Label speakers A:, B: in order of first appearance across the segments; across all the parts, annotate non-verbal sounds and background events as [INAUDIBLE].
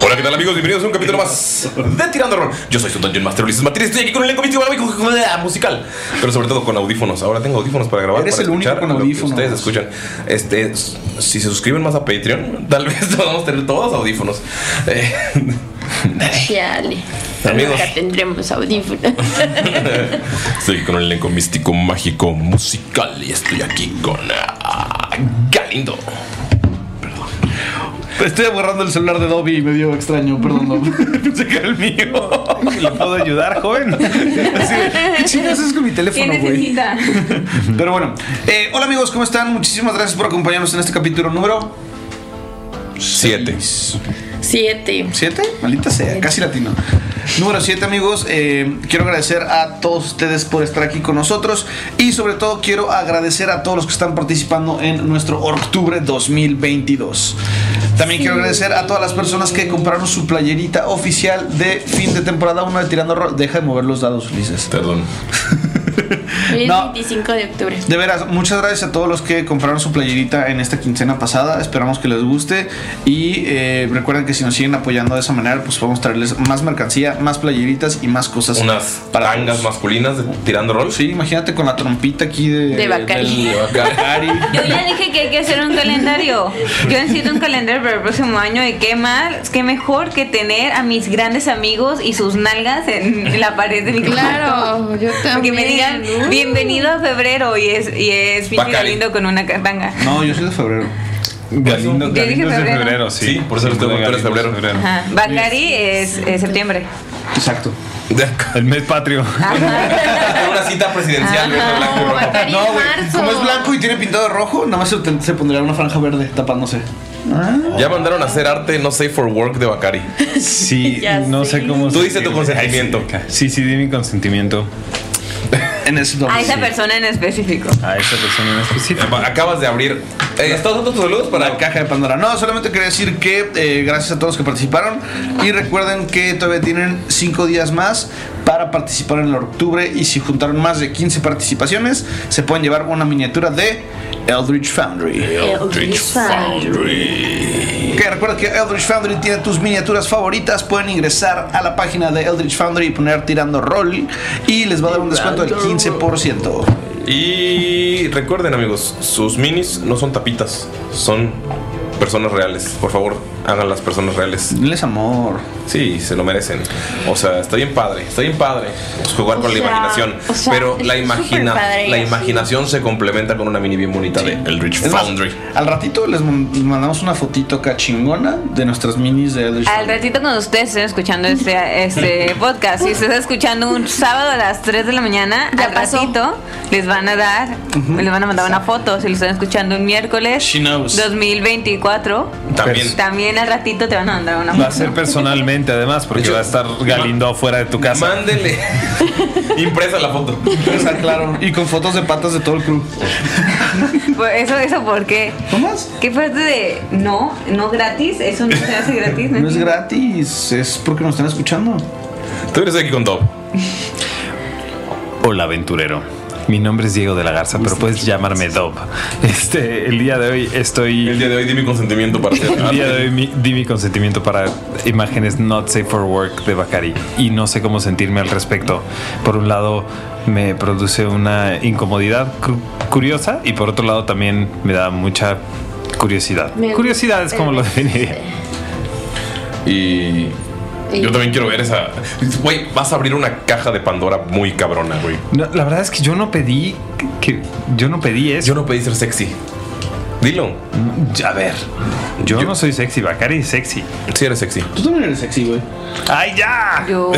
A: Hola, ¿qué tal amigos? Bienvenidos a un capítulo más de Tirando Rol. Yo soy su Dungeon Master Ulises Martínez, estoy aquí con el elenco mítico maravilloso, musical, pero sobre todo con audífonos. Ahora tengo audífonos para grabar.
B: Eres
A: para
B: el único
A: escuchar
B: con
A: lo que
B: audífonos.
A: Ustedes escuchan. Este, s- si se suscriben más a Patreon, tal vez [LAUGHS] podamos tener todos audífonos. Eh, [LAUGHS]
C: Chale.
A: Amigos.
C: Nunca tendremos audífonos.
A: estoy aquí con el elenco místico, mágico, musical y estoy aquí con ah, Galindo.
B: Pues Estoy borrando el celular de Dobby y me dio extraño, perdón. no. [LAUGHS] Pensé que era el mío. ¿Le puedo ayudar, [LAUGHS] joven? Así de, ¿Qué chingas es con mi teléfono, güey? [LAUGHS] Pero bueno. eh, hola amigos, ¿cómo están? Muchísimas gracias por acompañarnos en este capítulo número
A: Siete.
C: 7.
B: 7. Maldita sea, casi latino. Número 7 amigos, eh, quiero agradecer a todos ustedes por estar aquí con nosotros y sobre todo quiero agradecer a todos los que están participando en nuestro Octubre 2022. También quiero agradecer a todas las personas que compraron su playerita oficial de fin de temporada 1 de Tirando Rol. Deja de mover los dados, Ulises.
A: Perdón.
C: Hoy es
B: No.
C: 25 de octubre.
B: De veras, muchas gracias a todos los que compraron su playerita en esta quincena pasada. Esperamos que les guste. Y eh, recuerden que si nos siguen apoyando de esa manera, pues vamos a traerles más mercancía, más playeritas y más cosas.
A: Unas
B: para
A: tangas
B: todos.
A: masculinas de Tirando Rol.
B: Sí, imagínate con la trompita aquí de.
C: De Bacardí.
B: del- de Bacardí.
D: [LAUGHS] Yo ya dije que hay que hacer un calendario. Yo necesito un calendario para el próximo año y qué más, qué mejor que tener a mis grandes amigos y sus nalgas en la pared de mi cuarto.
C: Claro, yo
D: Que
C: también.
D: me digan
C: Uh.
D: bienvenido a febrero y es y es pinche
A: Bacari.
D: lindo con una tanga.
B: no, yo soy de febrero.
A: Galindo.
D: Yo dije febrero.
A: sí. Sí, por eso lo tengo, tú eres febrero.
D: Ajá. Bacari es, es septiembre.
B: Exacto.
E: El mes patrio.
A: Tengo una cita presidencial. güey, con blanco y rojo.
C: Bacardí
B: No, güey.
C: marzo.
B: Como es blanco y tiene pintado de rojo, nada más se, te- se pondría una franja verde tapándose. Ah.
A: Ya mandaron a hacer arte no safe for work de Bacari.
D: [LAUGHS]
E: Sí,
C: Ya
E: no
C: sé.
E: sé cómo.
A: Tú dices tu
E: sentirme.
A: consentimiento.
E: Sí, sí, di mi consentimiento
B: En ese
D: A esa
B: sí.
D: persona en específico.
E: a esa persona en específico.
A: Acabas de abrir. Eh, ¿Estás dando tus saludos para
B: La
A: acá?
B: caja de Pandora. No, solamente quería decir que eh, gracias a todos los que participaron. Y recuerden que todavía tienen 5 días más para participar en el octubre. Y si juntaron más de 15 participaciones, se pueden llevar una miniatura de Eldritch Foundry.
C: Eldritch Foundry.
B: Ok, recuerda que Eldritch Foundry tiene tus miniaturas favoritas. Pueden ingresar a la página de Eldritch Foundry y poner tirando roll. Y les va a dar un descuento del 15%.
A: Y recuerden, amigos, sus minis no son tapitas, son personas reales. Por favor, hagan las personas reales.
B: Denles amor.
A: Sí, se lo merecen. O sea, está bien padre, está bien padre pues, jugar
C: O
A: con la
C: sea,
A: imaginación.
C: o sea,
A: pero la,
C: es
A: imagina
C: superpadre,
A: la
C: sí.
A: imaginación se complementa con una mini bien bonita de Eldritch
F: Es más,
A: Foundry.
F: al ratito les mon- les mandamos una fotito acá chingona de nuestras minis de Eldritch
D: Al ratito cuando ustedes estén escuchando
F: [LAUGHS]
D: este, este podcast, si ustedes están escuchando un sábado a las 3 de la mañana,
C: Ya
D: al
C: pasó.
D: ratito les van a dar, les van a mandar una foto. Si lo están escuchando un miércoles
F: She knows.
D: 2024,
A: También.
D: también al ratito te van a mandar una
E: Va a
D: foto.
E: ser personalmente, además, porque
A: De hecho,
E: va a estar Galindo afuera de tu casa. [LAUGHS]
A: Mándenle impresa la
B: [LAUGHS]
A: foto.
F: Foundry. Ah, claro. Y con fotos de patas de todo el club.
D: [LAUGHS] Por Eso, eso porque.
F: ¿No más?
D: ¿Qué parte de no, no gratis? Eso no se hace gratis,
F: No es
D: entiendo.
F: gratis, es porque nos están escuchando.
A: Tú eres aquí con Top.
E: Hola, aventurero. Mi nombre es Diego de la Garza, pero puedes llamarme Dob. Este, el día de hoy estoy.
A: El día de hoy di mi consentimiento
E: [LAUGHS]
A: para hacer.
E: El día de hoy mi- di mi consentimiento para imágenes not safe for work de Bacari y no sé cómo sentirme al respecto. Por un lado me produce una incomodidad cu- curiosa y por otro lado también me da mucha curiosidad.
C: Me-
E: curiosidad es como lo definiría.
A: Y yo también quiero ver esa. Güey, vas a abrir una caja de Pandora muy cabrona, güey.
E: No, la verdad es que yo no pedí que, que- yo no pedí eso.
A: Yo
E: Mm,
A: no pedí ser sexy. Dilo.
E: a ver, yo,
A: Yo-
E: no soy sexy, Bacari es sexy.
A: Sí eres sexy.
F: Tú también eres sexy, güey.
E: Ay ya.
A: [LAUGHS]
D: Yo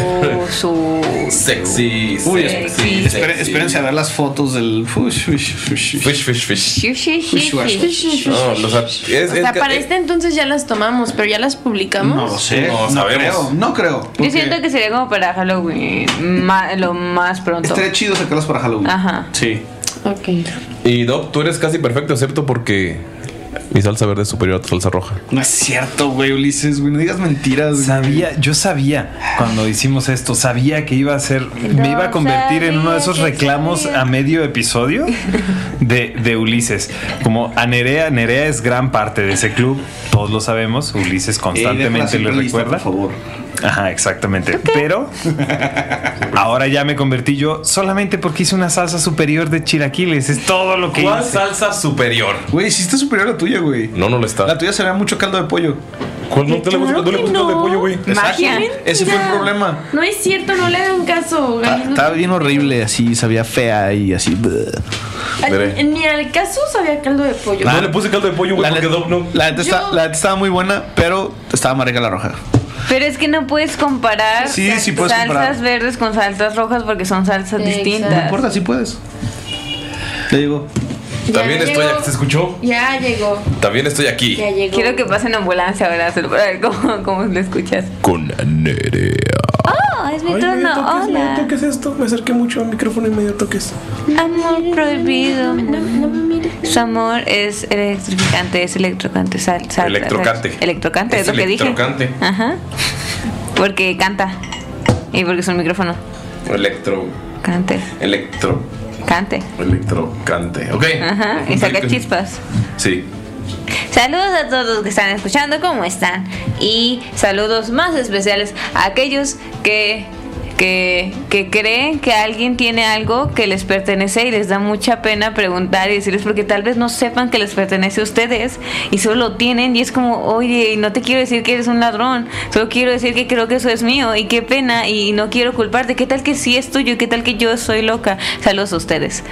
D: su.
A: Sexy.
F: Uy,
A: sexy,
F: espere-
A: sexy.
F: espérense a ver las fotos del. Ush, ush, ush, ush.
A: Fish, fish, fish.
D: Shu, shu, shu,
F: Ush, ush,
D: shu.
A: No, o sea, es-
C: O sea,
A: es-
C: para
A: eh,
C: este entonces ya las tomamos, pero ya las publicamos.
F: No lo sé.
A: No
F: No,
A: sabemos.
F: creo. No creo. porque
D: Yo siento que sería como para Halloween, ma- lo más pronto.
F: Estaría chido sacarlas para Halloween.
C: Ah.
D: Ajá.
F: Sí.
C: Ok.
A: Y Doc, tú eres casi perfecto, excepto porque mi salsa verde es superior a tu salsa roja.
F: No es cierto, güey, Ulises, güey. No digas mentiras. güey.
E: Sabía, yo sabía cuando hicimos esto, sabía que iba a ser, me iba a convertir en uno de esos reclamos a medio episodio de, de Ulises. Como a Nerea, Nerea es gran parte de ese club, todos lo sabemos, Ulises
F: Ey, Eh, déjala
E: constantemente
F: siempre
E: le
F: lista,
E: recuerda.
F: Por favor.
E: Ajá, exactamente. Pero ahora ya me convertí yo solamente porque hice una salsa superior de chilaquiles, es todo lo que
A: ¿Cuál
E: hice.
A: salsa superior?
F: Güey, sí está superior a la tuya, güey.
A: No, no lo
F: La
A: está.
F: tuya se vea mucho caldo de pollo.
A: ¿Cuál no, te le
C: Claro
A: puse- no le
C: que
A: puse
C: no.
A: caldo de pollo, güey?
D: Magia.
F: Ese fue el problema.
C: No es cierto, no le hagan caso. Galindo.
F: Estaba bien horrible, así, sabía fea y así.
C: Al- Ni al caso sabía caldo de pollo.
A: No le puse caldo de pollo, güey,
F: La
A: porque Doc no.
F: La neta está-
C: Yo-
F: la neta estaba muy buena, pero estaba amarga la roja.
D: Pero es que no puedes comparar
F: Sí, sí puedes
D: salsas
F: comparar.
D: verdes con salsas rojas porque son salsas
C: Exacto.
F: No
D: distintas.
F: importa, sí puedes. Te digo.
C: Ya
A: También estoy
C: llegó.
A: aquí, ¿se escuchó?
C: Ya llegó,
A: También estoy aquí.
C: ya llegó.
D: Quiero que pasen ambulancia ahora solo para ver cómo, cómo lo escuchas.
A: Con Nerea.
D: Oh, es mi turno. Hola.
A: es esto? Me acerqué mucho al micrófono y me dio toques.
D: Amor prohibido.
C: No, no me mires.
D: Su amor es electrificante, es electrocante. Sal, sal- sal-
A: Electrocante.
D: Electrocante, es, lo
A: Es
D: que dije.
A: electrocante.
D: Ajá. Porque canta. Y porque es un micrófono.
A: Electro.
D: Cante.
A: Electro.
D: Cante.
A: Electrocante. Ok.
D: Ajá. Y saca
A: Electro-
D: chispas.
A: Sí.
D: Saludos a todos los que están escuchando, ¿cómo están? Y saludos más especiales a aquellos que, que, que creen que alguien tiene algo que les pertenece y les da mucha pena preguntar y decirles porque tal vez no sepan que les pertenece a ustedes y solo lo tienen y es como, oye, no te quiero decir que eres un ladrón, solo quiero decir que creo que eso es mío y qué pena y no quiero culparte, qué tal que sí es tuyo y qué tal que yo soy loca. Saludos a ustedes,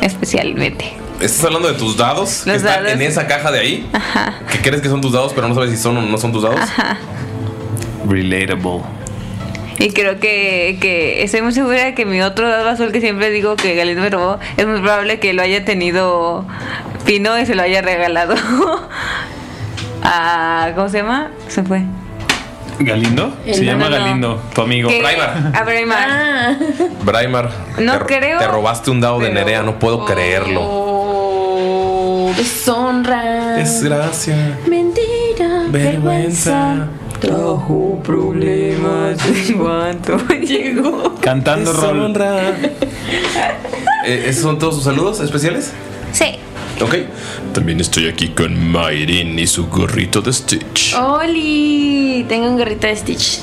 D: especialmente.
A: ¿Estás hablando de tus dados? que
D: Los
A: están
D: dados.
A: en esa caja de ahí. Ajá. Que crees que son tus dados, pero no sabes si son o no son tus dados.
E: Relatable.
D: Y creo que, que estoy muy segura de que mi otro dado azul que siempre digo que Galindo me robó, es muy probable que lo haya tenido Pino y se lo haya regalado [LAUGHS] a... ¿Cómo se llama? Se fue.
E: Galindo,
D: Eh,
C: El-
E: se llama
C: no, no, no.
E: Galindo, tu amigo.
D: Que-
A: Braimar.
D: A Braimar.
C: Ah.
A: Braimar.
D: No
A: te,
D: creo,
A: Te robaste un dado de
D: pero-
A: Nerea, no puedo creerlo.
C: Oh, deshonra.
A: Desgracia.
C: Mentira, Ah, vergüenza.
D: Trajo problemas cuanto [LAUGHS] llegó.
E: Cantando
D: [LAUGHS]
E: rol.
A: Deshonra. Eh, ¿Esos son todos sus saludos especiales?
D: Sí.
A: Ok. También estoy aquí con Mayrin y su gorrito de Stitch.
C: Oli, tengo un gorrito de Stitch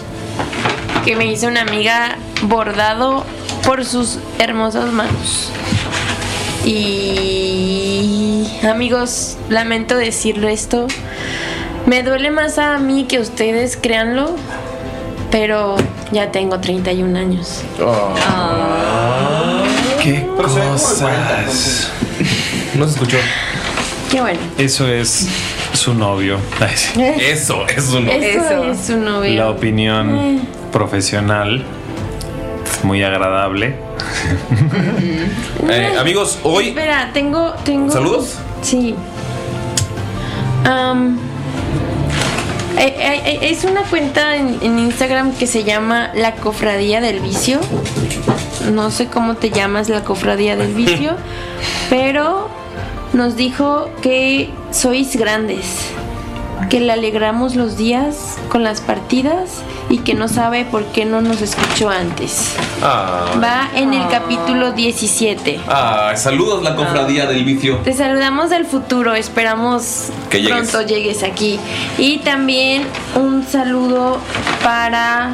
C: que me hizo una amiga bordado por sus hermosas manos. Y amigos, lamento decirlo esto. Me duele más a mí que a ustedes, créanlo. pero ya tengo 31 años.
E: Qué
A: se ve como de 40,
E: cosas.
A: No se escuchó.
C: Qué bueno.
E: Eso es su novio. Ay, sí. [LAUGHS]
A: Eso, eso no.
C: Eso,
D: Eso.
C: es su novio. Eh.
E: La opinión profesional muy agradable.
A: Eh, amigos, hoy.
C: Espera, tengo, tengo.
A: ¿Saludos?
C: Sí. Am, eh, eh, eh, es una cuenta en, en Instagram que se llama La Cofradía del Vicio. No sé cómo te llamas la Cofradía
A: [LAUGHS]
C: del Vicio, pero nos dijo que sois grandes, que le alegramos los días con las partidas y que no sabe por qué no nos escuchó antes.
A: Ah,
C: Va en el capítulo 17.
A: ah, saludos, la cofradía del vicio.
C: Te saludamos del futuro, esperamos
A: Que llegues.
C: pronto llegues aquí. Y también un saludo para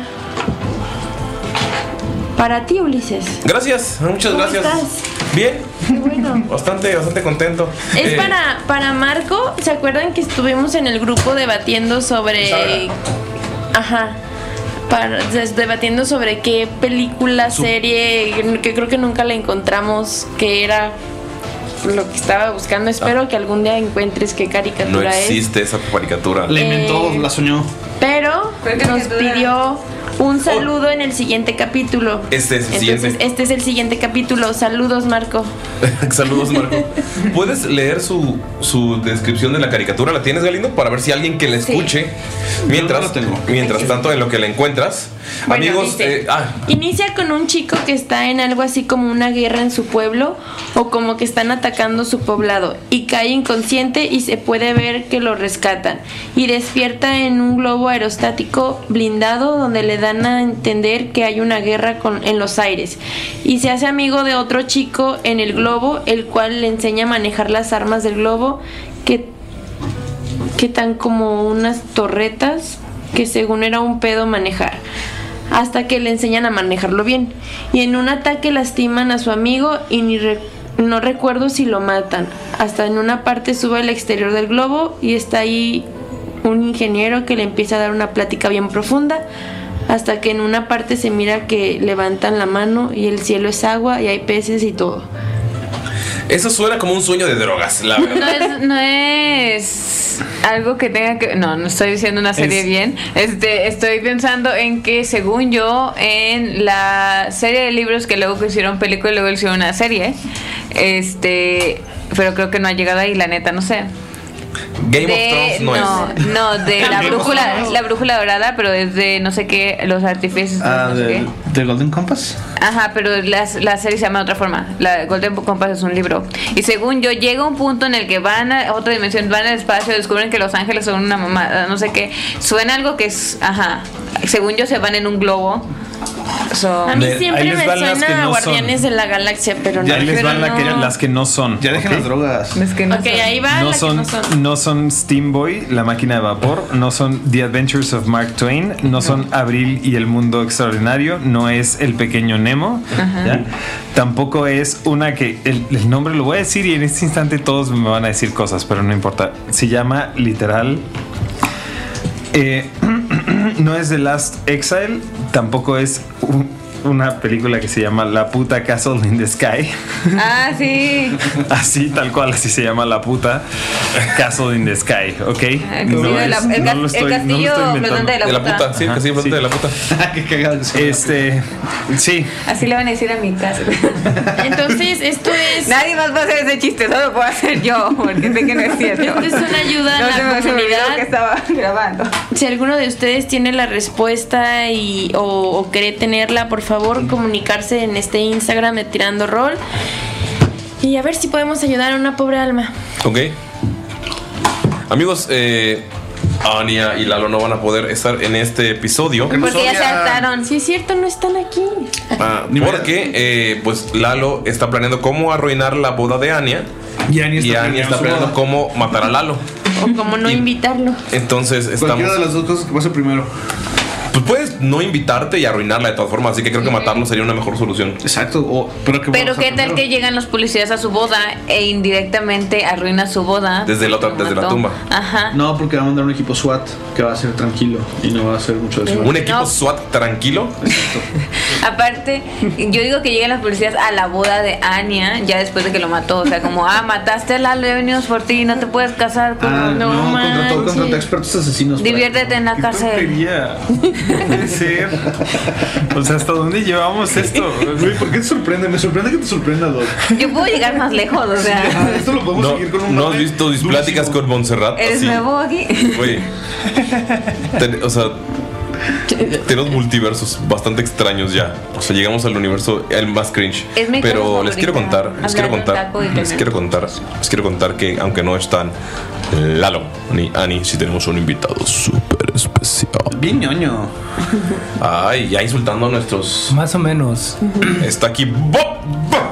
C: para ti, Ulises.
A: Gracias, muchas
C: ¿Cómo
A: gracias.
C: estás?
A: Bien,
C: Qué bueno.
A: bastante, bastante contento.
C: Es
A: Eh,
C: para, para Marco, ¿se acuerdan que estuvimos en el grupo debatiendo sobre.
A: Bisagra.
C: Ajá. Para, des- debatiendo sobre qué película, serie, que creo que nunca la encontramos, que era lo que estaba buscando. Espero que algún día encuentres qué
A: Ah. No
C: caricatura es.
A: existe esa caricatura.
F: La inventó, la soñó.
C: Pero
D: Fue
C: nos
D: caricatura.
C: pidió un saludo en el siguiente capítulo.
A: Este es el
C: Entonces,
A: siguiente.
C: este es el siguiente capítulo. Saludos, Marco.
A: [LAUGHS] Saludos, Marco. ¿Puedes leer su, su descripción de la caricatura? ¿La tienes, Galindo? Para ver si alguien que la escuche. Mientras,
F: Yo no la tengo.
A: mientras tanto, en lo que la encuentras.
C: Bueno,
A: amigos,
C: dice-
A: eh, ah,
C: Inicia con un chico que está en algo así como una guerra en su pueblo o como que están atacando su poblado y cae inconsciente y se puede ver que lo rescatan y despierta en un globo aerostático blindado donde le dan a entender que hay una guerra con- en los aires y se hace amigo de otro chico en el globo el cual le enseña a manejar las armas del globo que que tan como unas torretas que según era un pedo manejar, hasta que le enseñan a manejarlo bien. Y en un ataque lastiman a su amigo y ni re- no recuerdo si lo matan. Hasta en una parte sube al exterior del globo y está ahí un ingeniero que le empieza a dar una plática bien profunda. Hasta que en una parte se mira que levantan la mano y el cielo es agua y hay peces y todo.
A: eso suena como un sueño de drogas, la
D: No
A: verdad.
D: es, no es algo que tenga que. No, no estoy diciendo una serie
E: Es-
D: bien. Este, estoy pensando en que, según yo, en la serie de libros que luego que hicieron película y luego hicieron una serie, este, pero creo que no ha llegado ahí, la neta, no sé.
A: Game
D: De-
A: of Thrones no,
D: no,
A: es.
D: no,
A: [LAUGHS]
D: de la
F: Game of
D: brújula,
F: Thrones.
D: la brújula dorada, pero es de no sé qué, los artífices.
F: Ah,
D: no sé
F: de,
D: qué.
F: de Golden Compass.
D: Ajá, pero las- la, serie se llama de otra forma. La Golden Compass es un libro. Y según yo, llega un punto en el que van a otra dimensión, van al espacio, descubren que Los Ángeles son una mamá, no sé qué. Suena algo que es. Ajá. Según yo, se van en un globo.
C: A
D: Son.
C: mí
E: De- ahí
C: siempre
E: les
C: me
E: van las que
C: suena a
E: no son.
C: Guardianes de la Galaxia, pero no.
E: Ya les
D: pero
E: van la que-
D: no.
E: las que no son.
F: Ya dejen
E: ¿ok?
F: las drogas.
D: Es que no
C: Ok,
D: son.
C: ahí va la
E: No
C: que
E: son,
C: no son.
E: no son Steam Boy, la máquina de vapor, no son The Adventures of Mark Twain, no son Abril y el mundo extraordinario, no es El pequeño Nemo, ¿ya? tampoco es una que el, el nombre lo voy a decir y en este instante todos me van a decir cosas, pero no importa. Se llama literal. eh, [CLEARS THROAT] no es The Last Exile, tampoco es un- una película que se llama La puta Castle in the Sky.
D: [LAUGHS]
E: [LAUGHS]
D: Ah, sí.
E: Así, tal cual, así se llama la puta Castle in the Sky,
D: Ah,
E: ¿ok?
D: El castillo de la- el cas- el castillo flotante de
A: De la puta, sí,
E: Ajá,
A: que sí,
E: sí. Ah,
A: de la puta.
E: [LAUGHS]
F: Qué cagado que se
E: Este, sí,
D: Así le van a decir a mi casa.
C: [LAUGHS] Entonces, esto es.
D: Nadie más va a hacer ese chiste, solo lo puedo hacer yo, porque sé que no es cierto.
C: Esta es una ayuda a
D: No,
C: la
D: se me- se me olvidó
C: comunidad.
D: que estaba [LAUGHS] grabando.
C: Si alguno de ustedes tiene la respuesta y, o, o cree tenerla, por favor, comunicarse en este Instagram de Tirando Rol. Y a ver si podemos ayudar a una pobre alma.
A: Ok. Amigos, eh, Ania y Lalo no van a poder estar en este episodio.
F: Porque
D: Porque ya se
F: Sonia.
D: hartaron.
C: Si es cierto, no están aquí.
A: Ah,
F: Ni me-
A: porque eh, pues Lalo está planeando cómo arruinar la boda de Ania.
F: Y Ani
A: Y Ania está planeando cómo matar a Lalo.
C: O como no
A: Y-
C: invitarlo.
A: Entonces
F: Cualquiera
A: estamos.
F: de las dos cosas que pase primero.
A: Pues puedes no invitarte y arruinarla de todas formas, así que creo que matarlo sería una mejor solución.
B: Exacto. o- pero que
D: Pero qué tal que llegan los policías a su boda e indirectamente arruina su boda.
A: Desde la otra- desde la
D: Mató.
A: tumba.
D: Ajá.
B: No, porque va a mandar un equipo SWAT que va a ser tranquilo y no va a hacer mucho de
A: Un equipo
D: No.
A: SWAT tranquilo.
D: [LAUGHS] Aparte, yo digo que llegan los policías a la boda de Anya ya después de que lo mató. O sea, como, ah, mataste a Lalo, he venido por ti, no te puedes casar con
B: Ah, no, contrató,
D: manches.
B: contrató expertos asesinos. para-
D: Diviértete en la
E: Qué
D: cárcel.
E: tontería. Puede ser. O sea, ¿hasta dónde llevamos esto?
B: Güey, ¿por qué te sorprende? Me sorprende que te sorprenda, Doc.
D: Yo puedo llegar más lejos, o sea.
B: Ah, Esto lo podemos
A: No, ah,
B: seguir con un
A: ¿no has
B: mame
A: visto mis
B: durísimo.
A: pláticas con Montserrat?
D: ¿Eres
A: Así,
D: nuevo aquí?
A: Güey. Ten- o sea, tenemos multiversos bastante extraños ya. O sea, llegamos al universo el más cringe.
D: Es mi
A: Pero
D: cosa
A: les quiero
D: favorita,
A: contar, les quiero
D: hablar de
A: contar,
D: taco y
A: les
D: tener-
A: quiero contar, les quiero contar que aunque no están Lalo ni Ani, sí tenemos un invitado súper especial.
B: Bien ñoño.
A: Ay, ya insultando a nuestros.
G: Más o menos.
A: Está aquí Bob. Bob.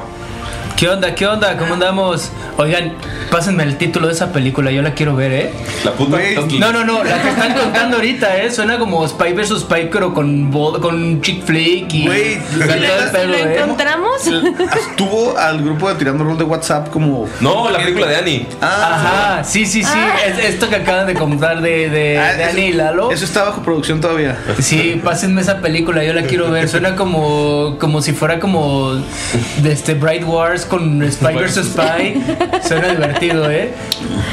G: ¿Qué onda? ¿Qué onda? ¿Cómo andamos? Oigan, pásenme el título de esa película, yo la quiero ver, ¿eh?
A: La puta.
B: Güey,
A: estás-
G: No, no, no, la que están contando ahorita, ¿eh? Suena como Spy vs. Spy, pero con, bo- con chick flick y...
B: Güey,
G: y todo el pedo,
D: ¿Lo
G: ¿eh?
D: encontramos?
B: Estuvo al grupo de Tirando Rol de WhatsApp como.
A: No, la película de Ani.
B: Ah,
G: Ajá, sí, sí, sí,
C: Ah.
G: es- esto que acaban de contar de, de,
B: Ah,
G: de
B: eso-
G: Ani y Lalo.
B: Eso está bajo producción todavía.
G: Sí, pásenme esa película, yo la quiero ver. Suena como, como si fuera como de este Bright Wars con Spy vs. Spy. Suena divertido, ¿eh?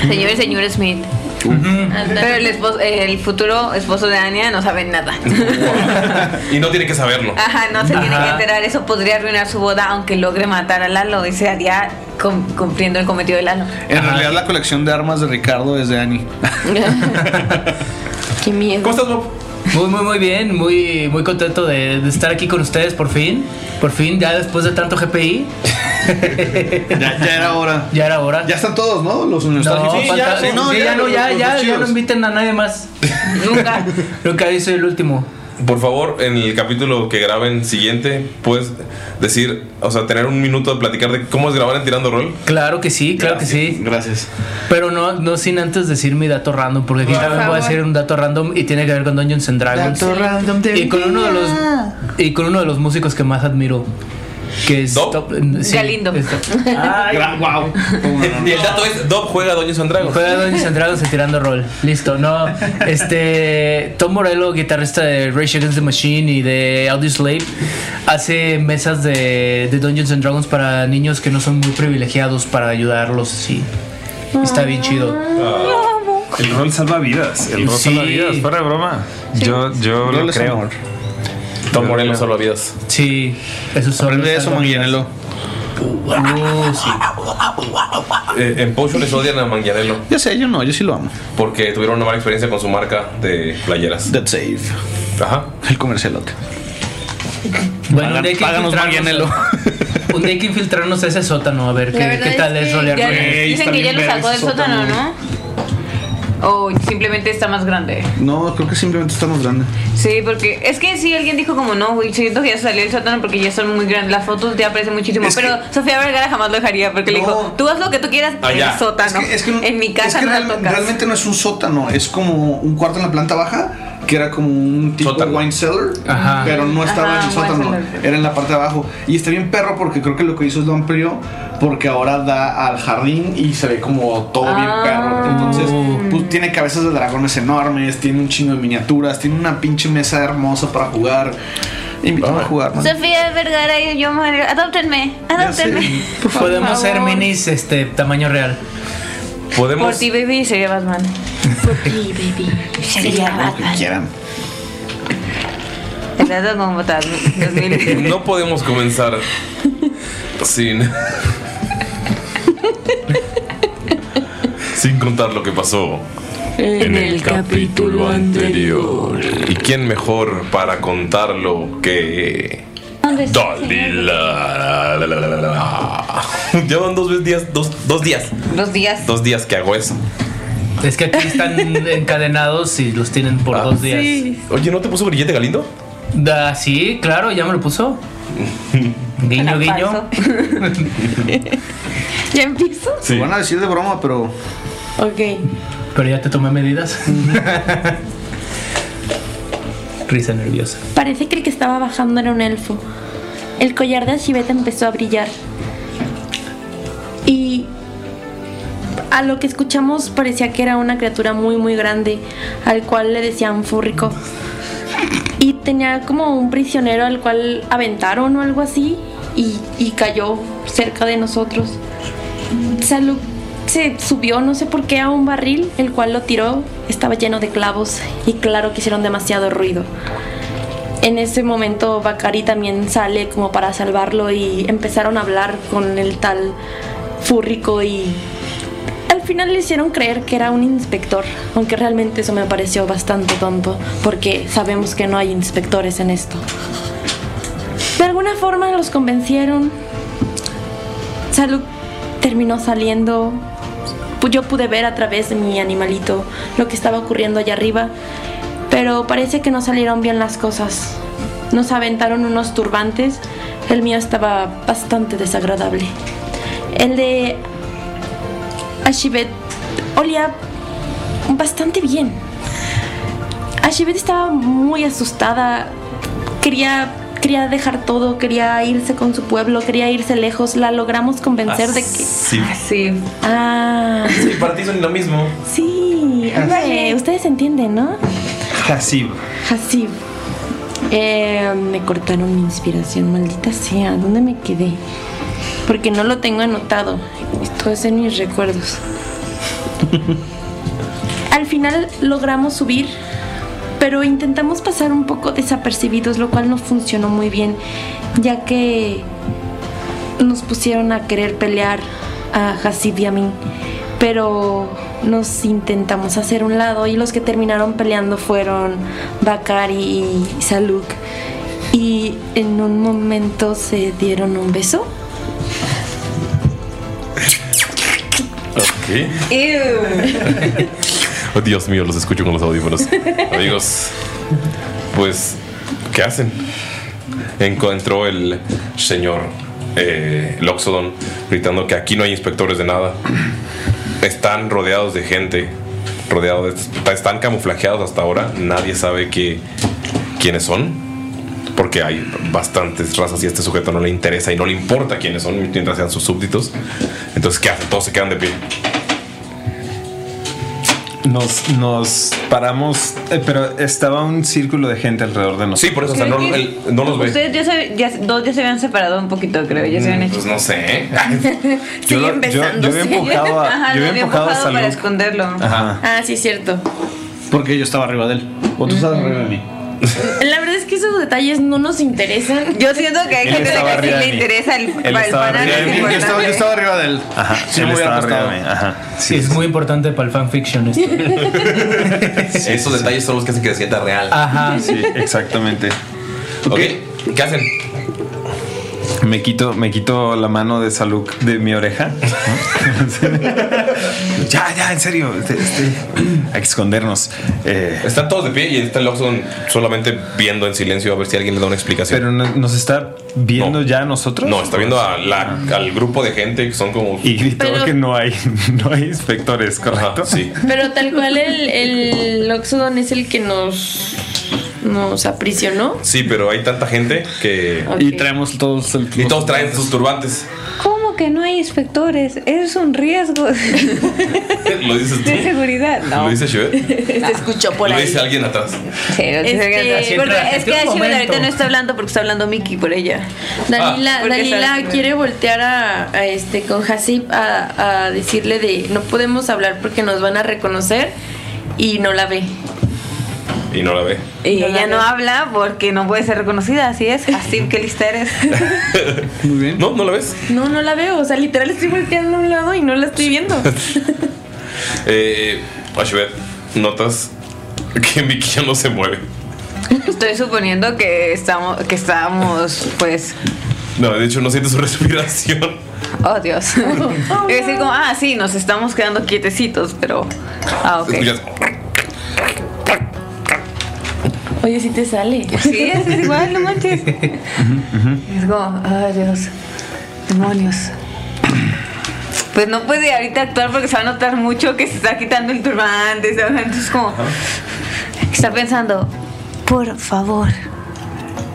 D: Señor y señor Smith. Pero el, esposo- el futuro esposo de Anya no sabe nada.
A: y no tiene que saberlo.
D: Ajá, no se tiene que
G: Ajá.
D: enterar. Eso podría arruinar su boda, aunque logre matar a Lalo. Y se haría cum- cumpliendo el cometido de Lalo.
B: En realidad, la colección de armas de Ricardo es de Ani.
C: Qué miedo.
A: ¿Cómo estás, Bob?
G: Muy, muy, muy bien, muy, muy contento de, de estar aquí con ustedes por fin. Por fin, ya después de tanto GPI,
B: Ya, ya era hora.
G: ya era hora.
B: Ya están todos, ¿no? Los
G: No,
B: nostálgicos.
G: falta- sí,
B: sí,
G: ya no, ya,
B: los-
G: ya,
B: los
G: ya no
B: chidos.
G: inviten a nadie más.
D: Nunca.
G: Creo que ahí soy el último.
A: Por favor, en el capítulo que graben siguiente, puedes decir, o sea, tener un minuto de platicar de cómo es grabar en Tirando Rol.
G: Claro que sí, claro que sí.
B: Gracias.
G: Pero no, no sin antes decir mi dato random, porque aquí también voy a
D: favor.
G: decir un dato random y tiene que ver con Dungeons and Dragons.
B: Dato random del
G: y con uno de los
B: día.
G: y con uno de los músicos que más admiro, que es
A: ¿Dob?
D: Galindo.
G: es Top- Ay,
B: wow.
A: Y [LAUGHS] el dato es, Dob juega a Doña Sandrago.
G: Juega
A: [LAUGHS]
G: Dungeons and Dragons y tirando rol. Listo, no. Este. Tom Morello, guitarrista de Rage Against the Machine y de Audioslave, hace mesas de, de Dungeons and Dragons para niños que no son muy privilegiados para ayudarlos así. Está bien chido.
E: El rol salva vidas. El rol
G: Sí.
E: salva vidas. Fuera de broma. Yo, yo
B: Rol
E: lo
B: es
E: creo.
B: amor.
A: Tom Moreno salvavidas.
G: Sí, eso es
B: Aprende eso, Manguianelo.
G: Uh, sí.
A: Eh, en Potion les odian a Mangianello
B: Yo sé, yo no, yo sí lo amo.
A: porque tuvieron una mala experiencia con su marca de playeras.
B: Dead Save.
A: Ajá.
B: El comercialote.
G: Bueno,
B: Pagan-
G: un día hay que
B: páganos,
G: infiltrarnos a- [LAUGHS] Un día hay que infiltrarnos a ese sótano a ver
D: La
G: qué,
D: verdad
G: qué tal es
D: que
G: rolear
D: ya-
G: con él.
B: Ey,
D: Dicen
B: está
D: que ya
B: bien
D: lo
B: verga
D: sacó del
B: ese
D: sótano,
B: sótano.
D: ¿no? O simplemente está más grande.
B: No, creo que simplemente estamos grandes.
D: Sí, porque es que sí, alguien dijo como no, güey, siento que ya salió el sótano porque ya son muy grandes. Las fotos te aparecen muchísimo.
B: Es
D: pero Sofía Vergara jamás lo dejaría porque le
B: No.
D: dijo, tú haz lo que tú quieras en
A: Allá.
D: el sótano. en mi casa
B: es que
D: no
B: realme-
D: la tocas.
B: realmente no es un sótano, es como un cuarto en la planta baja que era como un tipo
A: Sótano.
B: wine cellar,
G: Ajá.
B: pero no estaba
D: Ajá,
B: en el
D: wine
B: sótano,
D: cellar.
B: era en la parte de abajo. Y está bien perro porque creo que lo que hizo es lo amplió porque ahora da al jardín y se ve como todo bien
D: Ah.
B: perro. Entonces, pues tiene cabezas de dragones enormes, tiene un chingo de miniaturas, tiene una pinche mesa hermosa para jugar. Invítame
G: Ah.
B: a jugar, man.
D: Sofía Vergara y yo, Mario, adóptenme,
B: Ya sé.
D: adóptenme. Por
G: Podemos ser
D: favor.
G: minis este tamaño real.
D: Por
A: Podemos.
D: ti, baby, sería Batman.
C: Sí, baby.
D: Sería
B: Lo que
D: Batman.
B: quieran.
D: El dato como votar.
A: [LAUGHS]
D: 2000.
A: No podemos comenzar sin. sin contar lo que pasó
C: En el capítulo anterior.
A: ¿Y quién mejor para contarlo que Dalila? [LAUGHS] Llevan dos ve- días, dos, dos días,
D: Los días.
A: dos días que hago eso.
G: Es que aquí
C: [LAUGHS]
G: están encadenados y los tienen por
A: Ah.
G: dos días. Sí.
A: Oye, ¿no te puso brillete Galindo?
G: Da, sí, claro, ya me lo puso. [LAUGHS] Guiño, guiño.
B: [LAUGHS]
G: [LAUGHS]
C: ¿Ya empiezo?
B: Lo van a decir de broma, pero
C: Ok.
G: Pero ya te tomé medidas. risa nerviosa.
C: Parece que el que estaba bajando era un elfo. El collar de Ashibet empezó a brillar. Y a lo que escuchamos parecía que era una criatura muy muy grande, al cual le decían fúrrico. Y tenía como un prisionero al cual aventaron o algo así y, y cayó cerca de nosotros. Salud se subió no sé por qué a un barril, el cual lo tiró, estaba lleno de clavos y claro que hicieron demasiado ruido. En ese momento Bakari también sale como para salvarlo y empezaron a hablar con el tal Fúrrico y al final le hicieron creer que era un inspector, aunque realmente eso me pareció bastante tonto porque sabemos que no hay inspectores en esto. De alguna forma los convencieron. Salud terminó saliendo. Pu- Yo pude ver a través de mi animalito lo que estaba ocurriendo allá arriba, pero parece que no salieron bien las cosas. Nos aventaron unos turbantes. El mío estaba bastante desagradable. El de Ashibet olía bastante bien. Ashibet estaba muy asustada. Quería, quería dejar todo, quería irse con su pueblo, quería irse lejos. La logramos convencer de que.
A: Sí.
D: Sí.
C: Ah, [LAUGHS]
A: Sí, para ti son lo mismo.
C: sí. ándale, ustedes entienden, ¿no?
E: Hasib.
C: Hasib. Eh, me cortaron mi inspiración, maldita sea. ¿Dónde me quedé? Porque no lo tengo anotado. Esto es en mis recuerdos. Al final logramos subir, pero intentamos pasar un poco desapercibidos, lo cual no funcionó muy bien, ya que nos pusieron a querer pelear a Hasib y a mí, pero nos intentamos hacer un lado y los que terminaron peleando fueron Bakari y Saluk. Y en un momento se dieron un beso.
A: Ok. [LAUGHS] Oh, Dios mío, los escucho con los audífonos. Amigos, pues, ¿qué hacen? Encontró el señor eh, Loxodon gritando que aquí no hay inspectores de nada. Están rodeados de gente, rodeados de- están camuflajeados hasta ahora. Nadie sabe que, quiénes son. Porque hay bastantes razas y a este sujeto no le interesa y no le importa quiénes son mientras sean sus súbditos. Entonces, ¿qué hacen? Todos se quedan de pie.
E: Nos, nos paramos, eh, pero estaba un círculo de gente alrededor de
A: Sí,
E: nosotros.
A: por eso, o sea, no, él no los ve.
D: Ustedes ya se, ya, dos ya se habían separado un poquito, creo. Ya se habían hecho.
A: Pues no sé.
D: [LAUGHS]
E: Yo, lo- yo, Mm, yo había empujado a,
D: Ajá,
E: yo
D: lo
E: había empujado a
D: para
E: Salud.
D: esconderlo.
E: Ajá.
C: Ah, sí, es cierto.
F: Porque yo estaba arriba de él. O tú estabas arriba de mí.
C: La verdad es que esos detalles no nos interesan.
D: Yo siento que hay
E: Él
D: gente
E: estaba
D: que sí
E: arriba de
D: le
E: mí.
D: interesa el,
E: Él estaba
D: fan
E: arriba de mí.
F: Yo estaba, yo estaba arriba de él.
E: Ajá.
F: Sí,
E: Él
F: me hubiera
E: estaba arriba de
F: acostado.
E: mí. Ajá. Sí,
G: es muy importante para el fanfiction
E: [LAUGHS]
G: esto.
A: Esos detalles son los que hacen que se sienta real.
G: Ajá.
E: sí, exactamente.
A: ok. ¿Qué hacen?
E: Me quito, me quito la mano de Salud de
A: [LAUGHS]
E: mi oreja. ¿no? ya, ya, en serio. este, este, hay que escondernos. Eh,
A: Están todos de pie y está el Oxon solamente viendo en silencio a ver si alguien le da una explicación.
E: pero no- nos está viendo
A: No.
E: ya a nosotros. Ah.
A: no, está viendo a la- al grupo de gente que son como.
E: Y gritó
C: Pero-
E: que no hay, [LAUGHS] no hay inspectores, correcto.
A: Ajá, sí.
C: Pero tal cual el, el Loxodon es el que nos, nos aprisionó.
A: Sí, pero hay tanta gente que.
C: Ok.
F: Y traemos todos el
A: Y todos traen sus turbantes.
D: ¿Cómo que no hay inspectores? Es un riesgo [LAUGHS] de
A: Lo dices tú.
D: seguridad. No.
A: [LAUGHS] Lo dice Shivet.
C: Se escuchó por
A: Lo
C: ahí.
A: dice alguien atrás.
D: Sí, lo que
C: Este,
D: se-
C: Siempre
D: porque
G: hace
D: es que
G: un
D: Ashibel
G: momento.
D: ahorita no está hablando porque está hablando Mickey por ella.
C: Dalila,
D: Ah, porque
C: Dalila
D: sabes que-
C: quiere voltear a, a este con Hasib a, a decirle de no podemos hablar porque nos van a reconocer y no la ve.
A: Y no la ve.
D: Y
C: No la
D: ella no
C: veo.
D: habla porque no puede ser reconocida, así es. Así que lista eres.
F: Muy bien.
A: No, no la ves.
C: [LAUGHS] No, no la veo. O sea, literal estoy volteando a un lado y no la estoy viendo.
A: Eh, Shivet, notas que [LAUGHS] Mickey ya no se mueve.
D: Estoy suponiendo que estamos, que estábamos, pues,
A: No, de hecho no siente su respiración.
C: [LAUGHS]
D: oh Dios. [LAUGHS]
C: oh,
D: Y decir como, ah, sí, nos estamos quedando quietecitos, pero. Ah, ok.
A: Escuchas.
C: Oye, si te sale.
D: Sí, es, es igual, no manches. Es como, ah, Dios, demonios. Pues no puede ahorita actuar porque se va a notar mucho que se está quitando el turbante. se va- Entonces, como, está pensando, Por favor,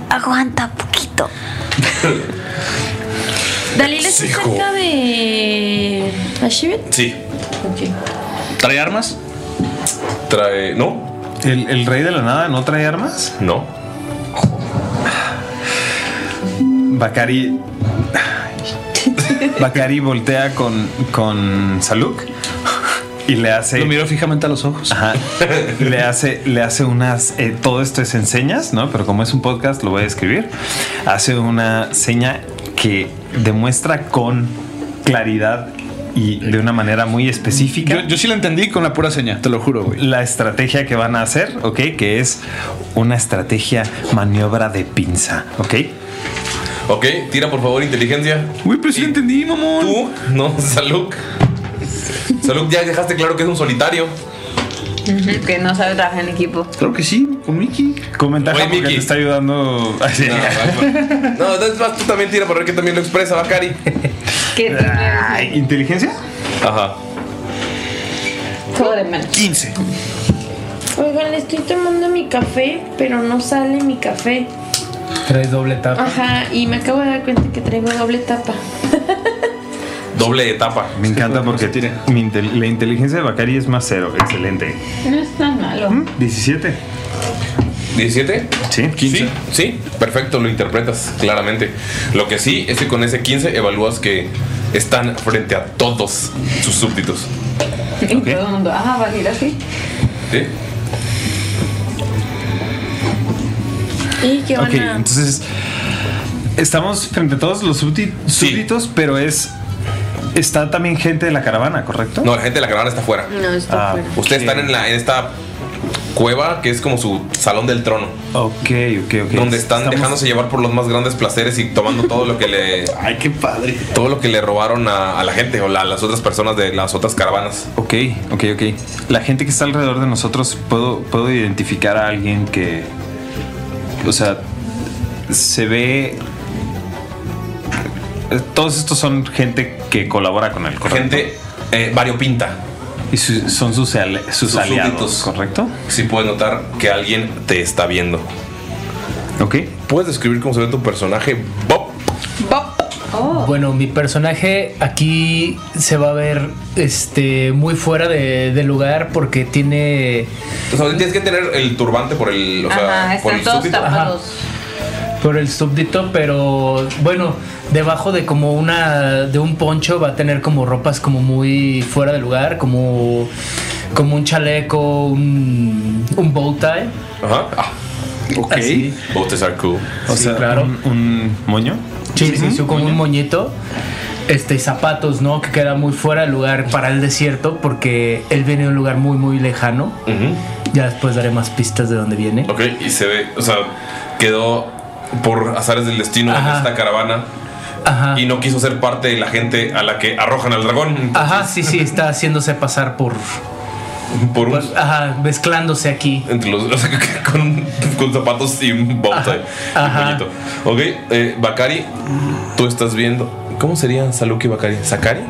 D: aguanta poquito.
C: Dalila está
A: Hijo.
C: cerca de. ¿Ashibet?
A: Sí.
C: Ok.
F: ¿Trae armas?
A: Trae. No,
E: ¿El, el rey de la nada no trae armas?
A: no.
E: Bakari. Bakari voltea con, con Saluk y le hace.
F: Lo miro fijamente a los ojos.
E: Ajá. Le hace, le hace unas. eh, todo esto es en señas, ¿no? Pero como es un podcast, lo voy a escribir. Hace una seña que demuestra con claridad y de una manera muy específica
F: Yo, yo sí la entendí con la pura seña, te lo juro, güey.
E: la estrategia que van a hacer, ¿ok? Que es una estrategia maniobra de pinza, ¿ok?
A: Ok, tira por favor inteligencia.
F: Uy, pero sí la entendí, mamón.
A: Tú, no, [LAUGHS] Saluk. Saluk, ya dejaste claro que es un solitario.
D: Que no sabe trabajar en
E: [LAUGHS]
D: equipo.
F: Creo que sí, con Mickey. Ah,
E: Comenta
A: Oye,
E: porque
A: Miki.
E: te está ayudando.
F: [LAUGHS]
A: No, no, entonces vas tú también tira para ver que también lo expresa Bakari.
D: ¿Qué
E: Ay, ¿Inteligencia?
A: Ajá.
D: Todo de menos.
F: 15.
C: Oigan, le estoy tomando mi café, pero no sale mi café.
G: Traes doble tapa.
C: Ajá, y me acabo de dar cuenta que traigo doble tapa.
A: Doble etapa.
E: Me encanta porque mi intel- la inteligencia de Bakari es más cero. Excelente.
D: No es tan malo.
E: ¿Mm? 17.
A: ¿17?
E: Sí.
A: Sí, sí, perfecto, lo interpretas claramente. Lo que sí es que con ese 15 evalúas que están frente a todos sus súbditos.
D: Y todo el mundo, ah, va a ir así.
A: ¿Sí?
C: ¿Y qué van
E: Ok,
C: a-
E: entonces estamos frente a todos los súbdi-
A: Sí.
E: súbditos, pero es. Está también gente de la caravana, ¿correcto?
A: No, la gente de la caravana está afuera.
C: No, está
E: Ah.
C: fuera.
A: Ustedes
E: Sí.
A: están en, la, en esta cueva que es como su salón del trono,
E: Ok, ok, ok.
A: donde están
E: Estamos-
A: dejándose llevar por los más grandes placeres y tomando todo lo que
E: [LAUGHS]
A: le,
F: Ay, qué padre.
A: todo lo que le robaron a, a la gente o la- a las otras personas de las otras caravanas.
E: Ok, ok, ok. La gente que está alrededor de nosotros, ¿puedo, puedo identificar a alguien que. O sea, se ve. eh, Todos estos son gente que colabora con el correcto.
A: Gente eh, variopinta.
E: Y su- son sus, ale- sus
A: Sus
E: aliados,
A: súbditos.
E: ¿correcto?
A: Si puedes notar que alguien te está viendo.
E: Ok.
A: ¿Puedes describir cómo se ve tu personaje, Bob?
G: Bueno, mi personaje aquí se va a ver este, muy fuera de, del lugar porque tiene.
A: O sea, tienes que tener el turbante por el. O sea,
D: Ajá,
A: por
D: están
A: el
D: todos
A: súbdito.
D: tapados.
G: por el súbdito, pero bueno, debajo de como una de un poncho va a tener como ropas como muy fuera de lugar, como como un chaleco, un, un bow tie.
A: Ajá. Oh, Ah,
F: Ok.
G: así.
A: both are cool.
E: O
G: Sí,
E: sea,
G: claro.
E: un, un moño.
G: Sí, sí, sí, como un moñito. Este, y zapatos, ¿no? Que queda muy fuera de lugar para el desierto porque él viene de un lugar muy, muy lejano.
A: Ujú.
G: Ya después daré más pistas de dónde viene.
A: Ok, y se ve. O sea, quedó por azares del destino
G: Ajá.
A: en esta caravana
G: Ajá.
A: y no quiso ser parte de la gente a la que arrojan al dragón
G: Ajá, sí, [LAUGHS] sí, está haciéndose pasar por...
A: por
G: por-
A: un.
G: Pues, ajá, mezclándose aquí.
A: Entre los, o sea, [LAUGHS] con, con zapatos y un bow tie.
G: Ajá.
A: Un moñito. Ok, eh, Bakari, tú estás viendo. ¿Cómo serían Saluk y Bakari? ¿Sakari?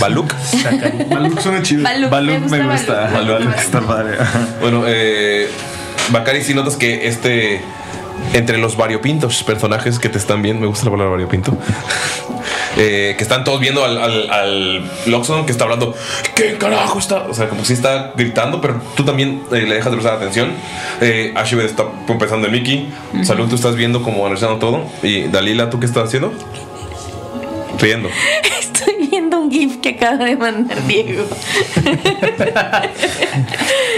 A: ¿Baluk?
F: Maluk suena chido.
C: Balú,
E: Balú me
C: Balú.
E: gusta.
A: Balú.
E: Balú está padre.
A: Bueno, eh, Bacari, si notas que este. Entre los variopintos personajes que te están viendo, me gusta la palabra variopinto, [LAUGHS] eh, que están todos viendo al, al, al Loxodon que está hablando, ¿qué carajo está? O sea, como si está gritando, pero tú también eh, le dejas de prestar atención. Eh, Ashibet está pensando en Mickey, Salud, tú estás viendo como analizando todo. Y Dalila, ¿tú qué estás haciendo? Riendo.
C: [LAUGHS] Estoy viendo un GIF que acaba de mandar Diego.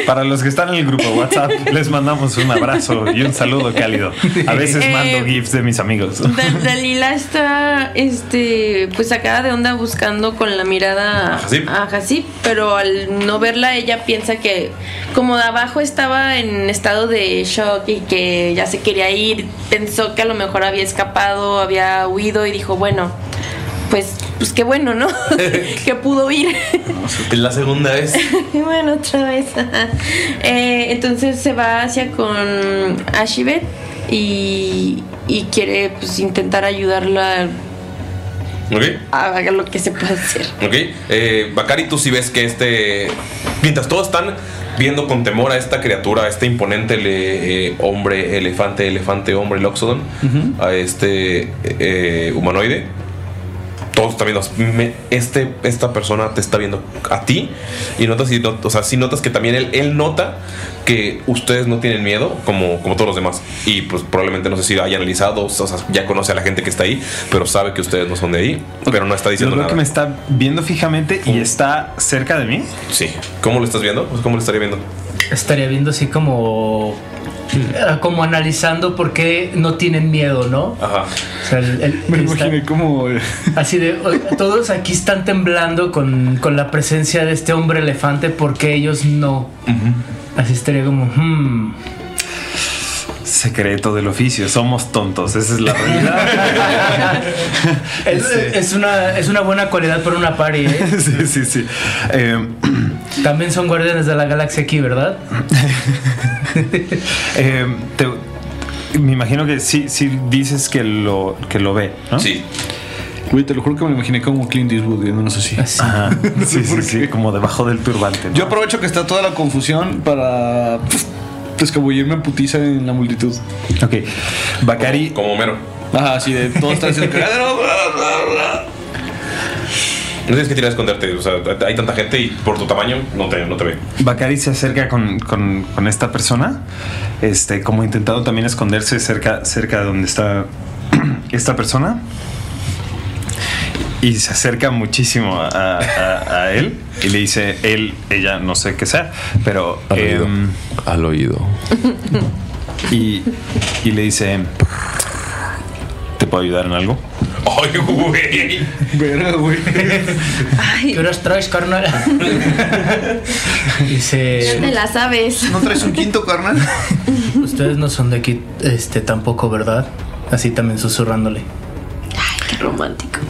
E: Para los que están en el grupo
A: [LAUGHS]
E: WhatsApp, les mandamos un abrazo y un saludo cálido. A veces mando
C: Eh,
E: GIFs de mis amigos.
C: Da- Dalila está, este, pues sacada de onda buscando con la mirada
A: A Hasib.
C: a Hasib, pero al no verla ella piensa que como de abajo estaba en estado de shock y que ya se quería ir, pensó que a lo mejor había escapado, había huido y dijo, bueno, pues, pues qué bueno, ¿no? [LAUGHS] que pudo ir.
A: Es la segunda vez.
C: Y [LAUGHS] bueno, otra vez. Eh, entonces se va hacia con Ashibet y, y quiere pues intentar ayudarla
A: ¿Ok?
C: a hacer lo que se pueda hacer.
A: Ok, eh, Bakari, tú sí ves que este. Mientras todos están viendo con temor a esta criatura, a este imponente ele- eh, hombre, elefante, elefante, hombre, Loxodon, a este eh, humanoide. Todos están viendo. me- este, esta persona te está viendo a ti. Y notas, y not- o sea, sí notas que también él, él nota que ustedes no tienen miedo, como, como todos los demás. Y pues probablemente no sé si haya analizado, o sea, ya conoce a la gente que está ahí, pero sabe que ustedes no son de ahí, pero no está [LAUGHS]
E: Yo
A: diciendo
E: creo
A: nada.
E: que me está viendo fijamente
A: Oh.
E: y está cerca de mí.
A: Sí. ¿Cómo lo estás viendo? Pues, ¿Cómo lo estaría viendo?
G: Estaría viendo así como. eh, Como analizando por qué no tienen miedo, ¿no?
A: Ajá.
G: O sea, el- el-
E: Me
G: está-
E: imaginé como. eh,
G: Así de, o- todos aquí están temblando con, con la presencia de este hombre elefante porque ellos no. Así estaría como, hmm.
E: Secreto del oficio. Somos tontos. Esa es
A: [LAUGHS]
E: la realidad.
G: Es, es una, es una buena cualidad por una pari, ¿eh?
E: [LAUGHS] sí, sí, sí. Eh, [CLEARS THROAT]
G: También son guardianes de la galaxia aquí, ¿verdad?
E: eh, te- me imagino que sí, sí dices que lo, que lo ve, ¿no?
A: Sí.
F: Güey, te lo juro que me imaginé como Clint Eastwood viéndonos así.
G: Así.
E: Ajá. Sí,
F: [LAUGHS]
E: sí, sí. Como debajo del turbante. ¿no?
F: Yo aprovecho que está toda la confusión para pf, escabullirme a putiza en la multitud.
D: [LAUGHS]
E: Ok. Bakari.
A: Como Homero.
F: Ajá, así de todos están
A: [LAUGHS]
F: haciendo cagadero.
A: No tienes que tirar a esconderte. O sea, hay tanta gente y por tu tamaño no te, no te ve.
E: Bakari se acerca con, con- con esta persona, este, como intentando también esconderse cerca, cerca de donde está [CLEARS THROAT] esta persona. Y se acerca muchísimo a, a- a él y le dice, él, ella, no sé qué sea, pero... em,
A: Al oído.
E: y, y le dice, ¿te puedo ayudar en algo?
A: ¡Ay, güey!
F: Verga, güey.
G: ¿Qué horas
F: [LAUGHS]
G: traes, carnal?
C: Ya
G: Dice,
C: te la sabes.
F: ¿No traes un quinto, carnal?
G: ustedes no son de aquí este, tampoco, ¿verdad? Así también susurrándole.
C: Ay, qué romántico.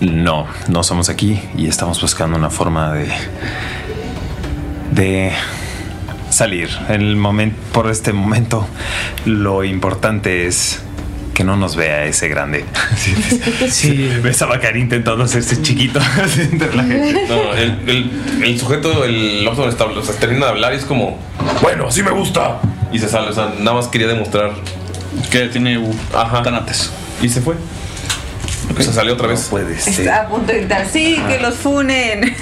E: No, no somos aquí y estamos buscando una forma de. de. salir. El momento, por este momento, lo importante es que no nos vea ese grande. Sí,
G: Sí,
E: Ves a Bacari intentando hacerse chiquito [LAUGHS] entre la gente.
A: No, el, el, el sujeto, el Lobson, está, o sea, termina de hablar y es como, bueno, así me gusta. Y se sale, o sea, nada más quería demostrar.
F: Que tiene uh,
A: Ajá.
F: tanates.
A: Y se fue. O sea, salió otra vez.
E: Puede ser.
D: Está a punto de gritar, sí, que los funen.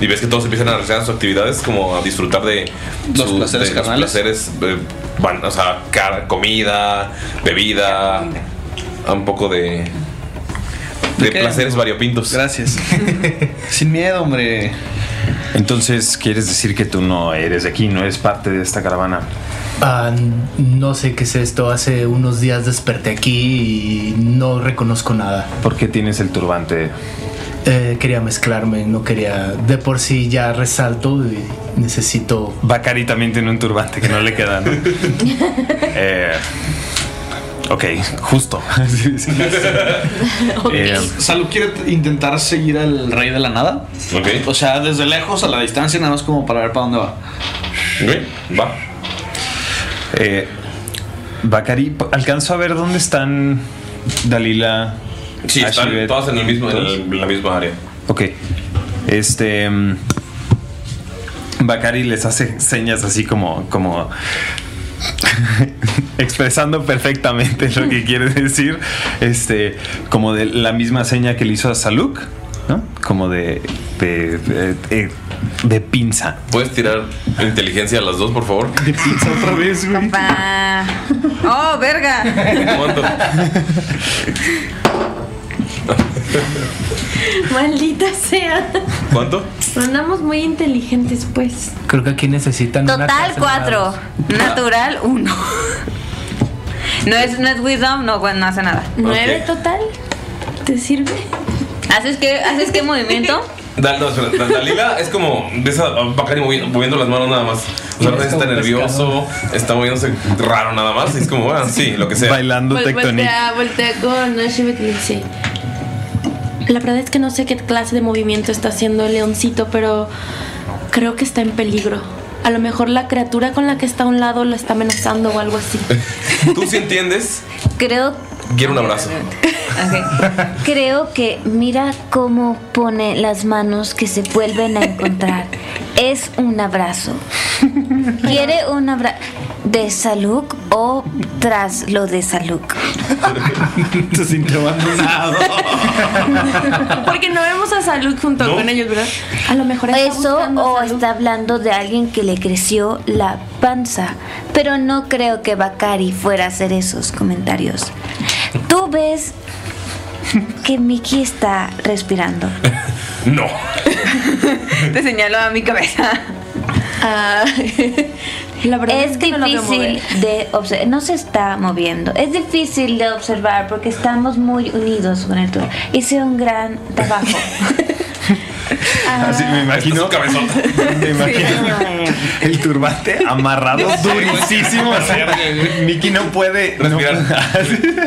A: Y ves que todos empiezan a realizar sus actividades, como a disfrutar de
F: Los
A: su-
F: placeres
A: de los
F: carnales.
A: placeres, eh, van, o sea, car- comida, bebida, un poco de, de
F: ¿De qué?
A: placeres variopintos.
F: Gracias. Sin miedo, hombre.
E: Entonces, ¿quieres decir que tú no eres de aquí, no eres parte de esta caravana?
G: Ah, no sé qué es esto. Hace unos días desperté aquí y no reconozco nada.
E: ¿Por qué tienes el turbante?
G: Eh, quería mezclarme, no quería. De por sí ya resalto y necesito.
E: Bacari también tiene un turbante que no le queda, ¿no? Eh, ok, justo. [LAUGHS] Sí, sí. Eh,
F: Salud quiere t- intentar seguir al rey de la nada.
A: Ok.
F: O sea, desde lejos a la distancia, nada más como para ver para dónde va.
A: Ok, va.
E: eh, Bacari, p- alcanzo a ver dónde están Dalila.
A: [LAUGHS] Sí, están
E: Ashibet.
A: todas en, el mismo, en el- la misma área.
E: Ok. Este. mm, Bacari les hace señas así como. como [LAUGHS] expresando perfectamente lo que quiere decir. Este. Como de la misma seña que le hizo a Saluk, ¿no? Como de. de. de, de- de pinza.
A: ¿Puedes tirar inteligencia a las dos, por favor? [LAUGHS]
E: De pinza [LAUGHS] otra vez, güey.
D: Pa. Oh, verga.
A: ¿Cuánto?
C: [LAUGHS]
E: [LAUGHS]
C: Maldita sea.
A: ¿Cuánto?
C: Andamos muy inteligentes, pues.
G: Creo que aquí necesitan. una
D: Total
G: clase de
D: 4.
G: dados.
D: Natural 1. No es, no es wisdom, no, bueno, no hace nada.
C: ¿Nueve total? ¿Te sirve?
D: ¿Haces qué, haces qué
E: [LAUGHS]
D: movimiento?
A: Da- no, espera, da- Dalila es como de esa Bacari moviendo, moviendo las manos nada más. O sea,
G: Y
A: no
G: es
A: está
G: como
A: nervioso, está moviéndose raro nada más. y es como, ah, sí, lo que sea.
E: Bailando
C: Vol-
D: Pues,
E: Tectonic.
C: voltea, voltea con Ashibet y le dice, La verdad es que no sé qué clase de movimiento está haciendo el leoncito, pero creo que está en peligro. A lo mejor la criatura con la que está a un lado lo está amenazando o algo así.
A: Tú sí entiendes,
D: Creo. [LAUGHS]
A: quiero un abrazo.
D: Ok.
H: Creo que mira cómo pone las manos que se vuelven
C: [LAUGHS]
H: a encontrar. Es un abrazo. ¿Quiere un abrazo de salud o tras lo de salud?
E: Se sintió
H: [LAUGHS]
E: abandonado.
C: Porque no vemos a Salud junto
A: No.
C: con ellos, ¿verdad? A lo mejor está
H: Eso
C: buscando a
H: o
C: Salud.
H: está hablando de alguien que le creció la panza. Pero no creo que Bakari fuera a hacer esos comentarios. Tú ves que Mickey está respirando.
A: No.
D: Te señalo a mi cabeza.
C: Ah, [LAUGHS] la verdad
H: Es
C: que no lo veo
H: difícil
C: mover.
H: de observar, no se está moviendo, es difícil de observar porque estamos muy unidos con el todo. Hice un gran trabajo.
E: Así me imagino.
A: Su cabezota.
E: [LAUGHS] Me imagino. El turbante [LAUGHS] amarrado durísimo. o sea, Mickey no puede no-
A: Respirar.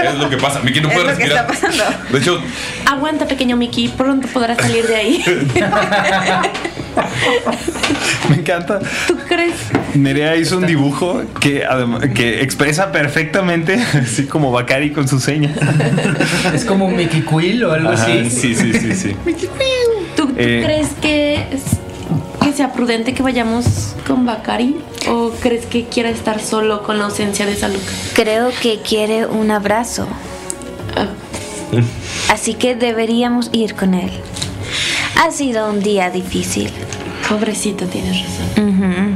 A: es lo que pasa. Miki no
D: Es
A: puede
D: lo que
A: respirar.
D: está pasando.
A: De hecho,
C: Aguanta, pequeño Mickey, pronto podrás salir de ahí.
E: Me encanta.
C: ¿Tú crees?
E: Nerea hizo un dibujo que, adem- que expresa perfectamente, [LAUGHS] así como Bakari con su seña.
G: [LAUGHS] Es como un Mickey Quill o algo
E: Ajá,
G: así.
E: sí, sí, sí, sí.
C: ¿Tú, tú
E: Eh.
C: crees que, es- que sea prudente que vayamos con Bakari? ¿O crees que quiera estar solo con la ausencia de Salud?
H: Creo que quiere un abrazo.
G: Ah.
H: Así que deberíamos ir con él. Ha sido un día difícil.
C: Pobrecito, tienes razón.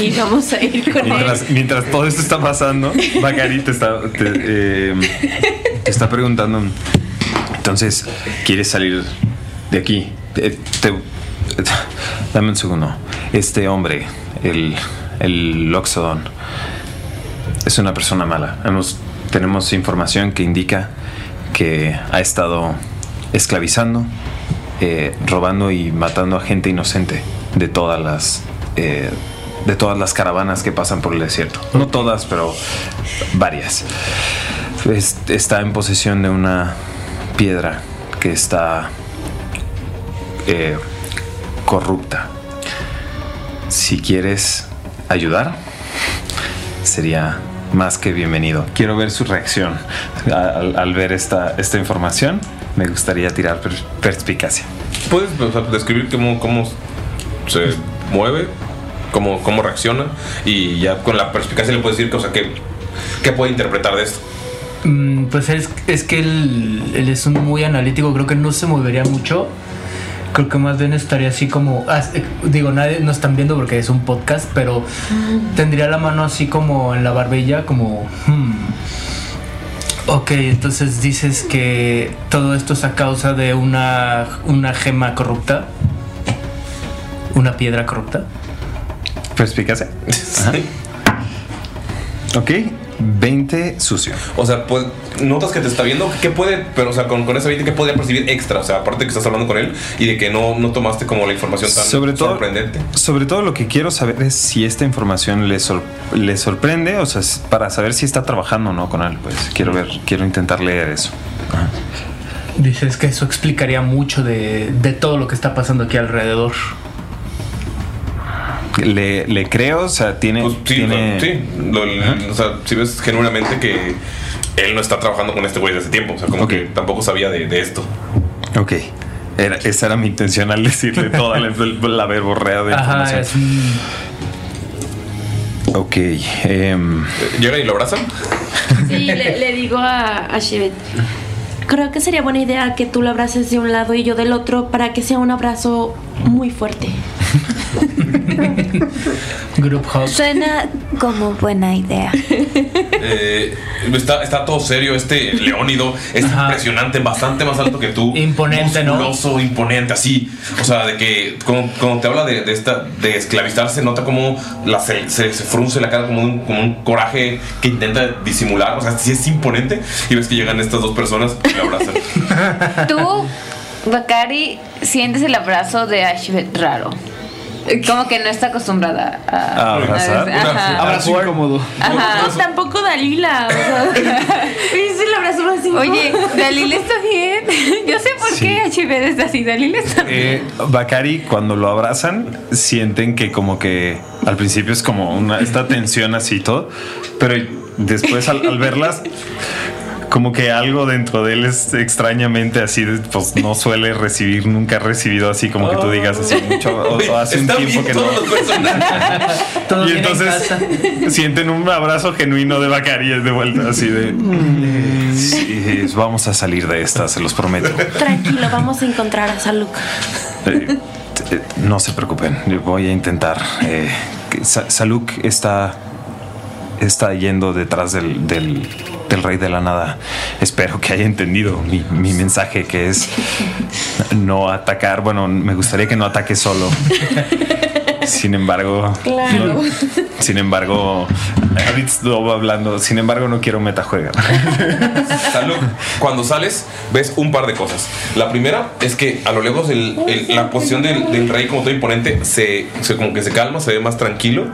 C: Y vamos a ir con él.
E: Mientras, mientras todo esto está pasando, Bakari te está, te, eh, te está preguntando. Entonces, ¿quieres salir de aquí? Eh, te- dame un segundo. Este hombre, el, el Loxodon, es una persona mala. Hemos- tenemos información que indica que ha estado esclavizando, eh, robando y matando a gente inocente de todas las eh, de todas las caravanas que pasan por el desierto. No todas, pero varias. Es- está en posesión de una piedra que está eh, corrupta. Si quieres ayudar, sería más que bienvenido. Quiero ver su reacción al, al ver esta, esta información. Me gustaría tirar per- perspicacia.
A: ¿puedes o sea, describir cómo, cómo se mueve? Cómo, ¿Cómo reacciona? Y ya con la perspicacia le puedes decir que, o sea, que, que puede interpretar de esto.
G: Mm, Pues es, es que él, él es un muy analítico, creo que no se movería mucho. Creo que más bien estaría así como. ah, eh, digo, nadie nos están viendo porque es un podcast, pero tendría la mano así como en la barbilla, como. hmm. Ok, entonces dices que todo esto es a causa de una, una gema corrupta. Una piedra corrupta.
E: Perspicacia. Ajá. ¿eh? Ok, 20 sucio.
A: O sea, pues, notas que te está viendo, ¿qué puede? Pero, o sea, con, con esa 20, ¿qué podría percibir extra? O sea, aparte de que estás hablando con él y de que no, no tomaste como la información tan
E: sobre todo,
A: sorprendente.
E: Sobre todo lo que quiero saber es si esta información le, sor- le sorprende, o sea, es para saber si está trabajando o no con él. Pues quiero ver, quiero intentar leer eso. Ajá.
G: Dices que eso explicaría mucho de, de todo lo que está pasando aquí alrededor.
E: Le, le creo, o sea, tiene.
A: Pues, sí,
E: tiene-
A: o sea, sí. Lo- o sea, si ves genuinamente que él no está trabajando con este güey desde hace tiempo. O sea, como
E: Ok.
A: que tampoco sabía de, de esto.
E: Ok. Era- esa era mi intención al decirle
A: [LAUGHS]
E: toda la, la verborrea de
G: Ajá,
E: información.
G: es un-
E: Ok. em,
A: Eh, Llega y lo abraza.
C: Sí, le, le digo a, a Shivet. Creo que sería buena idea que tú lo abraces de un lado y yo del otro para que sea un abrazo muy fuerte.
G: Group hug.
H: Suena como buena idea.
A: Eh, está, está todo serio este leónido. Es
G: Ajá.
A: impresionante, bastante más alto que tú.
G: Imponente, ¿no?
A: Musculoso, imponente, así. O sea, de que como- cuando, te habla de, de esta, de esclavizarse, nota como la, se, se- se frunce la cara como un, como un coraje que intenta disimular. O sea, sí es imponente. Y ves que llegan estas dos personas y la abrazan.
D: Tú, Bakari, sientes el abrazo de Ashbet raro. Como que no está acostumbrada a,
E: A abrazar.
D: Ajá.
F: Abrazo incómodo.
D: Ajá.
C: No, tampoco Dalila. O sea, [LAUGHS] oye, es el abrazo más incómodo.
D: Oye, Dalila está
C: [LAUGHS]
D: bien. [LAUGHS] Yo sé por
E: Sí.
D: qué Ashbet está así. Dalila está bien.
E: Eh, Bakari, cuando lo abrazan, sienten que como que al principio es como una, esta tensión así y todo, pero después al, al verlas, como que algo dentro de él es extrañamente así, de, pues no suele recibir, nunca ha recibido así como que tú digas así mucho, o,
A: [LAUGHS]
E: o hace un
A: Está bien
E: tiempo que no.
A: todos los personajes.
G: [LAUGHS] Todo
E: Y
G: bien en
E: entonces
G: casa.
E: sienten un abrazo genuino de Bacari de vuelta, así de.
G: Mm.
E: "Sí, vamos a salir de esta, se los prometo.
C: Tranquilo, vamos a encontrar a Saluk.
E: Eh, t- eh, no se preocupen, yo voy a intentar. eh, que Sa- Saluk está, está yendo detrás del, del- del rey de la nada. Espero que haya entendido mi, mi mensaje, que es no atacar. Bueno, me gustaría que no ataque solo. Sin embargo,
C: Claro.
E: sin embargo, ahorita estuvo hablando. Sin embargo, no quiero metajuegar.
A: Salud. Cuando sales, ves un par de cosas. La primera es que a lo lejos el- el- la posición del, del rey como todo imponente se, se- como que se calma, se ve más tranquilo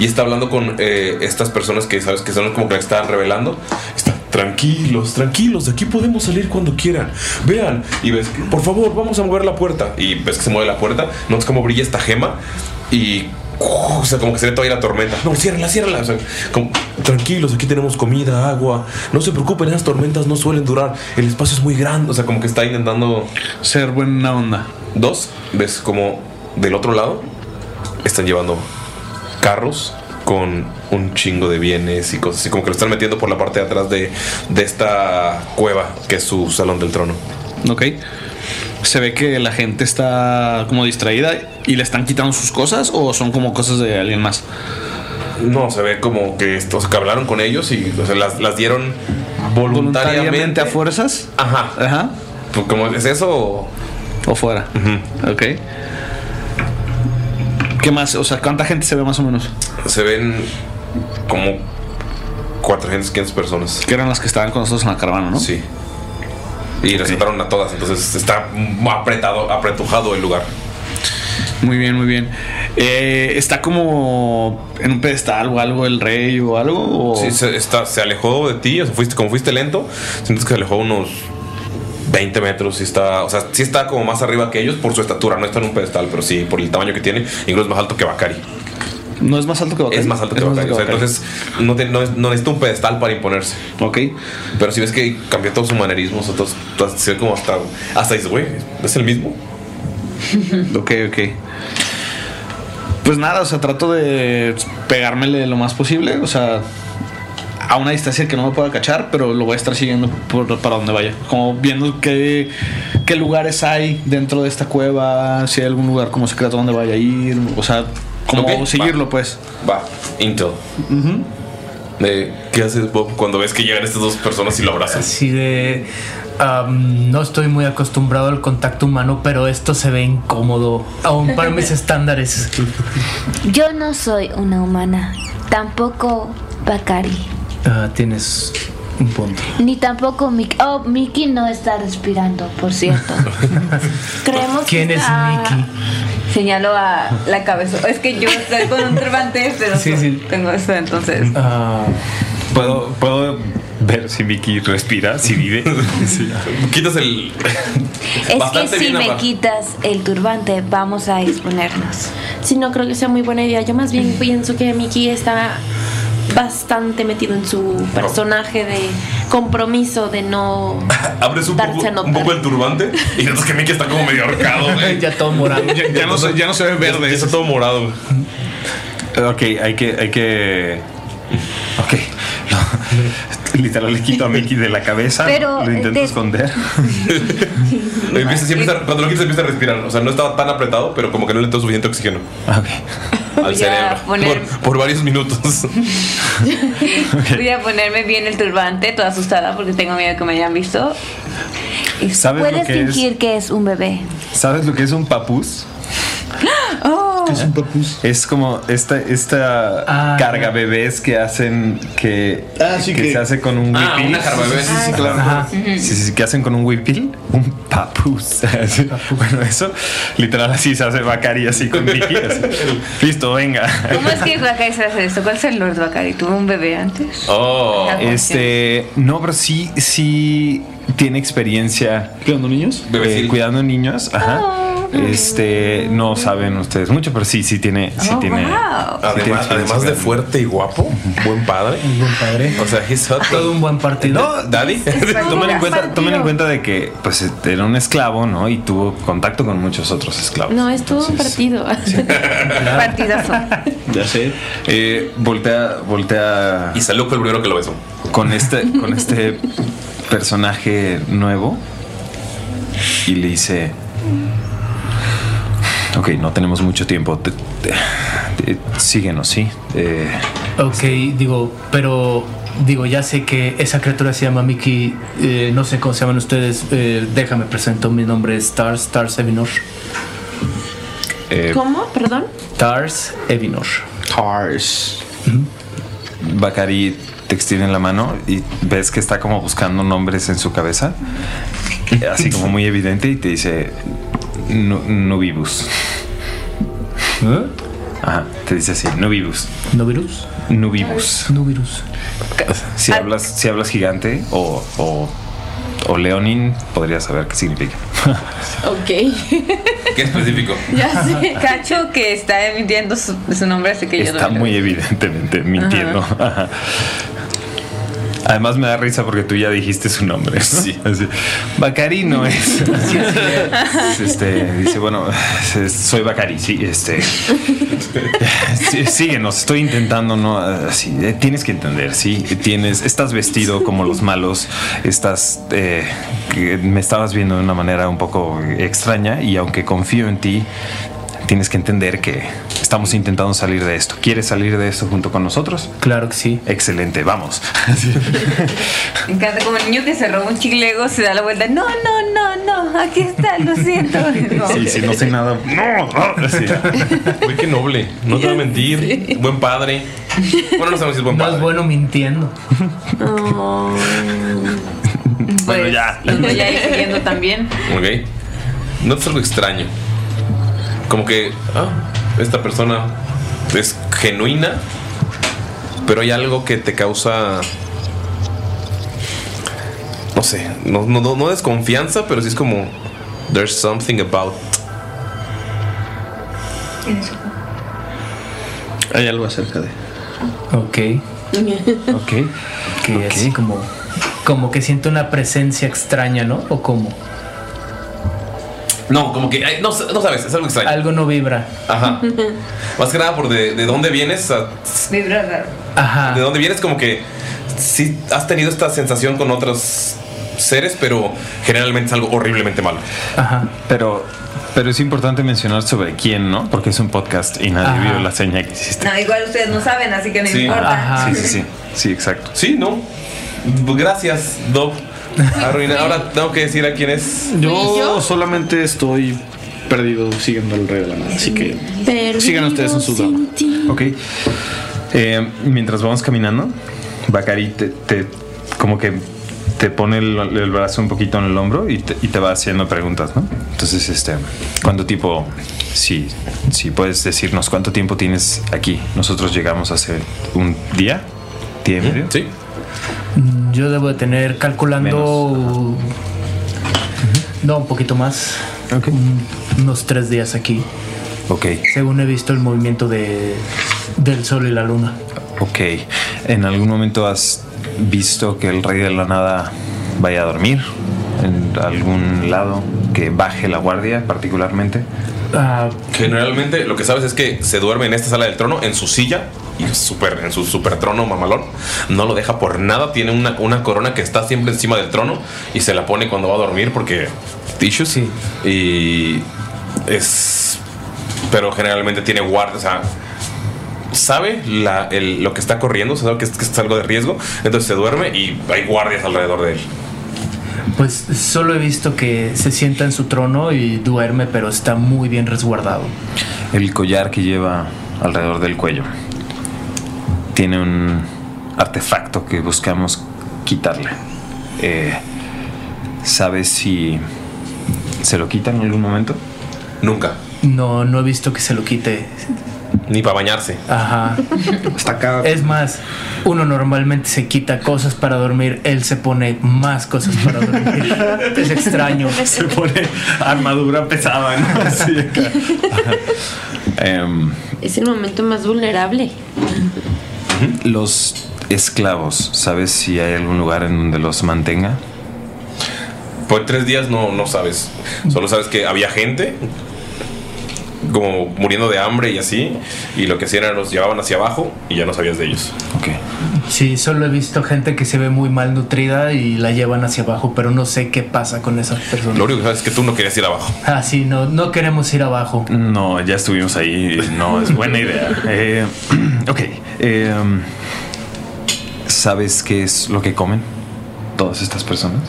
A: y está hablando con eh, estas personas que sabes que son como que están revelando. Está, tranquilos, tranquilos, de aquí podemos salir cuando quieran. Vean y ves, por favor, vamos a mover la puerta y ves que se mueve la puerta. Notas cómo brilla esta gema y ¡Uf! o sea, como que se ve todavía la tormenta. No, ciérrala, ciérrala. O sea, como, tranquilos, aquí tenemos comida, agua. No se preocupen, esas tormentas no suelen durar. El espacio es muy grande. O sea, como que está intentando.
F: Ser buena onda.
A: Dos, ves como del otro lado están llevando carros con un chingo de bienes y cosas así. Como que lo están metiendo por la parte de atrás de, de esta cueva que es su salón del trono.
F: Ok. Se ve que la gente está como distraída y le están quitando sus cosas o son como cosas de alguien más.
A: No, se ve como que estos que hablaron con ellos y o sea, las, las dieron voluntariamente,
F: Voluntariamente a fuerzas.
A: Ajá.
F: Ajá.
A: Pues, ¿Cómo es eso?
F: O fuera. Ok. ¿Qué más? O sea, ¿cuánta gente se ve más o menos?
A: Se ven como 400, 500 personas.
F: Que eran las que estaban con nosotros en la caravana, ¿no?
A: Sí. Y rescataron a todas, entonces está apretado, apretujado el lugar.
F: Muy bien, muy bien. Eh, ¿Está como en un pedestal o algo el rey o
A: [LAUGHS]
F: algo? O...
A: Sí, se, está, se alejó de ti, o sea, fuiste, como fuiste lento, sientes que se alejó unos 20 metros y está, o sea, sí está como más arriba que ellos por su estatura, no está en un pedestal, pero sí por el tamaño que tiene, incluso es más alto que Bakari.
F: No es más alto que Bacari.
A: Es más alto que Bakari, o sea, entonces no, te- no, no necesita un pedestal para imponerse.
F: Bacari. Ok.
A: Pero si ves que cambió todo su manerismo, o sea, todo- todo- se ve como hasta. Hasta dices, güey, es el mismo.
F: Ok, ok. Pues nada, o sea, trato de pegármele lo más posible, o sea, a una distancia que no me pueda cachar, pero lo voy a estar siguiendo por, para donde vaya. Como viendo qué, qué lugares hay dentro de esta cueva, si hay algún lugar como secreto donde vaya a ir, o sea, como
A: Ok, va.
F: seguirlo, pues.
A: Va, Intel. Eh, ¿Qué haces, Bob, cuando ves que llegan estas dos personas y lo abrazan?
G: Así de. am, no estoy muy acostumbrado al contacto humano, pero esto se ve incómodo, aún para mis estándares.
H: Yo no soy una humana, tampoco Bakari,
G: Ah, tienes un punto.
H: ni tampoco Mickey. Oh, Mickey no está respirando, por cierto.
C: [LAUGHS] Creemos que
G: ¿Quién es
C: está-
G: Mickey?
D: Señalo a la cabeza.
G: [LAUGHS]
D: Es que yo estoy con un turbante, pero
G: Sí, sí.
D: tengo esto, entonces.
G: Ah,
E: ¿Puedo, puedo ver si Vicky respira,
A: [LAUGHS]
E: si vive?
A: Quitas el.
H: es que
A: Bastante
H: si
A: bien
H: me
A: amarrado.
H: quitas el turbante, vamos a exponernos.
C: Sí, no creo que sea muy buena idea. Yo más
H: [LAUGHS]
C: bien pienso que Mickey está bastante metido en su personaje de compromiso de no
A: Abres un
C: darse a
A: poco,
C: notar.
A: un poco el turbante y notas que Mickey está como medio ahorcado, güey.
G: ya todo morado.
F: Ya, ya no, se- ya no se ve
A: Ya
F: verde.
A: Está todo morado. güey.
E: ok, hay que, hay que... Ok. Lo- literal, le quito a Mickey de la cabeza.
H: Pero,
E: lo intento
H: eh, te-
E: esconder.
A: Empieza, sí empieza- cuando lo quitas, empieza a respirar. O sea, no estaba tan apretado, pero como que no le entró suficiente oxígeno [LAUGHS]
E: Ok.
A: al
D: a
A: cerebro.
D: poner-
A: Por, por varios minutos.
D: Voy a ponerme bien el turbante, toda asustada porque tengo miedo que me hayan visto.
E: ¿Sabes lo
H: Puedes
E: que es-
H: fingir que es un
D: [GASPS]
H: bebé.
E: ¿Sabes lo que es un papús?
D: ¡Oh!
F: Es un papus.
E: Es como esta, esta
G: Ah.
E: carga bebés que hacen que,
F: Ah, sí,
E: que
F: que-
E: se hace con un
A: Ah,
E: huipil.
A: una jarbebé. Sí, sí,
F: claro.
G: Ajá.
E: Sí, sí, sí, que hacen con un huipil, un [LAUGHS] papús. bueno, eso literal así se hace Bacari así con Vicky. así. Listo, venga.
D: ¿Cómo es que Bacari se hace esto? ¿Cuál es el Lord Bacari? ¿Tuvo un bebé antes?
A: Oh.
D: Ajá.
E: Este, no, pero sí, sí tiene experiencia
F: ¿Qué onda, niños?
E: eh,
A: Bebecil.
D: Oh.
E: cuidando niños. Ajá. Este, no saben ustedes mucho, pero sí, sí tiene, sí
D: Oh,
E: tiene.
D: wow.
E: sí
A: [LAUGHS]
E: tiene
A: Además,
E: experiencia
A: además de
E: grande.
A: fuerte y guapo, buen padre.
G: buen padre.
A: O sea, he's hot.
G: Todo un buen partido.
A: No, daddy.
E: Tomen en, cuenta,
D: partido.
E: tomen en cuenta de que pues era un esclavo, ¿no? Y tuvo contacto con muchos otros esclavos.
C: No, es todo un
E: Entonces,
C: partido. [LAUGHS]
D: Partidazo.
F: Ya sé.
E: eh, voltea, voltea
A: Y Salud fue el primero que lo besó.
E: con este, con este personaje nuevo y le dice, ok, no tenemos mucho tiempo, te- te- te- síguenos, ¿sí? Eh,
G: Ok, digo, pero digo, ya sé que esa criatura se llama Mickey, eh, no sé cómo se llaman ustedes, eh, déjame presento, mi nombre es Tars, Tars Evinor.
E: eh,
C: ¿Cómo? ¿Perdón?
G: Tars Evinor.
F: Tars.
E: Bacari textil en la mano y ves que está como buscando nombres en su cabeza, eh, así como muy evidente, y te dice "Nu- Nubibus.
G: ¿Eh?
E: Ajá, te dice así, Nubibus.
G: ¿No virus?
E: Nubibus.
G: No virus.
E: Si
C: Ah.
E: hablas, si hablas gigante o, o, o leonin, podrías saber
C: [LAUGHS]
E: qué significa.
D: [LAUGHS]
C: Ok.
A: Qué específico.
C: ya sé.
D: Cacho que está emitiendo su, su nombre, así que yo
E: Está
D: no
E: muy evidentemente mintiendo. Ajá. Además me da risa porque tú ya dijiste su nombre. Sí. Bacari no es. Es, Este, dice, bueno, [LAUGHS] es- soy Bacari, sí, este. [LAUGHS] sí, síguenos, estoy intentando, no, así, eh, tienes que entender, sí, tienes, estás vestido como los malos, estás, eh, que me estabas viendo de una manera un poco extraña y aunque confío en ti, tienes que entender que estamos intentando salir de esto. ¿Quieres salir de esto junto con nosotros?
G: Claro que sí.
E: Excelente, vamos.
D: Me encanta como el niño que se roba un chicle Lego, se da la vuelta. No, no, no, no. Aquí está, lo siento. No.
E: [LAUGHS] Sí, sí, no sé
A: [LAUGHS]
E: nada. No, no, sí.
A: Güey, qué noble. No te va a mentir. Buen padre. Bueno, no sabemos si es buen
G: No
A: padre.
G: es bueno mintiendo.
D: Pues,
E: ya.
D: Los voy a ir siguiendo también.
A: Ok. Notas algo extraño. Como que ah, esta persona es genuina, pero hay algo que te causa. No sé, no, no, no- no desconfianza, pero sí es como. There's something about.
F: Hay algo acerca de.
G: Ok.
E: Ok.
G: Que es como, como que siento una presencia extraña, ¿no? ¿O cómo?
A: No, como que. ay, No, no sabes, es algo extraño.
G: Algo no vibra.
A: Ajá. Más que nada por de, de dónde vienes. a-
D: Vibra raro.
G: Ajá.
A: de dónde vienes, como que. Sí, has tenido esta sensación con otros seres, pero generalmente es algo horriblemente malo.
G: Ajá.
E: Pero, pero es importante mencionar sobre quién, ¿no? Porque es un podcast y
G: Ajá.
E: nadie vio la seña que hiciste.
D: No, igual ustedes no saben, así que no
A: Sí.
D: importa.
G: Ajá.
E: Sí, sí, sí. Sí, exacto.
A: Sí, no. B- Gracias,
C: [LAUGHS]
A: Dob. Arruina. Ahora tengo que decir a quién es.
F: Yo,
C: ¿Y yo?
F: solamente estoy perdido siguiendo el rey de la nada, así que. Sigan ustedes en su
C: Perdido
F: drama.
C: sin ti.
E: Ok. Eh, mientras vamos caminando, Bacari te, te- como que te pone el, el brazo un poquito en el hombro y te, y te va haciendo preguntas, ¿no? Entonces, este, ¿cuánto tiempo, si, si puedes decirnos cuánto tiempo tienes aquí? Nosotros llegamos hace un día, día y medio.
A: Sí.
G: Yo debo de tener calculando. No, un poquito más.
E: Ok.
G: un- unos tres días aquí.
E: Ok.
G: Según he visto el movimiento de, del sol y la luna.
E: Ok, ¿en algún momento has visto que el rey de la nada vaya a dormir? ¿En algún lado? ¿Que baje la guardia particularmente?
G: Ah,
A: Generalmente lo que sabes es que se duerme en esta sala del trono, en su silla, y super, en su super trono mamalón. No lo deja por nada. Tiene una, una corona que está siempre encima del trono y se la pone cuando va a dormir porque. Tissues.
G: Sí.
A: Y. Es. Pero generalmente tiene guardia, o sea. Sabe la- el- lo que está corriendo, o sea, sabe que es, que es algo de riesgo, entonces se duerme y hay guardias alrededor de él.
G: pues solo he visto que se sienta en su trono y duerme, pero está muy bien resguardado.
E: El collar que lleva alrededor del cuello tiene un artefacto que buscamos quitarle. Eh, ¿Sabes si se lo quita en algún momento?
A: Nunca.
G: No, no he visto que se lo quite.
A: Ni para bañarse.
G: Ajá.
F: Hasta acá.
G: Es más, uno normalmente se quita cosas para dormir, él se pone más cosas para dormir.
E: [LAUGHS]
G: es extraño.
E: Se pone armadura pesada, ¿no? Así acá. [LAUGHS] Em,
C: Es el momento más vulnerable.
E: los esclavos, ¿sabes si hay algún lugar en donde los mantenga?
A: Por tres días no, no sabes. Solo sabes que había gente como muriendo de hambre y así. Y lo que hacían era los llevaban hacia abajo y ya no sabías de ellos.
E: Ok.
G: Sí, solo he visto gente que se ve muy mal nutrida y la llevan hacia abajo, pero no sé qué pasa con esas personas.
A: Lo único que sabes es que tú no querías ir abajo.
G: Ah, sí, no, no queremos ir abajo.
E: No, ya estuvimos ahí. No, es buena idea. [LAUGHS] Eh, [CLEARS THROAT] ok. em, ¿Sabes qué es lo que comen todas estas personas?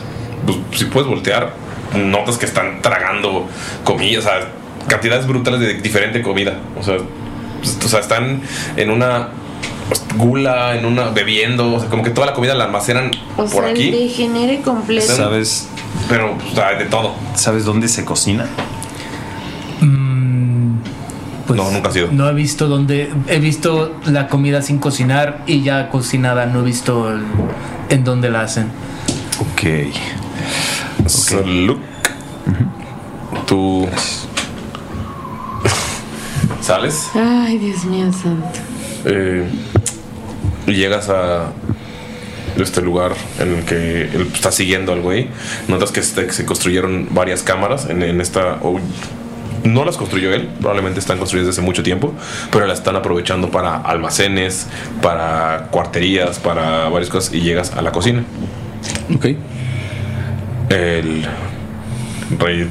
A: Pues si puedes voltear, notas que están tragando comida, o sea, cantidades brutales de diferente comida. O sea, pues, o sea, están en una pues, gula, en una bebiendo, o sea, como que toda la comida la almacenan
C: O
A: por
C: sea,
A: aquí.
C: el degenere completo.
E: ¿Sabes,
A: Pero pues, o sea, de todo.
E: ¿Sabes dónde se cocina?
G: Mm, pues,
A: No, nunca ha sido.
G: No he visto donde. He visto la comida sin cocinar y ya cocinada. No he visto el- en dónde la hacen.
E: Ok.
A: So, Luke, tú sales
C: Ay, Dios mío santo.
A: eh, y llegas a este lugar en el que él está siguiendo al güey. Notas que, este- que se construyeron varias cámaras en, en esta... o- no las construyó él, probablemente están construidas desde hace mucho tiempo, pero las están aprovechando para almacenes, para cuarterías, para varias cosas y llegas a la cocina.
F: Ok.
A: El rey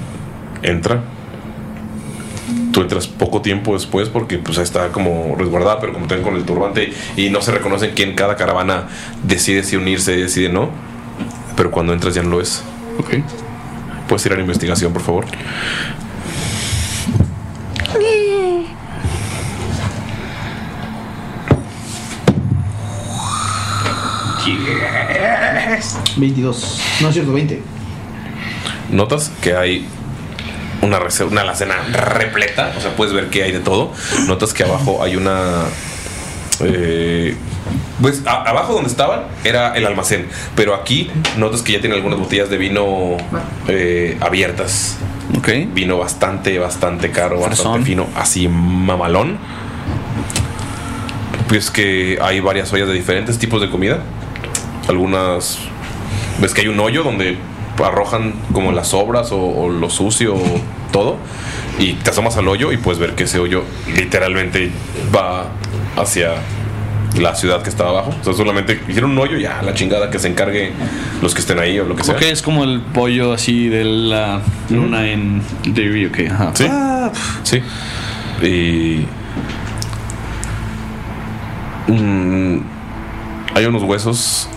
A: entra. Tú entras poco tiempo después porque pues está como resguardada, pero como están con el turbante y no se reconocen quién cada caravana decide si unirse, decide no. Pero cuando entras ya no lo es.
F: Ok.
A: ¿Puedes tirar investigación, por favor?
F: Yes. 22. No es cierto, 20.
A: Notas que hay una, rece- una alacena repleta, o sea, puedes ver que hay de todo. Notas que abajo hay una... eh, pues a- abajo donde estaban era el almacén, pero aquí notas que ya tiene algunas botellas de vino eh, abiertas.
F: Ok.
A: Vino bastante, bastante caro,
F: Fresón.
A: bastante fino, así mamalón. Pues que hay varias ollas de diferentes tipos de comida. Algunas ves que hay un hoyo donde arrojan como las sobras o, o lo sucio o todo y te asomas al hoyo y puedes ver que ese hoyo literalmente va hacia la ciudad que estaba abajo. O sea, solamente hicieron un hoyo y ya, la chingada que se encargue los que estén ahí o lo que sea.
B: Ok, es como el pollo así de la luna en Dairy, ok, ajá.
A: Sí.
F: Ah,
G: [LAUGHS]
A: Sí. Y. Mm, hay unos huesos.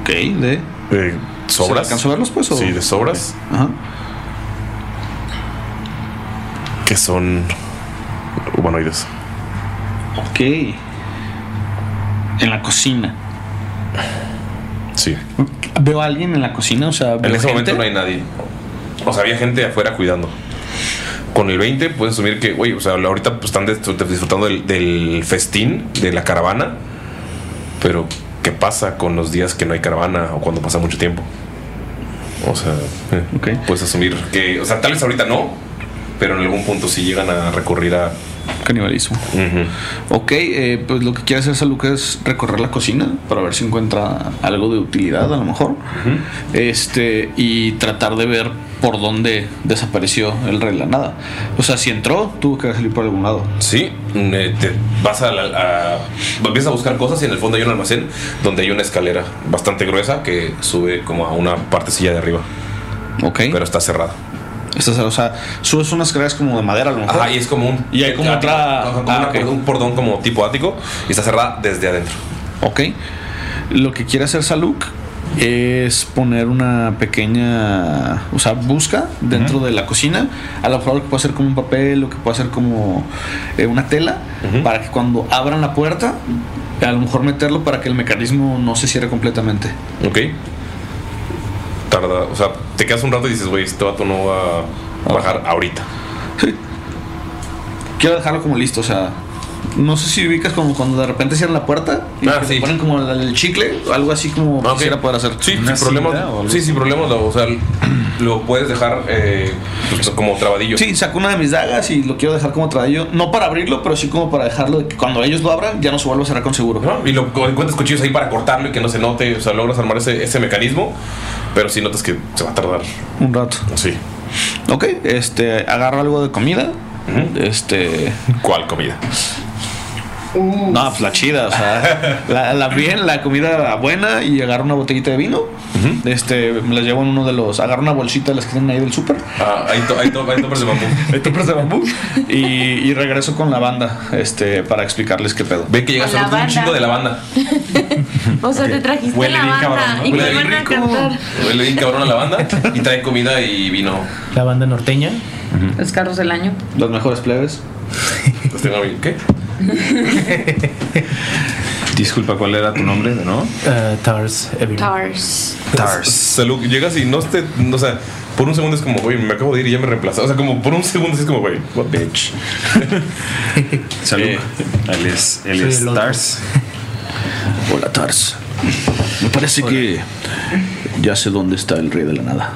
B: Ok, de.
A: eh,
B: ¿Se
A: ¿Sobras?
B: alcanzó a verlos, pues, o-
A: Sí, de sobras.
B: Ajá.
A: Que son. Humanoides.
B: Ok. En la cocina.
A: Sí.
B: ¿Veo a alguien en la cocina? O sea,
A: En
B: ¿veo
A: ese
B: gente?
A: momento no hay nadie. O sea, había gente afuera cuidando. Con el 20 puedes asumir que, güey, o sea, ahorita pues, están des- disfrutando del, del festín, de la caravana. Pero, ¿qué pasa con los días que no hay caravana o cuando pasa mucho tiempo? O sea, eh,
B: Ok.
A: puedes asumir que, o sea, tal vez ahorita no, pero en algún punto sí llegan a recurrir a.
B: Canibalismo. Ok, eh, pues lo que quiere hacer Saluk es recorrer la cocina para ver si encuentra algo de utilidad, a lo mejor. Este, y tratar de ver por dónde desapareció el rey de la nada. O sea, si entró, tuvo que salir por algún lado.
A: Sí, mm, eh, te vas a, la- a- Empiezas a buscar cosas y en el fondo hay un almacén donde hay una escalera bastante gruesa que sube como a una partecilla de arriba,
B: Ok.
A: pero está cerrada.
B: Esta es- o sea, subes unas escaleras como de madera, a lo mejor.
A: Ajá, y es como un.
B: Y hay como
A: ático,
B: otra-
A: ajá, como una-
B: ah, ok.
A: un cordón como tipo ático y está cerrada desde adentro.
B: Ok. Lo que quiere hacer Saluk es poner una pequeña, o sea, busca dentro de la cocina, a lo mejor lo que puede hacer como un papel, lo que puede hacer como eh, una tela, para que cuando abran la puerta, a lo mejor meterlo para que el mecanismo no se cierre completamente.
A: Ok. Tarda, o sea, te
B: Ah.
A: quedas un rato y dices, güey, este vato no va a bajar ahorita.
B: quiero dejarlo como listo, o sea. No sé si ubicas como cuando de repente cierran la puerta y
A: Ah,
B: que te
A: sí.
B: ponen como el, el chicle, o algo así como
A: Ok.
B: quisiera poder hacer.
A: Sí,
B: Una
A: sin problemas.
B: cinta o algo.
A: Sí, sin problemas. lo- O sea, lo puedes dejar eh, pues, como trabadillo.
B: Sí, saco una de mis dagas y lo quiero dejar como traído. No para abrirlo, pero sí como para dejarlo de que cuando ellos lo abran ya no se vuelva a cerrar con seguro.
A: ¿no? Y lo co- encuentras cuchillos ahí para cortarlo y que no se note. O sea, logras armar ese, ese mecanismo. Pero sí notas que se va a tardar.
B: Un rato.
A: Sí.
B: Ok, este, agarro algo de comida. Este.
A: ¿Cuál comida?
B: No, pues la chida, o sea, la, la bien, la comida buena y agarro una botellita de vino. Este, me las llevo en uno de los. Agarro una bolsita de las que tienen ahí del súper.
A: Ah, ahí to- ahí to- ahí topas de
B: [LAUGHS]
A: bambú.
B: de tuppers de bambú. Y, y regreso con la banda, este, para explicarles qué pedo.
A: Ve que llegas
C: La
A: a un
C: banda.
A: chingo de lavanda.
C: O sea, te trajiste
E: Huele
C: la
E: bien
C: banda
E: cabrón, ¿no?
C: y
A: Huele
C: te van
A: bien
C: a
A: rico.
C: cantar.
A: Huele bien cabrón a lavanda. Y traen comida y vino.
G: La banda norteña.
D: Los carros del año.
B: Los mejores plebes.
A: Los tengo bien. ¿Qué?
E: Disculpa, ¿cuál era tu nombre? ¿No?
G: eh, Tars Everywhere.
C: Tars.
A: Salud, llegas y no te. no, O sea, por un segundo es como, güey, me acabo de ir y ya me reemplazaron. O sea, como por un segundo sí es como, güey, what bitch.
E: Salud.
A: Eh,
E: él es, él
G: soy
E: es
G: el otro.
E: Tars.
B: [LAUGHS] Hola, Tars. Me parece que ya sé dónde está el rey de la nada.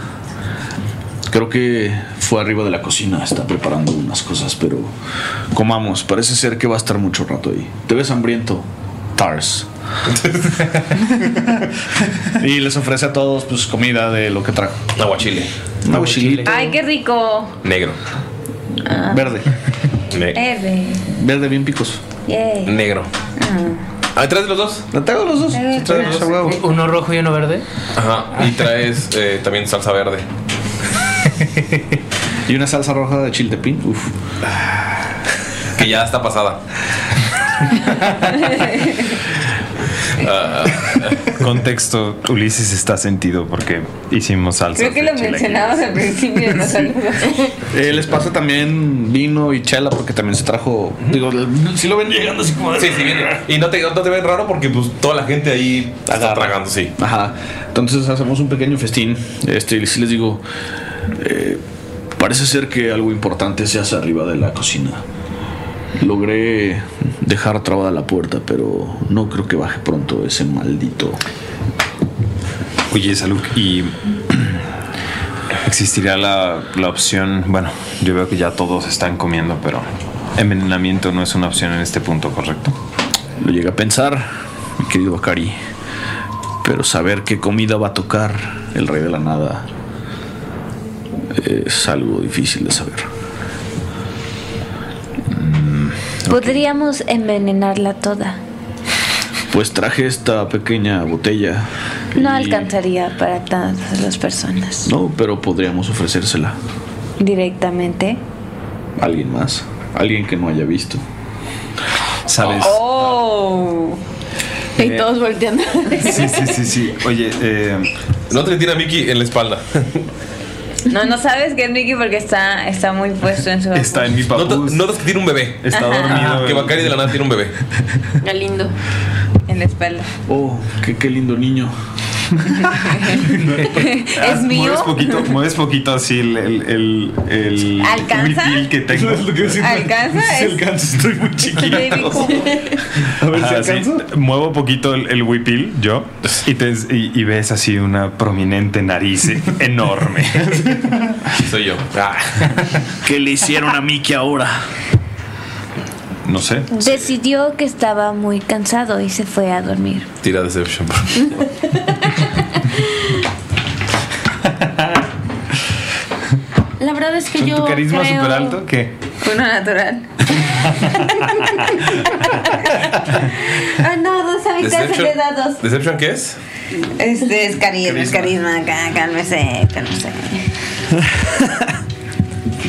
B: Creo que fue arriba de la cocina, está preparando unas cosas, pero comamos. Parece ser que va a estar mucho rato ahí. ¿Te ves hambriento? Tars. [LAUGHS] y les ofrece a todos pues comida de lo que trajo.
A: Aguachile.
B: Una
D: Ay, qué rico.
A: Negro.
B: verde,
A: Ne-
D: R.
B: verde bien picos.
D: Eh. Yay.
A: negro.
E: Mm.
A: Ah, ¿Traes los dos?
B: La traigo los dos.
D: Eh,
B: Sí, traigo los dos, a huevo.
G: Uno rojo y uno verde.
A: Ajá. Y traes eh, también salsa verde. [LAUGHS]
B: Y una salsa roja de chiltepín. Uf.
A: Que ya está pasada. Ah.
E: [LAUGHS] Contexto, Ulises está sentido porque hicimos salsa.
D: Creo que lo mencionabas al principio de los
E: [LAUGHS]
D: saludos.
B: Eh, les pasa también vino y chela porque también se trajo. Digo, si lo ven llegando así como de-
A: Sí, sí, bien. Y no te, no te ven raro porque pues toda la gente ahí está
B: Agarra.
A: tragando, sí.
B: Ajá. Entonces hacemos un pequeño festín. Este, y sí les digo, eh, parece ser que algo importante se hace arriba de la cocina. Logré dejar trabada la puerta, pero no creo que baje pronto ese maldito.
E: Oye, Salud, y [CLEARS THROAT] existirá la, la opción, bueno, yo veo que ya todos están comiendo, pero envenenamiento no es una opción en este punto, ¿correcto?
B: Lo [LAUGHS] llegué a pensar, mi querido Akari. Pero saber qué comida va a tocar el rey de la nada es algo difícil de saber.
H: Podríamos envenenarla toda.
B: Pues traje esta pequeña botella.
H: No
B: y-
H: alcanzaría para todas las personas.
B: No, pero podríamos ofrecérsela
H: Directamente.
B: a alguien más. Alguien que no haya visto.
E: ¿Sabes?
D: Oh.
C: Y todos volteando.
E: Sí, sí, sí, sí. Oye, eh,
A: No te le tira a Mickey en la espalda.
D: No, no sabes que es Mickey porque está, está muy puesto en su.
E: está en mi
A: Notas,
E: papús.
A: notas que tiene un bebé.
E: Está dormido. eh.
A: Que Bacari de la nada tiene un bebé.
C: Galindo.
D: en la espalda.
B: Oh, qué, qué lindo niño.
E: Ah,
D: es mío.
E: Mueves poquito, mueves poquito así el, el, el, el
D: ¿Alcanza?
E: huipil que tengo.
D: ¿Alcanza?
B: Si
D: Es-
B: alcanzo,
D: [LAUGHS]
B: estoy muy chiquito.
D: Baby Cool.
B: A ver si
E: Ajá, sí.
B: alcanzo.
E: Muevo poquito el, el huipil, yo, y, te- y- y ves así una prominente nariz [LAUGHS] enorme.
A: Sí, soy yo. Ah.
B: ¿Qué le hicieron a Mickey ahora?
E: No sé.
H: Decidió que estaba muy cansado y se fue a dormir.
A: Tira
D: [LAUGHS]
A: Deception. por favor.
C: La verdad es que
E: ¿Con
C: yo.
E: tu carisma
C: creo-
E: súper alto? ¿Qué?
D: Uno natural. Ah, no, dos habitantes de dados.
A: ¿Deception qué es?
D: Este es carisma, es carisma. cá- Cálmese,
B: [LAUGHS]
D: cálmese.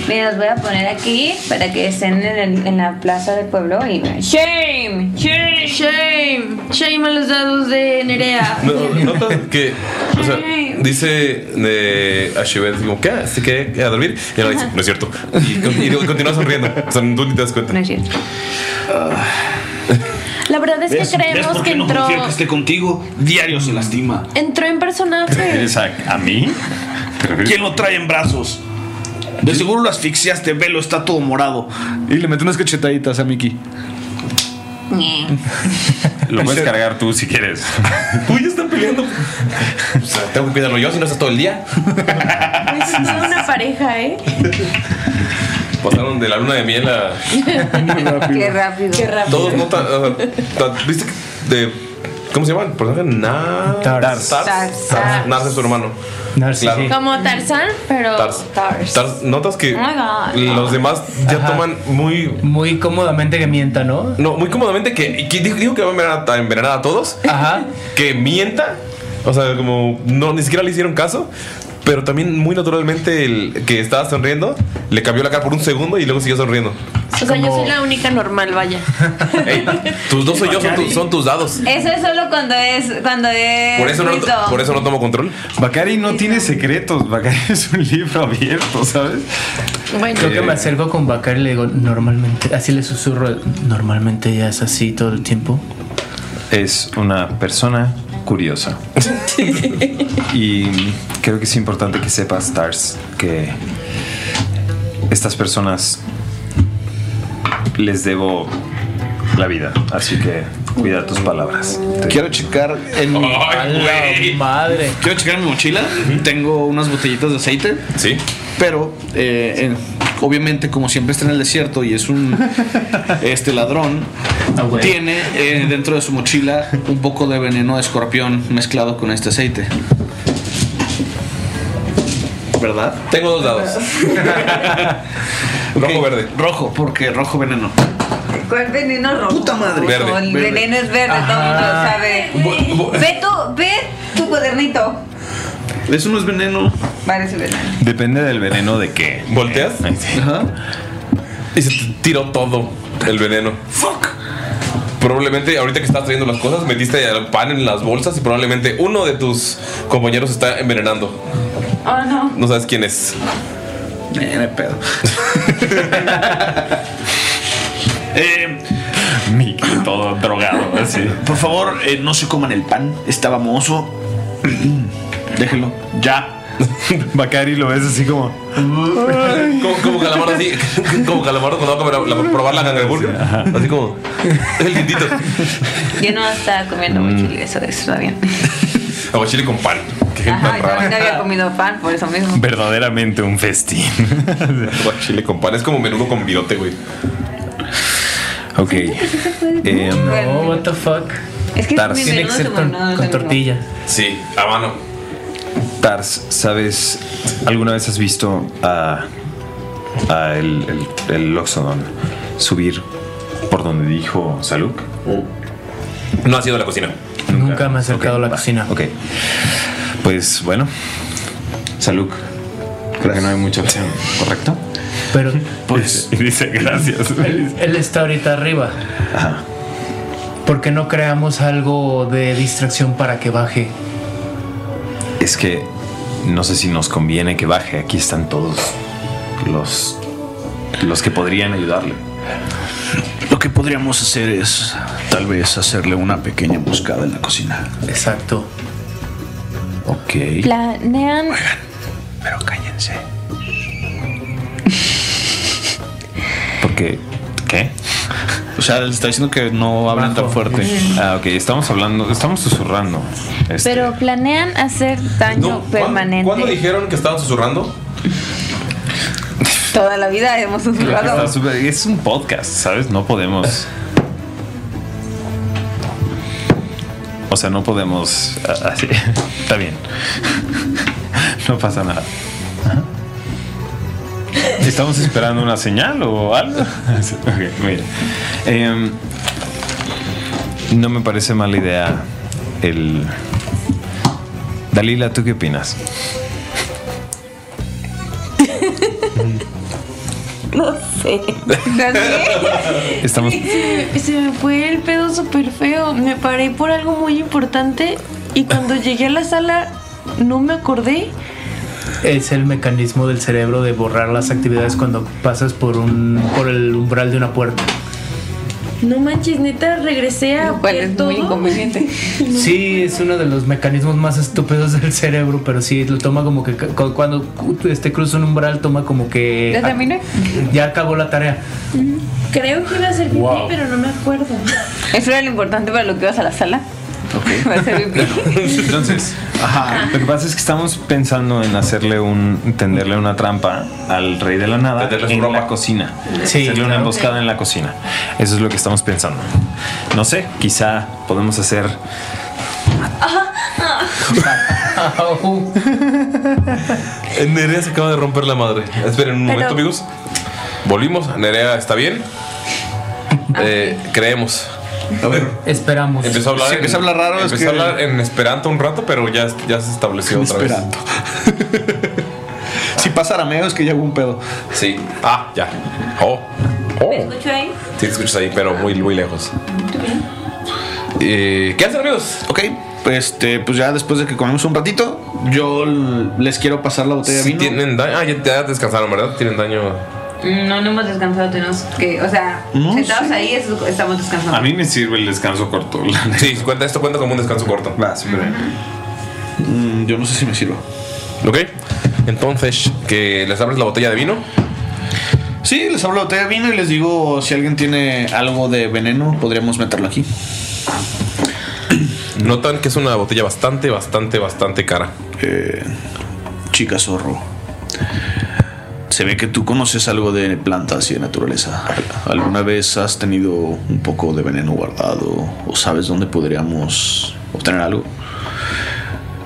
D: Mira, los voy a poner aquí para que estén en, el- en la plaza del pueblo y. ¡Shame! ¡Shame!
C: Shame. Shame a los dados de Nerea.
A: No, notas que. O sea, dice de a Shivet, como, ¿qué? ¿Se queda a dormir? Y ahora dice, no es cierto. Y, con- y continúa sonriendo. O sea, tú ni te das cuenta.
D: No es cierto.
C: La verdad es que creemos que entró.
B: contigo? Diario se lastima.
A: [LAUGHS]
C: Entró en personaje.
E: ¿Eres a, a mí?
B: lo trae en brazos?
F: De seguro lo asfixiaste, velo, está todo morado. Y le metí unas cachetaditas a Mickey.
A: Lo puedes cargar tú si quieres. Uy, ya están peleando. O sea, tengo que cuidarlo yo si no estás todo el día.
C: Pues sí, tiene una pareja, ¿eh?
A: Pasaron de la luna de miel a.
D: Qué rápido.
C: Qué rápido.
A: Todos no tan. o sea, tan- ¿Viste? que- De, ¿Cómo se llama el personaje? Na-
G: Tars.
A: Tars. Tars.
D: Tars.
A: Tars. Nars es su hermano.
G: Narciso.
A: Claro.
C: Como Tarzán, pero
A: Tars.
C: Tars.
A: Tars, Notas que
D: Oh my God.
A: los demás ya
G: Ajá.
A: toman muy.
G: Muy cómodamente que mienta, ¿no?
A: No, muy cómodamente que. que dijo, dijo que va a envenenar a, envenenar a todos.
G: Ajá.
A: [LAUGHS] Que mienta. O sea, como. No, ni siquiera le hicieron caso. Pero también muy naturalmente el que estaba sonriendo le cambió la cara por un segundo y luego siguió sonriendo.
C: O sea, yo soy la única normal, vaya.
A: Ey, tus dos soy yo, son, tu- son tus dados.
D: Eso es solo cuando es. Cuando es.
A: Por eso, no,
D: Ruido.
A: por eso no tomo control.
E: Bacari no tiene secretos. Bacari es un libro abierto, ¿sabes?
C: Bueno,
G: Creo que me acerco con Bakar y le digo, normalmente, así le susurro, normalmente ella es así todo el tiempo.
E: Es una persona curiosa. y creo que es importante que sepas, Stars, que estas personas les debo la vida. Así que cuida tus palabras. Te-
B: Quiero checar en mi,
G: A la madre.
B: quiero checar en mi mochila. Tengo unas botellitas de aceite.
A: Sí.
B: Pero, eh, en- obviamente, como siempre está en el desierto y es un este ladrón,
G: Ah, güey.
B: tiene eh, dentro de su mochila un poco de veneno de escorpión mezclado con este aceite. ¿Verdad?
A: Tengo dos dados. Rojo
B: [LAUGHS] Ok,
A: verde.
B: Rojo, porque rojo veneno.
D: ¿Cuál veneno rojo?
B: Puta madre.
A: Verde,
D: No, el
B: verde.
D: veneno es verde, todo el mundo lo sabe. Ve tu, ve tu cuadernito.
B: Eso no es veneno.
D: Vale, ese veneno.
E: Depende del veneno de qué.
A: Volteas
E: Ahí sí.
B: Ajá.
A: y se te tiró todo el veneno. Fuck. Probablemente ahorita que estás trayendo las cosas, metiste el pan en las bolsas y probablemente uno de tus compañeros está envenenando.
D: Oh, no.
A: No sabes quién es.
B: Eh, no hay pedo. Eh,
E: Mickey, todo drogado, así.
B: por favor, eh, no se coman el pan. Estaba mozo. Déjenlo. Ya.
E: [LAUGHS] Bacari lo ves así como.
A: Como, como calamardo así. [LAUGHS] Como calamardo cuando va a comer- la- probar la cangreburger. Así como. El lindito.
D: Yo no estaba comiendo mochila, eso eso está bien.
A: Aguachile con pan. Qué gente
D: Ajá,
A: tan
D: yo no
A: rara.
D: había comido pan, por eso mismo.
E: [LAUGHS] Verdaderamente
A: [LAUGHS]
E: un festín.
A: Aguachile con pan. Es como menudo con virote, güey.
E: ok. Em,
G: No, what the fuck.
D: Es que
E: Tars.
D: mi
G: Tiene
D: menú
G: que
D: es
G: ser
D: un
G: con,
D: menú, es
G: con
D: un
G: tortilla.
A: Sí, a mano.
E: Tars, ¿sabes? ¿Alguna vez has visto a, a el, el, el Loxodon subir por donde dijo Saluk?
A: No ha sido la cocina.
G: Nunca me he acercado a la
E: va,
G: cocina.
E: Ok. Pues bueno, Saluk. Creo que no hay mucha opción, ¿correcto?
G: Pero
E: [LAUGHS] Pues. Y dice gracias.
G: él, él está ahorita arriba.
E: Ajá.
G: ¿Por qué no creamos algo de distracción para que baje?
E: Es que no sé si nos conviene que baje. Aquí están todos los, los que podrían ayudarle.
B: Lo que podríamos hacer es tal vez hacerle una pequeña buscada en la cocina.
G: Exacto.
E: Ok.
C: Planean.
B: Pero cállense.
E: Porque. ¿Qué?
B: O sea, le está diciendo que no hablen tan fuerte.
E: Ah, ok, estamos hablando, estamos susurrando. Este,
C: Pero planean hacer
A: No,
C: daño
A: ¿cuándo- ¿Cuándo dijeron que
C: [LAUGHS]
A: estaban susurrando?
D: Toda la vida hemos
E: creo que está
D: susurrado.
E: súper- es un podcast, ¿sabes? No podemos. O sea, no podemos. a- Así. [LAUGHS] Está bien. No pasa nada. Ajá. ¿Estamos esperando una señal o algo? [LAUGHS] Ok, mira. Em, no me parece mala idea el. Dalila, ¿tú qué opinas?
D: No sé.
E: Estamos.
C: Se, se me fue el pedo súper feo. Me paré por algo muy importante y cuando llegué a la sala no me acordé.
G: Es el mecanismo del cerebro de borrar las actividades cuando pasas por un por el umbral de una puerta.
C: No manches, neta, regresé a
D: Lo cual
C: ver
D: es
C: todo.
D: muy
C: [LAUGHS]
D: inconveniente.
G: Sí, es uno de los mecanismos más estúpidos del cerebro, pero sí, lo toma como que cu- cuando este cruza un umbral, toma como que...
D: ¿Ya terminé?
G: Ya acabó la tarea.
D: Mm,
C: Creo que iba a ser pipí,
G: Wow.
C: pero no me acuerdo.
D: Eso era lo importante para lo que ibas a la sala. [LAUGHS] Va a ser pipí.
E: Entonces, lo que pasa es que estamos pensando en hacerle un, tenderle una trampa al rey de la nada
A: Tenderle su
E: en
A: ropa.
E: la cocina.
G: Sí,
E: hacerle una
G: claro.
E: emboscada en la cocina. Eso es lo que estamos pensando. No sé, quizá podemos hacer
C: Ah.
A: Eh, Nerea se acaba de romper la madre. Esperen un
C: Pero-
A: momento, amigos. Volvimos. Nerea está bien.
C: Ah.
A: Eh, creemos.
B: A ver,
G: Esperamos.
A: Empezó a hablar,
B: Si empieza a hablar raro, es
A: empezó
B: que-
A: a hablar en esperanto un rato, pero ya, ya se estableció otra
B: esperando. si pasa arameo es que ya hubo un pedo.
A: vez. Sí. Ah, ya. Oh. Oh.
D: ¿Me escucho ahí?
A: Sí, te escuchas ahí, pero muy, muy lejos. Eh, ¿Qué hacen, amigos?
B: Ok, pues, este, pues ya después de que comemos un ratito, yo l- les quiero pasar la botella de
A: Si
B: vino.
A: tienen daño. Ah, ya, ya descansaron, ¿verdad? Tienen daño.
D: No, no hemos descansado, tenemos que, o sea,
B: No,
D: sentados ahí es- estamos descansando.
E: A mí me sirve el descanso corto. la neta.
A: Sí, cuenta, esto cuenta como un descanso corto.
E: Va, súper bien.
B: Mm, yo no sé si me sirva.
A: Ok. Entonces, que les abres la botella de vino.
B: Sí, les hablo de botella de vino y les digo si alguien tiene algo de veneno, podríamos meterlo aquí.
A: Notan que es una botella bastante, bastante, bastante cara.
B: Eh, chica zorro. Se ve que tú conoces algo de plantas y de naturaleza. ¿Alguna vez has tenido un poco de veneno guardado o sabes dónde podríamos obtener algo?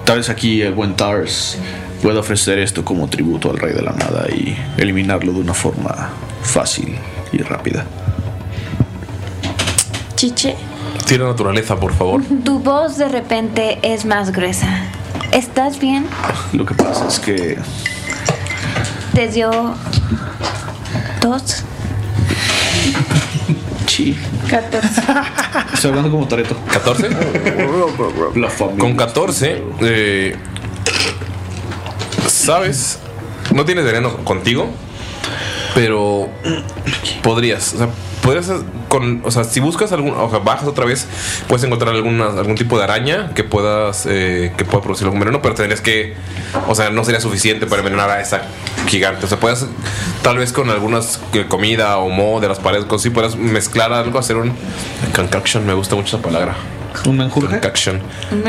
B: Tal vez aquí el buen Tars pueda ofrecer esto como tributo al rey de la nada y eliminarlo de una forma fácil y rápida.
C: Chiche.
A: Tira naturaleza, por favor.
H: Tu voz de repente es más gruesa. ¿Estás bien?
B: Lo que pasa es que
H: ¿Te dio tos?
B: Sí. 14. Estoy hablando como Toreto.
A: ¿14?
B: [LAUGHS] La familia.
A: Con 14, eh, ¿sabes? No tienes veneno contigo, pero podrías. O sea, podrías con, o sea, si buscas algún, o sea, bajas otra vez, puedes encontrar alguna, algún tipo de araña que puedas, eh, que pueda producir algún veneno, pero tendrías que, o sea, no sería suficiente para envenenar a esa gigante. O sea, puedes, tal vez con algunas eh, comida o moho de las paredes, cosas así, puedas mezclar algo, hacer un concoction. Me gusta mucho esa palabra.
B: ¿Un menjurje?
A: Concoction.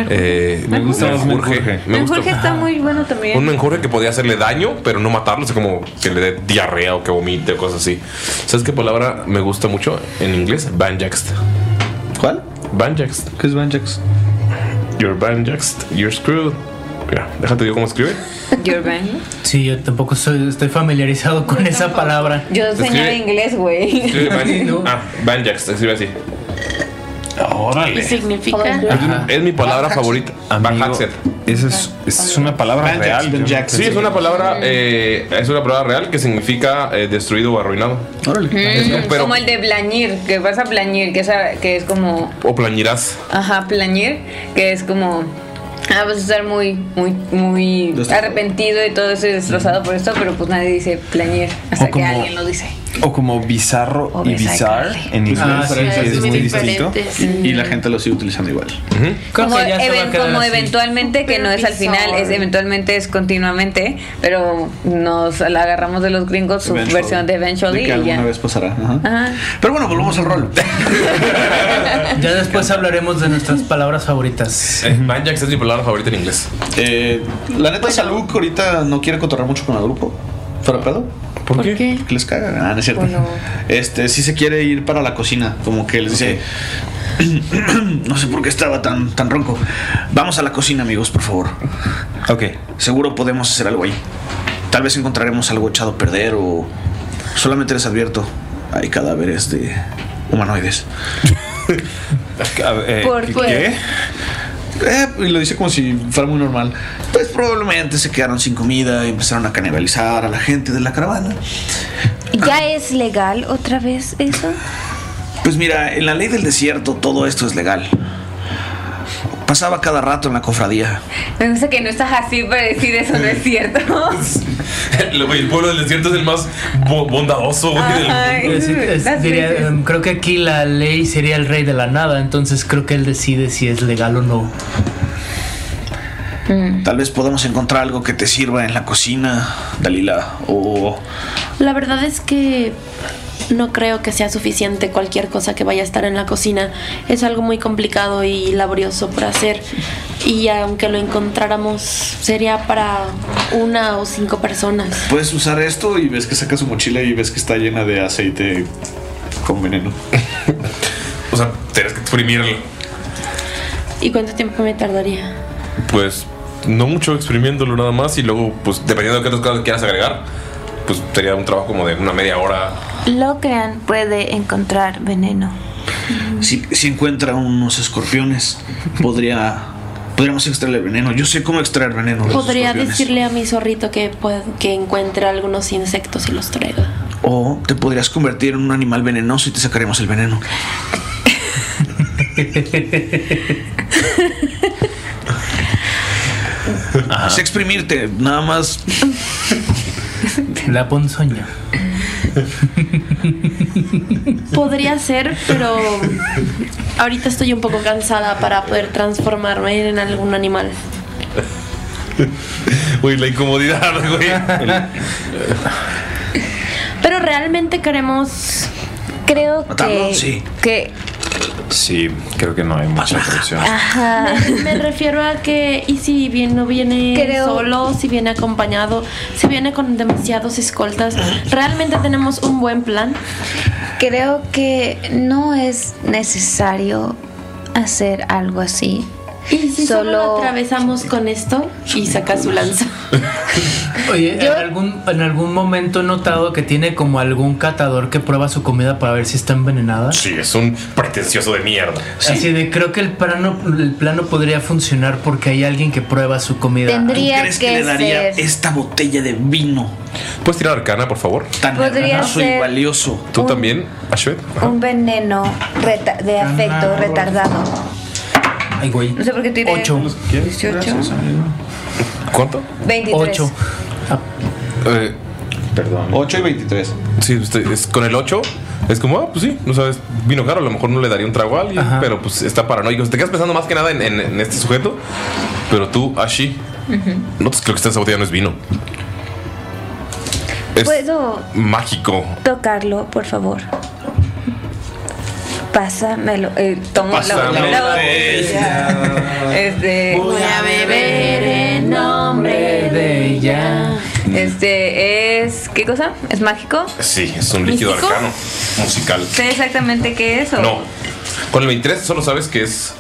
A: Eh,
E: Me gusta más
A: menjurje.
E: menjurje.
A: Me gusta-
D: Jorge está muy bueno también.
A: Un menjurje que podía hacerle daño, pero no matarlo, o sea, como que le dé diarrea o que vomite o cosas así. ¿Sabes qué palabra me gusta mucho en inglés? Banjaxed.
B: ¿Cuál?
A: Banjaxed.
B: ¿Qué es Banjax?
A: You're banjaxed. You're screwed. Mira, déjate digo cómo escribe.
D: Your bang.
G: Sí, yo tampoco soy- estoy familiarizado con esa palabra.
D: Yo
A: Escribe-
D: enseñaba inglés, güey.
A: Escribe
D: [LAUGHS]
A: ban-
G: No.
A: Ah, banjaxed, escribe así.
C: ¿Qué significa?
A: Es mi palabra favorita.
E: Amigo,
A: Banjaxed.
E: Esa es, esa es una palabra
B: Van
E: real.
B: Jackson,
E: yo no
B: Jackson.
A: Sí, es una palabra, eh, es una palabra real que significa eh, destruido o arruinado. Es como- pero-
D: Mm, como el de blañir, que vas a blañir, que es, a- que es como,
A: o plañirás.
D: ajá, plañir, que es como, ah, vas a estar muy, muy, muy
B: Destrozado.
D: arrepentido y todo eso y destrozado por esto, pero pues nadie dice plañir hasta
E: O
D: que
E: como-
D: alguien lo dice.
E: O como bizarro
D: O
E: y
D: bizarre.
E: bizarre en inglés
G: Ah, sí,
E: que
G: es
E: es
G: muy
E: muy distinto.
C: diferentes.
B: Y la gente lo sigue utilizando igual.
G: Creo
D: Como,
G: que ya se va a
D: even-
G: quedar
D: como
G: así.
D: eventualmente, que
C: Pero
D: no es al final, es
C: bizarre.
D: eventualmente es continuamente, pero nos la agarramos de los gringos su
B: Eventually.
D: versión de eventually
B: De que
D: y
B: alguna
D: ya.
B: vez pasará. ajá.
D: Ajá.
B: Pero bueno, volvamos al rol.
G: [LAUGHS] Ya después hablaremos de nuestras palabras favoritas.
A: Eh, banjaxed es mi palabra favorita en inglés.
B: Eh, la neta, Saluk ahorita no quiere cotorrear mucho con el grupo. ¿Fuera de pedo?
A: ¿Por qué?
B: Que les caga. Ah, no es
A: [LAUGHS]
B: cierto.
D: Bueno.
B: Este, sí se quiere ir para la cocina. Como que les dice. [CLEARS THROAT] no sé por qué estaba tan, tan ronco. Vamos a la cocina, amigos, por favor.
E: Ok.
B: Seguro podemos hacer algo ahí. Tal vez encontraremos algo echado a perder o... Solamente les advierto, hay cadáveres de humanoides.
E: [LAUGHS] A ver, eh,
D: ¿Por qué?
B: Eh, y lo dice como si fuera muy normal. Pues probablemente se quedaron sin comida y empezaron a canibalizar a la gente de la caravana.
H: ¿Ya es legal otra vez eso?
B: Pues mira, en la ley del desierto todo esto es legal.
F: Pasaba cada rato en la cofradía.
D: Me gusta que no estás así para decir eso, no es cierto.
A: El, güey, el pueblo del desierto es el más bo- bondadoso, güey, del
D: Ay,
A: mundo.
G: Es- es-
D: las
G: diría,
D: leyes.
G: em, creo que aquí la ley sería el rey de la nada, entonces creo que él decide si es legal o no.
F: Tal vez podamos encontrar algo que te sirva en la cocina, Dalila. O
C: La verdad es que no creo que sea suficiente cualquier cosa que vaya a estar en la cocina. Es algo muy complicado y laborioso para hacer. Y aunque lo encontráramos, sería para una o cinco personas.
B: Puedes usar esto y ves que saca su mochila y ves que está llena de aceite con veneno.
A: [LAUGHS] O sea, tienes que exprimirlo.
C: ¿Y cuánto tiempo me tardaría?
A: Pues no mucho exprimiéndolo nada más y luego, pues dependiendo de qué otras cosas quieras agregar, pues sería un trabajo como de una media hora.
H: Locrean puede encontrar veneno.
F: si, si encuentra unos escorpiones, podría. Podríamos extraerle veneno. Yo sé cómo extraer veneno. de los
C: Podría
F: escorpiones.
C: decirle a mi zorrito que, pueda- que encuentre algunos insectos y los traiga.
F: O te podrías convertir en un animal venenoso y te sacaremos el veneno. Sé exprimirte, nada más.
G: La ponzoña.
C: Podría ser, pero ahorita estoy un poco cansada para poder transformarme en algún animal.
A: Güey, la incomodidad, güey. eh,
C: Pero realmente queremos
H: Creo
F: ¿Matarlo?
H: que,
F: Sí.
H: que
E: Sí, creo que no hay mucha opción.
C: Ah. Me refiero a que, y si bien no viene
H: Creo-
C: solo, si viene acompañado, si viene con demasiados escoltas, realmente tenemos un buen plan.
H: creo que no es necesario hacer algo así.
C: Y si solo,
H: Solo-
C: lo atravesamos con esto y saca su lanza.
G: Oye,
H: Yo-
G: ¿en, algún, en algún momento he notado que tiene como algún catador que prueba su comida para ver si está envenenada.
A: Sí, es un pretencioso de mierda.
G: Así de, creo que el plano, el plano podría funcionar porque hay alguien que prueba su comida.
H: Tendría
F: ¿Crees que le daría
H: ser-
F: esta botella de vino
A: ¿Puedes tirar arcana, por favor?
F: tan
H: Podría
F: hermoso y
H: ser-
F: valioso?
A: ¿Tú
H: Un-
A: también, Ashvet? Ajá.
H: un veneno reta- de afecto retardado.
G: Ay, güey.
D: No sé por qué tiré.
G: Ocho.
D: 18,
A: ¿Cuánto?
D: 23.
G: Ocho.
A: Eh,
B: 8 y 23.
A: sí, este, es con el 8. Es como, ah, pues sí, no sabes, vino caro, a lo mejor no le daría un trago a alguien,
G: Ajá.
A: pero pues está paranoico. Te quedas pensando más que nada en, en- en este sujeto, pero tú, Ashi, no pues creo que esta botella no es vino. Es
H: ¿Puedo
A: mágico.
H: tocarlo, por favor? Pásamelo. eh, tomo la-
A: Pásamelo.
H: la botella. Este.
C: Voy a beber en
G: nombre de ella.
D: Este es. ¿Qué cosa? ¿Es mágico?
A: Sí, es un líquido
C: ¿Místico?
A: arcano, musical.
D: ¿Sé exactamente qué es o.?
A: No. Con el 23 solo sabes que es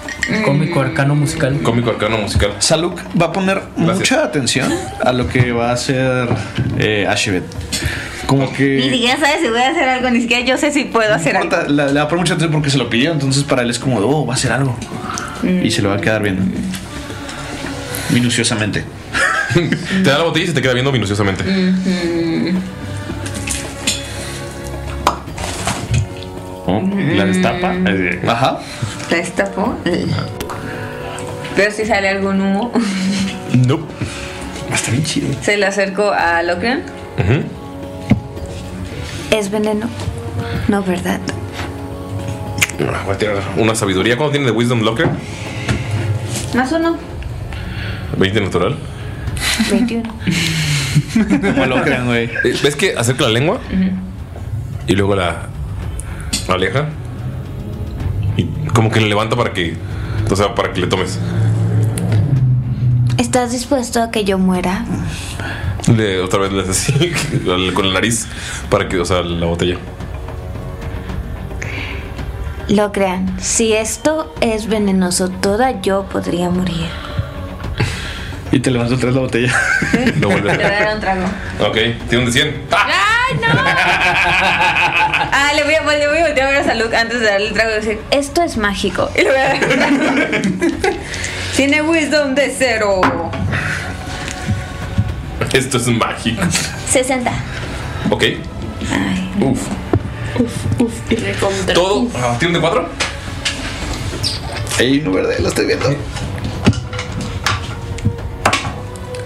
G: Cómico arcano musical.
A: cómico arcano musical.
B: Saluk va a poner
A: Gracias.
B: mucha atención a lo que va a hacer eh, Ashibet. Como
D: Ni
B: que.
D: siquiera sabes si voy a hacer algo, ni siquiera yo sé si puedo hacer algo.
B: Corta, la- Le va a poner mucha atención porque se lo pidió, entonces para él es como, oh, va a hacer algo.
D: Mm.
B: Y se lo va a quedar viendo. Minuciosamente.
A: [LAUGHS] Te da la botella y se te queda viendo minuciosamente.
D: Mm-hmm.
E: La destapa.
B: Ajá.
D: La destapó. Pero si sale algún humo, [LAUGHS]
A: Nope.
B: Está bien chido.
D: se le acerco a Locran.
A: Ujú.
H: Es veneno. No, ¿verdad?
A: Voy a tirar una sabiduría. ¿Cuánto tiene de Wisdom Locker?
D: Más uno.
A: 20 natural.
H: 21.
B: Como lo crean, güey.
A: [LAUGHS] Eh, ¿Ves que acerca la lengua? Y luego la la aleja. Y como que le levanta para que. O sea, para que le tomes.
H: ¿Estás dispuesto a que yo muera?
A: Le- otra vez le hace así [LAUGHS] al- con la nariz para que, o sea, la botella.
H: Lo crean. Si esto es venenoso, toda yo podría morir.
B: Y te levantas atrás la botella.
A: [LAUGHS] Lo vuelve
D: [LAUGHS]
A: a
D: Le voy a [LAUGHS]
A: hacer.
D: dar un trago.
A: Ok, tiene un de 100. ¡Ah!
D: ¡Ay, no! Ah, le voy a, le voy a voltear a ver a Salud antes de darle el trago y decir.
H: Esto es mágico.
D: [LAUGHS] Y le voy a dar un trago. Tiene wisdom de cero.
A: Esto es mágico.
H: 60.
A: Ok. Uf.
C: Uf, uf, y recontra.
A: Todo. ah, ¿Tiene un de 4?
B: Ey, no verde, lo estoy viendo.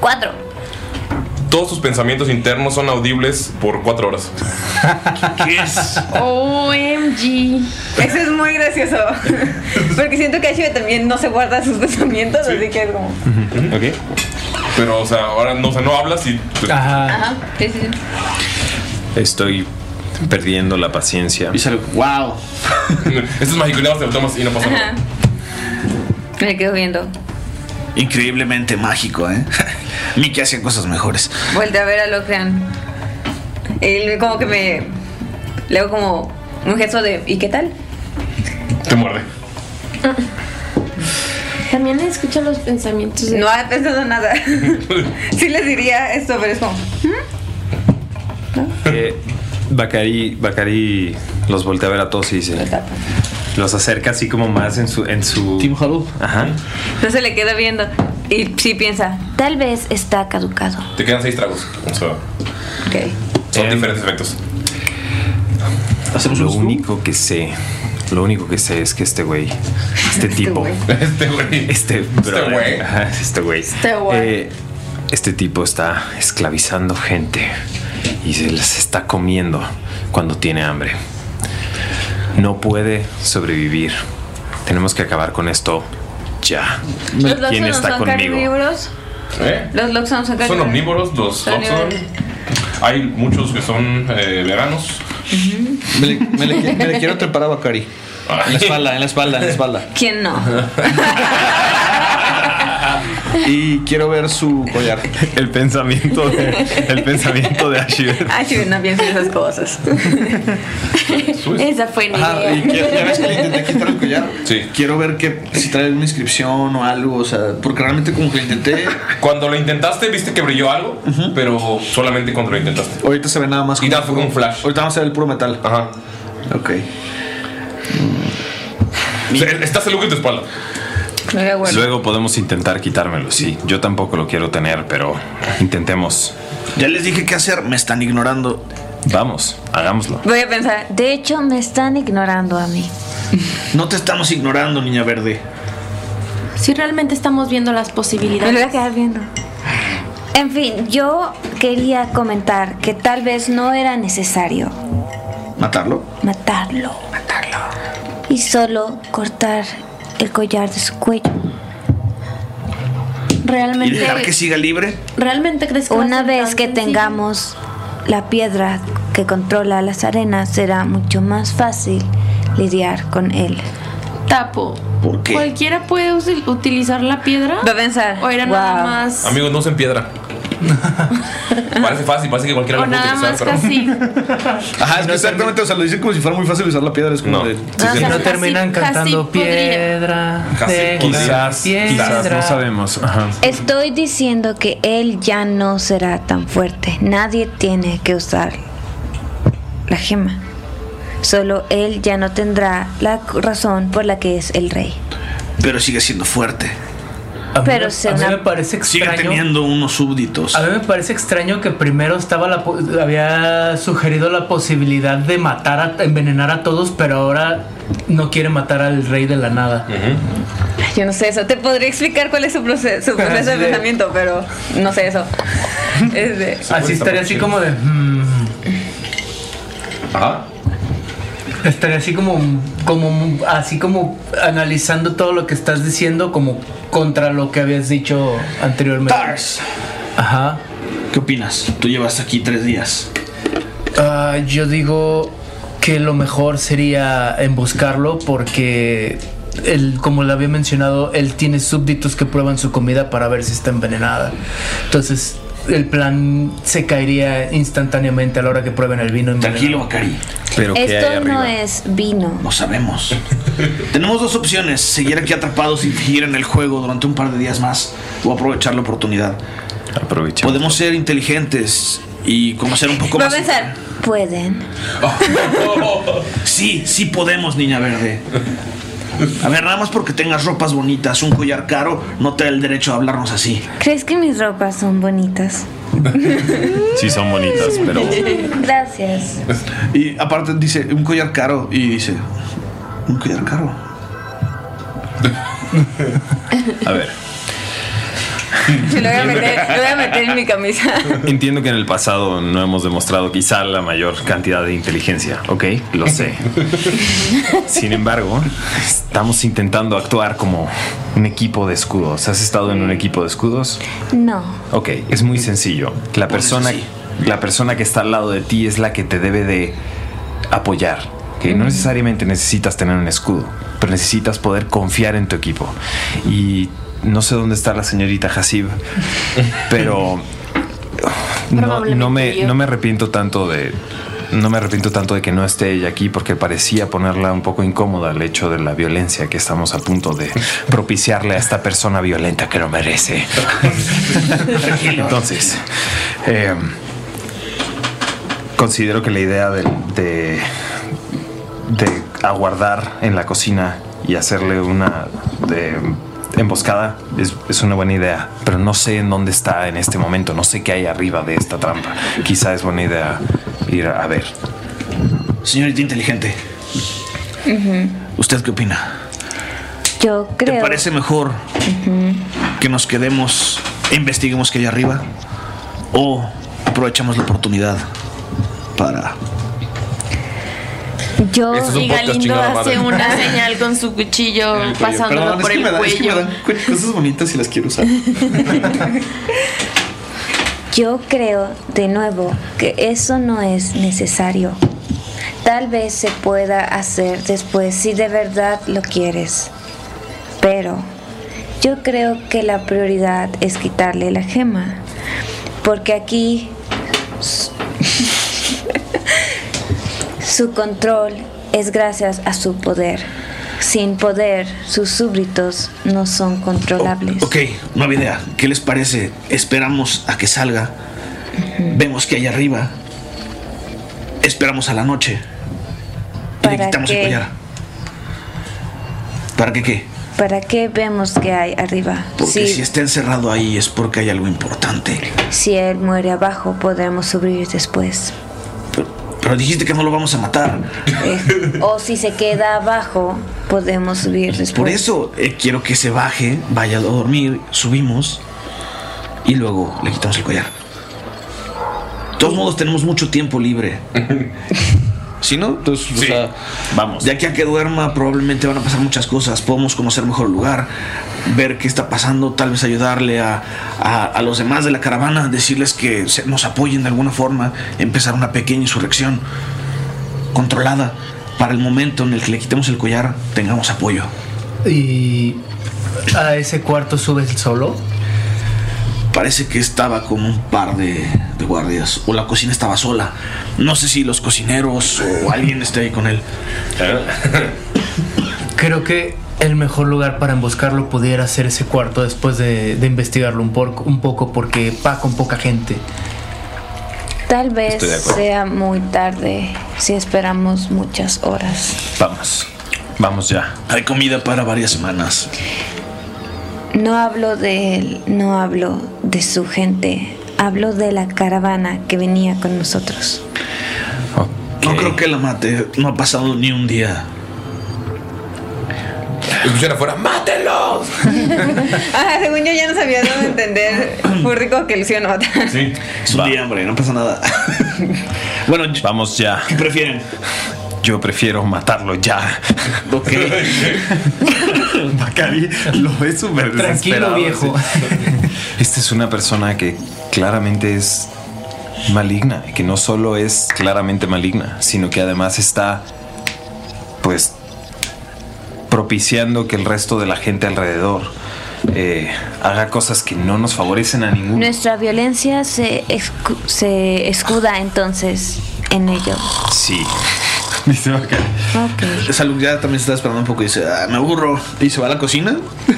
H: Cuatro.
A: Todos tus pensamientos internos son audibles por cuatro horas.
D: OMG. Eso es muy gracioso. Porque siento que Ashibe también no se guarda sus pensamientos, así que es como.
A: Ok. Pero, o sea, ahora no, o sea, no hablas y.
D: Ajá. Sí, sí, sí.
E: Estoy perdiendo la paciencia.
B: Y sale,
E: [LAUGHS]
B: wow.
A: Esto es mágico y nada más te lo tomas y no pasa nada.
D: Ajá. Me quedo viendo.
F: Increíblemente mágico, ¿eh? [LAUGHS] Ni que hacían cosas mejores.
D: Vuelve a ver a Locran. Él como que me. Le hago como un gesto de. ¿Y qué tal?
A: Te muerde.
C: También escucha los pensamientos de...
D: No ha pensado nada. [LAUGHS] sí les diría esto, pero es como. "¿Mm?"
E: Eh, Bacari, Bacari los voltea a ver a todos y dice. Los acerca así como más en su. En su
B: Team Haru.
E: Ajá.
D: No se le queda viendo. Y sí piensa.
H: Tal vez está caducado.
A: Te quedan seis tragos. O sea,
D: Ok.
A: son
E: Em.
A: diferentes efectos.
B: Hacemos
E: Lo
B: un zoom.
E: único que sé. Lo único que sé es que este güey. Este tipo.
D: güey.
A: [LAUGHS] Este güey.
E: Este brother,
A: güey.
E: ajá, [LAUGHS] Este güey.
C: Este güey.
E: eh, este tipo está esclavizando gente y se las está comiendo cuando tiene hambre. No puede sobrevivir. Tenemos que acabar con esto ya.
D: Los Loxon
E: ¿Quién
D: no
E: está
D: son
E: conmigo?
D: carnívoros.
A: ¿Eh?
D: Los Loxon no son
A: Son
D: carnívoros.
A: omnívoros, los
D: Son
A: Oxon. Hay muchos que son eh, veganos.
B: Me le, me le- me le quiero trepar
A: [LAUGHS]
B: a Bakari. En la espalda, Ah, en la espalda, en
F: [LAUGHS]
B: la espalda.
D: ¿Quién [LAUGHS] no?
B: Y quiero ver su collar.
E: [LAUGHS] El pensamiento de, el pensamiento de Ashiver.
D: Ashibe no piensa en esas cosas.
I: [LAUGHS]
C: Esa fue mi
B: Ajá, y
C: idea.
B: quiero, ya ves que le intenté
C: [LAUGHS]
B: quitar el collar.
A: Sí.
B: Quiero ver que si trae una inscripción o algo, o sea, porque realmente como que intenté.
A: [LAUGHS] Cuando lo intentaste, viste que brilló algo, pero solamente cuando lo intentaste.
B: Ahorita se ve nada más
A: Y nada, fue como un flash.
B: Ahorita vamos a ver el puro metal.
A: Ajá.
B: Ok.
A: O sea, estás el look en tu espalda.
D: No era bueno.
E: Luego podemos intentar quitármelo, sí. Yo tampoco lo quiero tener, pero intentemos.
F: Ya les dije qué hacer, me están ignorando.
E: Vamos, hagámoslo.
D: Voy a pensar.
H: De hecho, me están ignorando a mí.
F: No te estamos ignorando, niña verde.
C: Si realmente estamos viendo las
H: Me lo voy
C: posibilidades.
H: a quedar viendo. En fin, yo quería comentar que tal vez no era necesario
F: ¿Matarlo?
H: matarlo. Matarlo. Y solo cortar el collar de su cuello.
F: ¿Y
H: Realmente,
F: dejar que siga libre?
C: ¿Realmente crees que va a
H: una
C: ser
H: vez
C: tan
H: que
C: sencillo?
H: tengamos la piedra que controla las arenas, será mucho más fácil lidiar con él.
C: Tapo.
F: ¿Por qué?
C: ¿Cualquiera puede usi- utilizar la piedra?
D: Voy a pensar.
C: ¿O era
H: Wow.
C: nada más?
A: Amigos, no usen piedra. parece fácil, parece que cualquiera
C: o
A: lo puede
C: nada
A: utilizar,
C: más
A: pero. [LAUGHS]
C: casi.
B: Ajá, es que exactamente, o sea, lo dicen como si fuera muy fácil usar la piedra, es como
A: No.
B: de.
A: Sí, sí,
G: Y no
A: no.
C: Casi-
G: terminan
C: casi
G: cantando
C: podría.
G: piedra.
A: Casi
G: de
A: podría.
E: Quizás,
G: piedra.
E: quizás, no sabemos. Ajá.
H: Estoy diciendo que él ya no será tan fuerte. Nadie tiene que usar la gema. Solo él ya no tendrá la c- razón por la que es el rey.
F: Pero sigue siendo fuerte.
G: A mí,
H: Pero
G: me-
H: se
G: a mí
H: una-
G: me parece
F: Sigue
G: extraño.
F: teniendo unos súbditos.
G: A mí me parece extraño que primero estaba la po- había sugerido la posibilidad de matar a envenenar a todos, pero ahora no quiere matar al rey de la nada.
D: [LAUGHS] Yo no sé eso. Te podría explicar cuál es su proceso, su proceso de
G: Ah, Sí.
D: pensamiento, pero no
G: [LAUGHS]
D: sé eso. Es de-
G: Así estaría así como de mm,
A: Ajá.
G: estaría así como como así como analizando todo lo que estás diciendo como contra lo que habías dicho anteriormente.
F: Tars,
G: Ajá.
F: ¿qué opinas? Tú llevas aquí tres días.
G: Ah, yo digo que lo mejor sería emboscarlo porque él, como le había mencionado, él tiene súbditos que prueban su comida para ver si está envenenada. Entonces, el plan se caería instantáneamente a la hora que prueben el vino envenenado.
F: Tranquilo, Bakari.
E: Pero ¿qué hay
H: Esto
E: arriba?
H: no es vino.
F: No
H: [LAUGHS]
F: sabemos. Tenemos dos opciones: seguir aquí atrapados y fingir en el juego durante un par de días más, o aprovechar la oportunidad.
E: Aprovechemos.
F: Podemos ser inteligentes y conocer un poco
D: Voy a
F: más.
D: pensar.
H: Pueden.
F: Sí, sí podemos, niña verde. A ver, nada más porque tengas ropas bonitas, un collar caro, no te da el derecho a hablarnos así.
H: ¿Crees que mis ropas son bonitas?
E: Sí, son bonitas, pero.
H: [LAUGHS] Gracias.
B: Y aparte dice, un collar caro, y dice, un collar caro.
E: A ver.
D: [LAUGHS] Sí, lo voy
G: [LAUGHS]
D: a meter, lo voy a meter en mi camisa.
E: Entiendo que en el pasado no hemos demostrado quizá la mayor cantidad de inteligencia, ¿ok? Lo sé. Sin embargo, estamos intentando actuar como un equipo de escudos. ¿Has estado en un equipo de escudos?
H: No.
E: Ok, es muy sencillo. La persona, la persona que está al lado de ti es la que te debe de apoyar. Que no necesariamente necesitas tener un escudo, pero necesitas poder confiar en tu equipo. Y no sé dónde está la señorita Hasib, pero no, no me, no me arrepiento tanto de. No me arrepiento tanto de que no esté ella aquí porque parecía ponerla un poco incómoda el hecho de la violencia que estamos a punto de propiciarle a esta persona violenta que lo merece.
B: [LAUGHS]
E: Entonces, eh, considero que la idea del- de, de aguardar en la cocina y hacerle una de, emboscada es, es una buena idea, pero no sé en dónde está en este momento, no sé qué hay arriba de esta trampa. Quizá es buena idea ir a ver.
B: Señorita inteligente,
H: Ujú.
B: ¿usted qué opina?
H: Yo creo.
B: ¿Te parece mejor
H: Ujú.
B: que nos quedemos e investiguemos qué hay arriba? ¿O aprovechamos la oportunidad para...
H: Yo.
B: Este es un
C: Y
B: podcast,
C: Galindo
B: chingada
C: hace
B: madre. [LAUGHS]
C: una señal con su cuchillo pasándolo
B: Perdón, es
C: por
B: que
C: el
B: me dan- es que
C: cuello.
B: me dan cu- cosas bonitas y las quiero [LAUGHS] usar.
H: Yo creo, de nuevo, que eso no es necesario. Tal vez se pueda hacer después si de verdad lo quieres. Pero yo creo que la prioridad es quitarle la gema. Porque aquí su- [LAUGHS] su control es gracias a su poder. Sin poder, sus súbditos no son controlables.
B: Ok, nueva idea. ¿Qué les parece? Esperamos a que salga. Vemos que hay arriba. Esperamos a la noche. Y le
H: ¿Para
B: quitamos el
H: qué?
B: collar. ¿Para qué qué?
H: ¿Para qué vemos que hay arriba?
B: Porque
H: Sí.
B: si está encerrado ahí es porque hay algo importante.
H: Si él muere abajo, podremos sobrevivir después.
B: Pero dijiste que no lo vamos a matar.
H: Eh, o si se queda abajo, podemos subir después.
B: Por eso eh, quiero que se baje, vaya a dormir, subimos y luego le quitamos el collar. De todos modos, tenemos mucho tiempo [LAUGHS] libre. Si no, entonces, o sea,
E: vamos.
B: De aquí a que duerma, probablemente van a pasar muchas cosas. Podemos conocer mejor el lugar, ver qué está pasando, tal vez ayudarle a, a- a los demás de la caravana, decirles que se- nos apoyen de alguna forma, empezar una pequeña insurrección controlada para el momento en el que le quitemos el collar, tengamos apoyo.
G: ¿Y a ese cuarto subes solo?
B: Parece que estaba con un par de, de guardias. O la cocina estaba sola. No sé si los cocineros o alguien esté ahí con él.
G: Creo que el mejor lugar para emboscarlo pudiera ser ese cuarto después de, de investigarlo un, por- un poco porque va con poca gente.
H: Tal vez
G: Estoy de acuerdo.
H: sea muy tarde si esperamos muchas horas.
E: [LAUGHS] Vamos. Vamos ya.
B: Hay comida para varias semanas.
H: No hablo de él, no hablo de su gente. Hablo de la caravana que venía con nosotros.
B: No creo que la mate. No ha pasado ni un día.
A: Escuchar afuera, ¡mátenlos!
D: Ah, según yo ya no sabía dónde entender. Fue rico que Lucio nota.
B: [LAUGHS] Sí. Es un día, hombre. No pasa nada. [LAUGHS] bueno,
E: vamos ya.
B: ¿Qué prefieren?
E: Yo prefiero matarlo ya.
B: Ok.
E: [LAUGHS] Bacari lo ve súper
G: Tranquilo,
E: desesperado,
G: viejo.
E: Esta es una persona que claramente es maligna, y que no solo es claramente maligna, sino que además está, pues, propiciando que el resto de la gente alrededor eh, haga cosas que no nos favorecen a ninguno.
H: Nuestra violencia se, escu- se escuda entonces en ello.
B: [LAUGHS]
E: Sí. Dice Bacari.
B: Salud ya también se está esperando un poco y dice, "Ah, me aburro. Y se va a la cocina.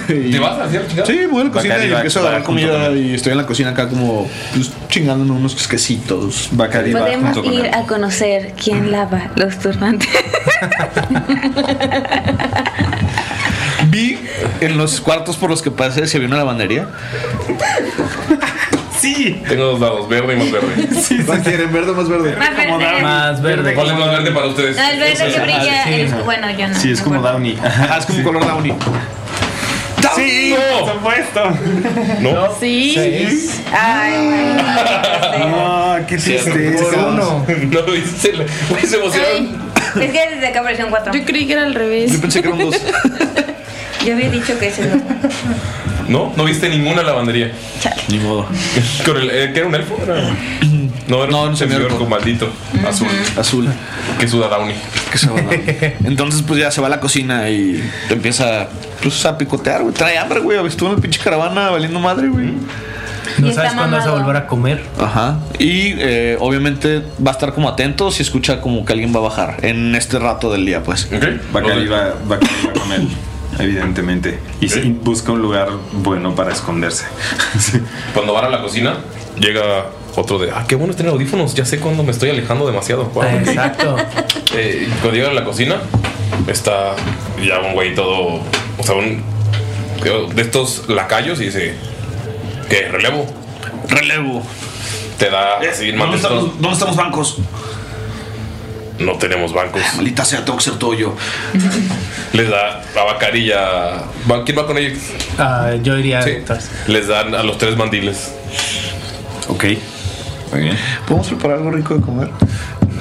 B: ¿Te
A: vas a hacer chingada?
B: Sí, me voy a la cocina
A: Bacari
B: y
A: va-
B: empiezo a
A: va
B: dar
A: junto
B: comida y estoy en la cocina acá como pues, chingándome unos quesquitos.
E: Bacari
H: Podemos ir a conocer quién lava los turbantes.
G: [LAUGHS]
B: Vi en los cuartos por los que pasé si había una lavandería.
E: Sí.
A: Tengo dos dados, verde y más verde.
B: ¿Cuál quieren? ¿Verde o más verde?
D: Más verde.
G: Más verde.
A: ¿Cuál es más verde para ustedes?
D: Ah, el verde que brilla. el- bueno, yo no.
E: Sí, es como Downey.
B: Ajá, es como color Downy.
E: ¡Sí! ¡Por supuesto!
A: ¿No?
C: Sí.
G: [LAUGHS]
B: Ah, qué tristeza.
G: Por
B: [LAUGHS]
G: uno.
A: No lo hice. Güey, se emocionaron.
D: Es que desde acá apareció un 4.
C: Yo creí que era al revés.
H: [LAUGHS]
B: Yo pensé que eran dos.
D: Yo había dicho que ese no.
A: No, no viste ninguna lavandería.
B: Ni modo.
A: [LAUGHS] Con el- eh, ¿Que era un elfo? Era- No, era
B: No,
A: un
B: no se me
A: señor
B: olvidó.
A: con maldito azul
B: Azul.
A: que suda Downey.
G: [LAUGHS]
B: Que se va la- Entonces, pues ya se va a la cocina y te empieza pues, a picotear, güey. Trae hambre, güey. Estuvo en la pinche caravana valiendo madre, güey.
G: No
D: Y
G: sabes
D: está
G: cuándo vas a
D: mamado.
G: volver a comer.
B: Ajá. Y eh, obviamente va a estar como atento si escucha como que alguien va a bajar en este rato del día, pues.
A: ¿Ok?
E: Bacari va, Bacari va con él, evidentemente. Y sí, busca un lugar bueno para esconderse. Sí.
A: [LAUGHS] Cuando van a la cocina, llega otro de, ah, qué bueno es tener audífonos, ya sé cuándo me estoy alejando
B: Ah,
A: demasiado. Wow.
G: Exacto.
A: [LAUGHS] Eh, cuando llegan a la cocina, está ya un güey todo, o sea, un de estos lacayos y dice, ¿qué? ¿Relevo?
B: Relevo.
A: Te da
B: Eh,
A: así,
B: ¿dónde,
A: mantén
B: están los,
A: todo.
B: dónde están los bancos?
A: No tenemos bancos.
B: Maldita sea, tengo que ser todo yo.
A: [LAUGHS] Les da a Bacarilla. ¿Quién va con ellos?
G: Ah, yo iría
A: Sí.
G: entonces.
A: Les dan a los tres mandiles.
E: Ok. Muy bien.
B: ¿Podemos preparar algo rico de comer?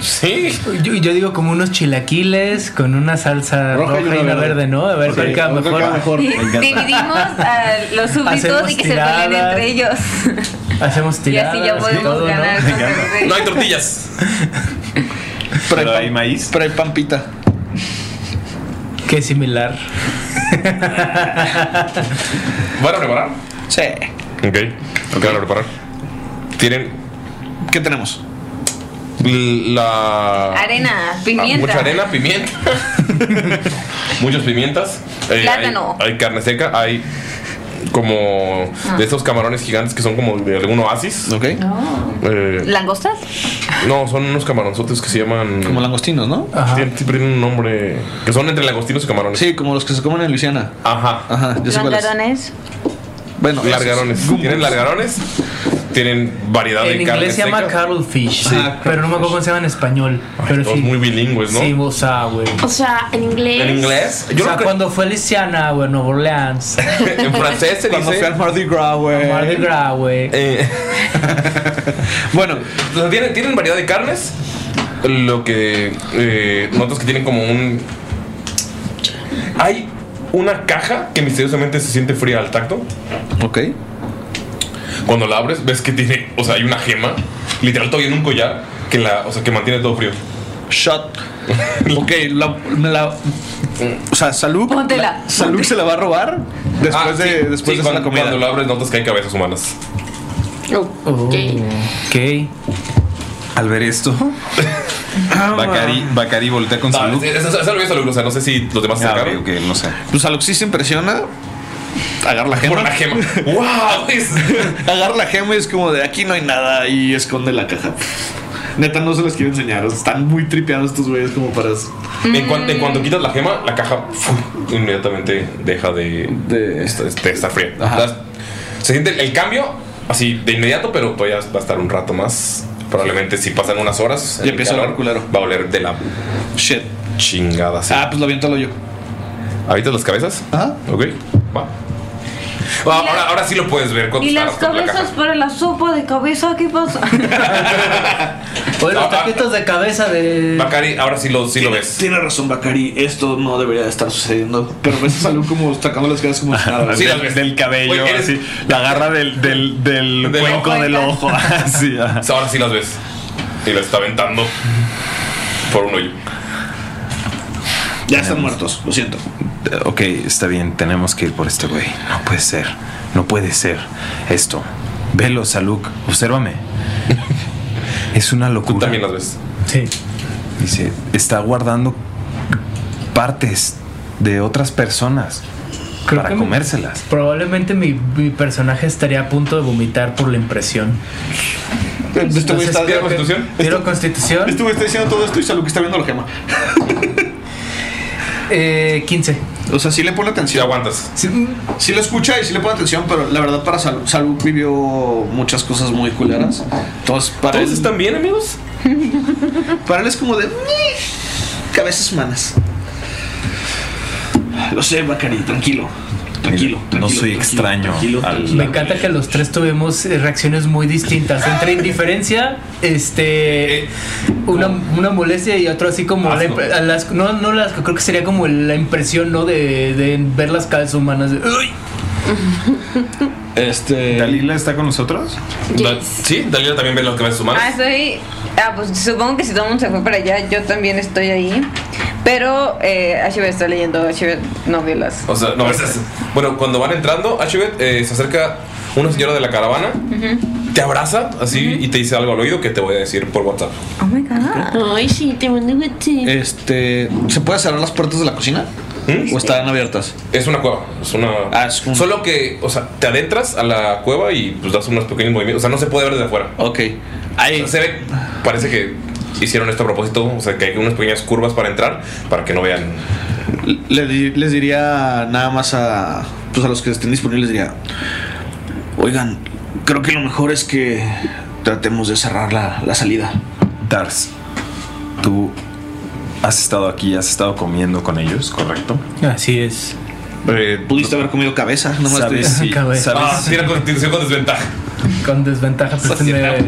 A: Sí.
G: Yo, yo digo como unos chilaquiles con una salsa roja, y una verde, ¿no? A ver
B: Sí,
G: cuál queda
B: creo que
G: mejor.
B: queda mejor.
D: Dividimos a los súbditos
G: Hacemos
D: y que se peleen
G: tiradas.
D: entre ellos.
G: [LAUGHS] Hacemos
D: Y
G: tiradas
D: así ya podemos
G: todo, ¿no?
D: ganar.
A: No hay tortillas.
B: [LAUGHS] Pero hay,
E: Pero hay
B: pan-
E: maíz.
B: pero hay pampita.
G: Qué similar.
A: ¿Van a preparar?
B: [LAUGHS] Sí.
A: Ok. Ok, van a preparar. Tienen
B: ¿Qué tenemos?
A: la.
D: Arena,
A: Ah, mucha
D: pimienta.
A: arena,
D: [LAUGHS]
A: pimienta. Muchas pimientas. Eh,
D: Plátano. Ah.
A: Hay, hay carne seca, hay como de esos camarones gigantes que son como de algún oasis.
B: Ok.
A: Eh,
D: ¿Langostas?
A: no, son unos camaronzotes que se llaman.
B: Como langostinos, ¿no?
A: Tien- Siempre tienen un nombre. Que son entre langostinos y camarones.
B: Sí, como los que se comen en Luisiana.
A: Ajá.
B: Ajá, yo sé cuáles.
D: ¿Langarones?
B: Bueno, esos.
A: Largarones.
B: Gumbos.
A: Tienen largarones. Tienen variedad
G: En
A: de carne
G: inglés se llama
A: seca.
G: cuttlefish,
B: Sí.
G: pero no me acuerdo cómo se llama en español. pero
A: Ah, Todos
G: sí.
A: muy bilingües, Pues ¿no?
G: Sí, o sea, güey.
C: O sea, en inglés.
A: En inglés.
G: O
A: Yo
G: sea,
A: creo que
G: cuando fue Luciana, güey, Nueva Orleans,
A: en francés se
B: Cuando fui
A: dice.
B: al Mardi Gras, güey.
G: Mardi Gras, güey.
A: eh, [LAUGHS]
B: Bueno,
A: O sea, tienen, tienen variedad de carnes. Lo que eh, notas que tienen como un. Hay una caja que misteriosamente se siente fría al tacto.
B: ok.
A: Cuando la abres, ves que tiene. O sea, hay una gema. Literal, todavía en un collar. Que la. O sea, que mantiene todo frío. [LAUGHS]
B: Shot. Ok, la, me la- O sea, Saluk.
D: Póntela.
B: la- Saluk se la va a robar después
A: Ah,
B: de,
A: sí,
B: después
A: sí,
B: de hacer
A: cuando,
B: la comida.
A: Cuando la abres, notas que hay cabezas humanas.
G: Oh,
C: Ok.
G: ok.
E: Al
A: [LAUGHS]
E: ver esto, Bacari, Bacari voltea con
A: Ah,
E: Salud.
A: es- es- es- es algo bien salubre, o sea, no sé si los demás se
E: Ah, ok,
A: sacaron.
E: ok, no sé.
B: Pues Saluk sí se impresiona. Agarra la
A: Por
B: gema.
A: la
B: [LAUGHS]
A: gema. ¡Wow! Es-
B: Agarra la gema y es como de aquí no hay nada y esconde la caja. Neta, no se las quiero enseñar. Están muy tripeados estos güeyes como para.
A: En, cuan- en cuanto quitas la gema, la caja ¡fuf! [LAUGHS] inmediatamente deja de,
B: De-
A: esta- este- estar fría.
B: Ajá.
A: O sea, se siente el cambio así de inmediato, pero todavía va a estar un rato más. Probablemente si pasan unas horas.
B: Ya empieza a oler culero.
A: Va a oler de la
B: Shit.
A: chingada. sí.
B: Ah, pues lo aviéntalo yo.
A: ¿Habitas las cabezas?
B: Ajá.
A: Ok, va. Ah, ahora, ahora sí lo puedes ver. cuando
D: ¿Y
A: está
D: las
A: arrastrando la
D: cabezas
A: caja.
D: para la sopa de cabeza? ¿Qué pasa?
G: Oye,
A: Ah,
G: los
A: ah.
G: taquitos de cabeza de.
A: Bacari, ahora sí lo, sí lo
B: Tiene-
A: ves.
B: Tiene razón, Bakari. Esto no debería de estar sucediendo. Pero ves a Salud como sacando las caras como si nada.
A: Sí,
E: del,
A: las ves.
E: del cabello,
A: Oye, eres-
E: así. La agarra del, del, del,
A: Del
E: cuenco
A: ojo.
E: del ojo. [LAUGHS] Así. ah. ajá.
A: Ahora sí las ves. Y lo está aventando por un hoyo.
B: Ya están muertos, lo siento.
E: Ok, está bien, tenemos que ir por este güey. No puede ser, no puede ser esto. Velo, Saluk,
B: [LAUGHS]
E: obsérvame. Es una locura.
A: Tú también las ves.
G: Sí.
E: Dice, está guardando partes de otras personas
G: Creo
E: para
G: que me-
E: comérselas.
G: Probablemente mi, mi personaje estaría a punto de vomitar por la impresión.
B: Este güey
G: Entonces, creo
A: ¿Tiene
B: está,
G: que-
A: constitución?
G: ¿Tiro
B: Esto-
G: constitución?
B: este güey está diciendo todo esto y Salud está viendo la
A: [LAUGHS]
B: gema.
G: Eh, 15.
B: O sea, sí le pone
A: Si
B: atención.
A: aguantas.
G: Sí,
B: Sí lo escucha y sí le pone atención, pero la verdad para Salud, Salud vivió muchas cosas muy culeras. Entonces, para él,
A: ¿Todos están bien, amigos?
B: [LAUGHS] para él es como de... "Mm, "Ni, Cabezas humanas. Lo sé, Bakari, tranquilo.
F: tranquilo,
E: no
F: tranquilo,
E: soy
F: tranquilo,
E: extraño.
F: tranquilo,
E: al-
G: Me encanta que los tres tuvimos eh, reacciones muy distintas. Entre indiferencia, este una, una molestia y otro así como la
E: Asco.
G: impre- a las, no, no las creo que sería como la impresión no de, de ver las calzas humanas. de, "Uy".
B: Este.
E: ¿Eh? ¿Dalila está con nosotros?
A: Da- sí, Dalila también ve las cabezas
D: Ah,
A: humanas.
D: estoy. Ah, pues supongo que si todo el mundo se fue para allá, yo también estoy ahí. Pero eh, Ashibet está leyendo, Ashibet no vio las.
A: O sea, no, es- bueno, cuando van entrando, Ashibet eh, se acerca una señora de la caravana, te abraza así y te dice algo al oído que te voy a decir por WhatsApp.
D: Oh my god.
C: Ay, sí, te mando un WhatsApp.
B: Este. ¿Se puede cerrar las puertas de la cocina?
A: ¿Mm?
B: ¿O están abiertas?
A: Es una cueva, es una...
B: Ah, es un-
A: Solo que, o sea, te adentras a la cueva y pues das unos pequeños movimientos, o sea, no se puede ver desde afuera.
B: Ok. Ahí.
A: O sea, se ve, parece que hicieron esto a propósito, o sea, que hay unas pequeñas curvas para entrar, para que no vean...
B: le di- les diría nada más a, pues a los que estén disponibles, diría, oigan, creo que lo mejor es que tratemos de cerrar la, la salida.
E: Dars, tú has estado aquí, has estado comiendo con ellos, ¿correcto?
G: Así es.
B: Eh, Pudiste haber comido cabeza, nomás te
E: ¿Sabes
B: digo.
E: si,
G: Cabe.
E: sabes
A: Ah, tira constitución con desventaja.
G: Con desventaja pues, tiene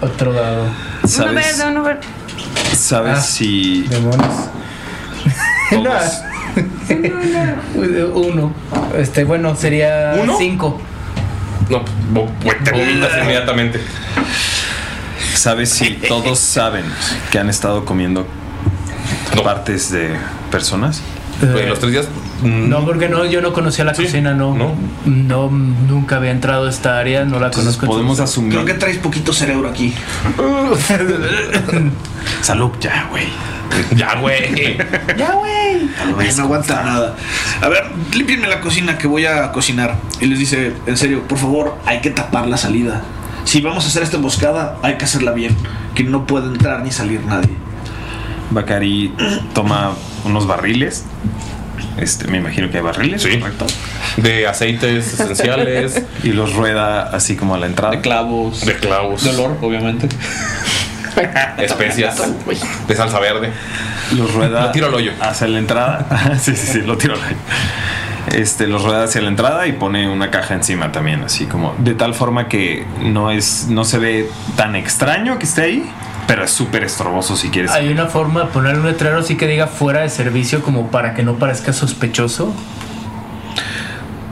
G: otro dado.
D: Una vez,
E: sabes,
D: una vez.
E: sabes
G: Ah.
E: si
G: Demonios.
E: [LAUGHS] todos-
G: [LAUGHS] Uno. Este, bueno, sería
A: ¿Uno?
G: cinco.
A: No, bo- bo- te vomitas
G: [LAUGHS]
A: inmediatamente.
E: sabes si
A: [LAUGHS]
E: todos saben que han estado comiendo
A: No.
E: partes de personas.
A: Pues, los tres días... mm,
G: No, porque no, yo no conocía la
A: Sí.
G: cocina, no.
A: No.
G: no. nunca había entrado a esta área, no la
E: Entonces
G: conozco.
E: podemos asumir.
F: Creo que traes poquito cerebro aquí.
E: [LAUGHS] Salud, ya, güey.
A: Ya,
B: [LAUGHS]
A: güey.
B: Ay, no aguanta nada. A ver, límpienme la cocina que voy a cocinar. Y les dice, en serio, por favor, hay que tapar la salida. Si vamos a hacer esta emboscada, hay que hacerla bien. Que no puede entrar ni salir nadie.
E: Bacari toma unos barriles. Este, me imagino que hay barriles,
A: Sí.
E: ¿correcto?
A: De aceites esenciales,
E: Y los rueda así como a la entrada.
B: clavos.
A: de clavos,
B: olor, obviamente.
A: especias, de salsa verde.
E: Los rueda.
A: Lo tiro al hoyo.
E: Hacia la entrada. [LAUGHS] sí, sí, sí, lo tiro al hoyo. Este, los rueda hacia la entrada y pone una caja encima también, así como. De tal forma que no es. No se ve tan extraño que esté ahí, pero es súper estorboso si quieres.
G: Hay una forma de poner un letrero así que diga fuera de servicio como para que no parezca sospechoso.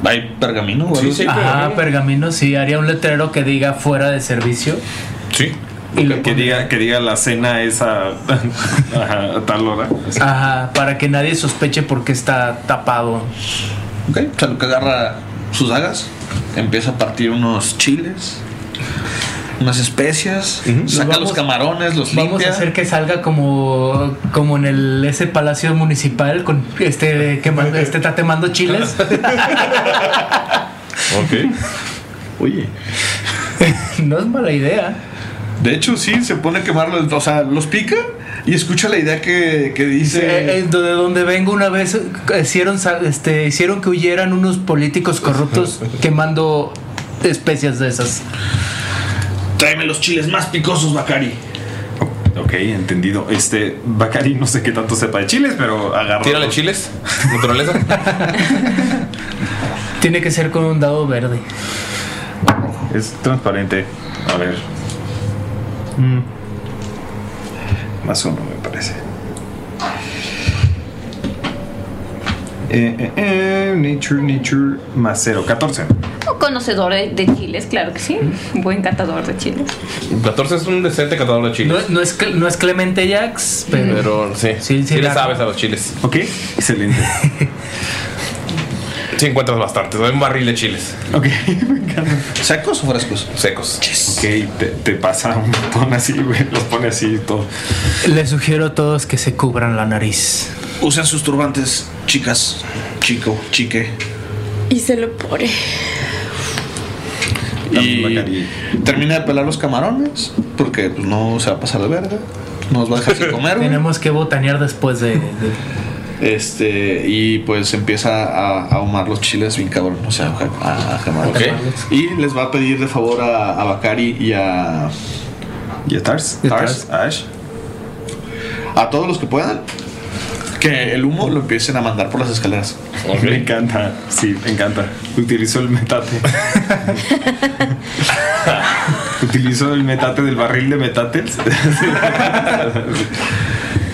B: ¿Hay pergamino o
A: Sí,
B: algo
A: sí,
B: así?
G: Ajá, pergamino, sí, haría un letrero que diga fuera de servicio.
A: Sí.
G: Y lo
E: Que
G: pone-
E: diga, que diga la cena esa [LAUGHS] a tal hora.
G: Ajá, para que nadie sospeche porque está tapado.
B: Ok, Chaluca agarra sus dagas, empieza a partir unos chiles, unas especias, saca
G: Vamos-
B: los camarones, los
G: Vamos
B: limpia.
G: a hacer que salga como, como en el ese palacio municipal con este que man- este está temando chiles. [LAUGHS]
A: Ok.
B: [LAUGHS] Oye,
G: No es mala idea.
B: de hecho sí, se pone a quemarlos, o sea, los pica y escucha la idea que, que
G: Eh,
B: dice...
G: eh, de donde vengo una vez eh, hicieron sa- este hicieron que huyeran unos políticos
B: [LAUGHS]
G: corruptos quemando especias de esas.
B: Tráeme los chiles más picosos, Bacari.
E: Ok, entendido. Este, Bacari no sé qué tanto sepa de chiles, pero agarra.
A: Tírale
E: los-
A: chiles, naturaleza.
G: Tiene que ser con un dado verde.
E: [LAUGHS] Es transparente. A ver. Mm. Más uno, me parece. Eh, eh, eh, nature, nature, más cero, 14.
D: Conocedor de, de chiles, claro que sí. Buen catador de chiles.
A: 14 es un decente catador de
G: No,
A: chiles.
G: no es, Cle- no es Clemente Jax, pero
A: Pero sí, sí,
G: Sí, sí,
A: le
G: la-
A: sabes a los chiles.
E: Ok, excelente.
A: [LAUGHS] Sí encuentras bastantes. Hay un barril de chiles
E: Ok, me encanta.
B: ¿Sacos o frescos?
A: secos.
E: Ok, te, te pasa un montón así, güey. Los pone así y todo.
G: les sugiero a todos que se cubran la nariz.
B: Usen sus turbantes, chicas, chico, chique.
C: Y se lo pone.
B: Y
E: También Bacari.
B: termina de pelar los camarones, porque pues, no se va a pasar de verga. Nos va a dejar sin
G: [LAUGHS]
B: comer. güey.
G: Tenemos que botanear después de, de-
B: Este, y pues empieza a, a ahumar los chiles bien cabrón, o sea, a, a quemarlos.
A: Ok.
B: Y les va a pedir de favor a, a Bakari y a,
E: ¿Y a Tars?
G: Y a
E: Tars, Ash.
B: a todos los que puedan
F: que el humo lo empiecen a mandar por las escaleras.
E: Me encanta, sí, me encanta. Utilizó el
B: [LAUGHS]
E: metate. Utilizó el metate del barril
A: [LAUGHS]
E: de metates.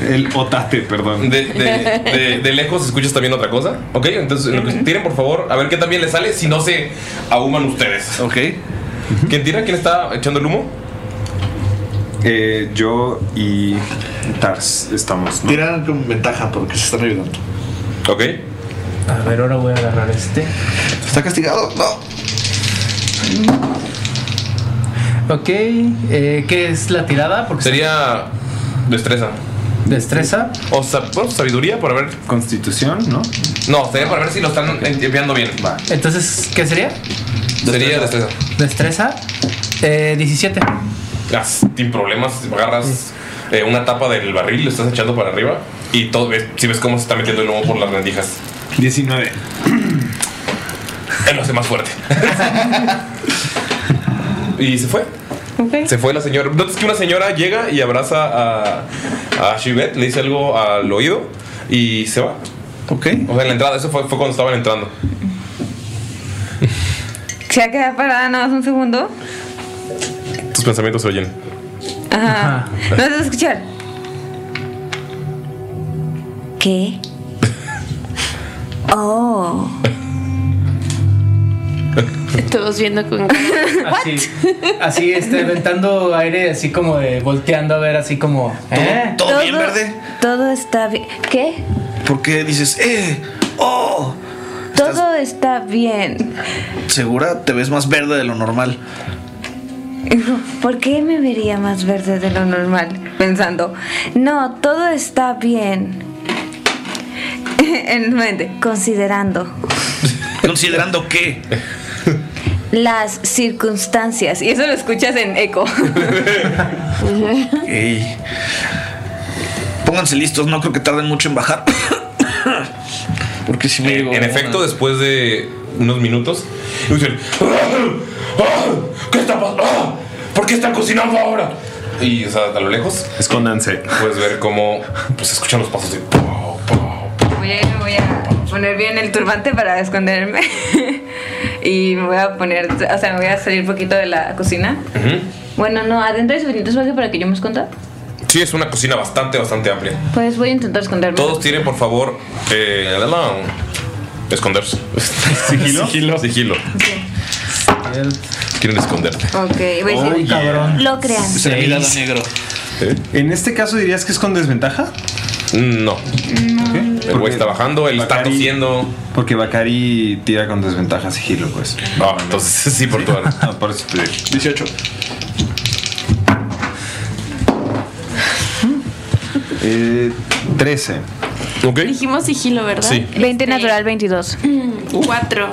E: el otate, perdón.
A: De, de- de- de lejos escuchas también otra cosa. Ok, entonces en lo que tiren, por favor, a ver qué también les sale si no se ahuman ustedes.
F: Ok.
A: ¿Quién tira? ¿Quién está echando el humo?
E: Eh, yo y Tars estamos. ¿no?
F: Tiran con ventaja porque se están ayudando.
A: Ok.
G: A ver, ahora voy a agarrar este.
F: Está castigado. No.
G: Ok, eh, ¿qué es la tirada? Porque
A: Sería destreza.
G: destreza.
A: O sa- bueno, sabiduría para ver.
E: Constitución, ¿no?
A: No, sería para ver si lo están en- enviando bien.
E: Va.
G: Entonces, ¿qué sería?
A: Sería destreza.
G: Destreza. Eh, 17.
A: Ah, sin problemas, agarras eh, una tapa del barril, lo estás echando para arriba y todo, ves- si ves cómo se está metiendo el humo por las rendijas.
E: 19.
A: Él lo hace más fuerte. y se fue. Se fue la señora. Notas que una señora llega y abraza a, a Shivet, le dice algo al oído y se va.
F: Ok.
A: O sea, en la entrada, eso fue, fue cuando estaban entrando.
D: Se ha quedado parada nada más un segundo.
A: Tus pensamientos se oyen. [LAUGHS]
D: Ajá. No se va a escuchar. [LAUGHS]
H: ¿Qué? Oh,
C: Todos viendo con.
F: ¿Eh?
G: [LAUGHS] Así, así este, ventando aire, así como de volteando a ver, así como. ¿eh?
F: ¿Todo, bien verde?
H: todo está bien. ¿Qué?
F: ¿Por qué dices, eh, oh?
D: Todo está bien. [LAUGHS]
F: Segura te ves más verde de lo
E: [LAUGHS]
F: normal.
D: Hijo, ¿Por qué me vería más verde de lo normal? Pensando, no, todo está bien. [LAUGHS] En mi mente,
H: Considerando
F: ¿Considerando
E: [LAUGHS]
F: qué?
H: las circunstancias.
D: circunstancias. Y eso lo escuchas
C: [LAUGHS]
D: en eco.
F: Ey. Pónganse listos, no creo que tarden mucho en bajar. [LAUGHS] Porque si me
A: En,
F: llegó
A: en
F: una-
A: efecto, después de unos minutos, dicen, "Ah, ah, ¿qué está pasando? ¿Por qué están cocinando ahora? Y o sea, a lo lejos
E: Escóndanse.
A: puedes ver cómo pues, escuchan los pasos de... "Pow, pow, pow".
D: Voy a, voy a poner bien el turbante para esconderme. [LAUGHS] y me voy a poner, o sea, me voy a salir un poquito de la cocina. Bueno, no, adentro hay suficiente espacio para que yo me esconda.
A: Sí, es una cocina bastante, bastante amplia.
D: Pues voy a intentar esconderme.
A: Todos tienen, por favor, eh, la- la- esconderse. ¿Sigilo? Sigilo. Quieren esconderse.
D: Ok, voy a
E: Oh,
D: decir,
E: yeah.
H: Lo crean.
F: Se le mira lo negro.
A: ¿Eh?
E: En este caso dirías que es con desventaja.
A: No.
E: ¿ok?
A: El güey está bajando, él está
E: Bacari-
A: tosiendo.
E: Porque Bakari tira con desventaja sigilo, pues.
A: Ah, entonces [LAUGHS] sí, por tu arma.
E: Ah, por eso te digo.
F: 18.
E: Eh, 13.
A: ¿Ok?
C: Dijimos sigilo, ¿verdad? Este,
A: Sí.
D: 20 natural, 22.
C: [CLEARS THROAT] Cuatro.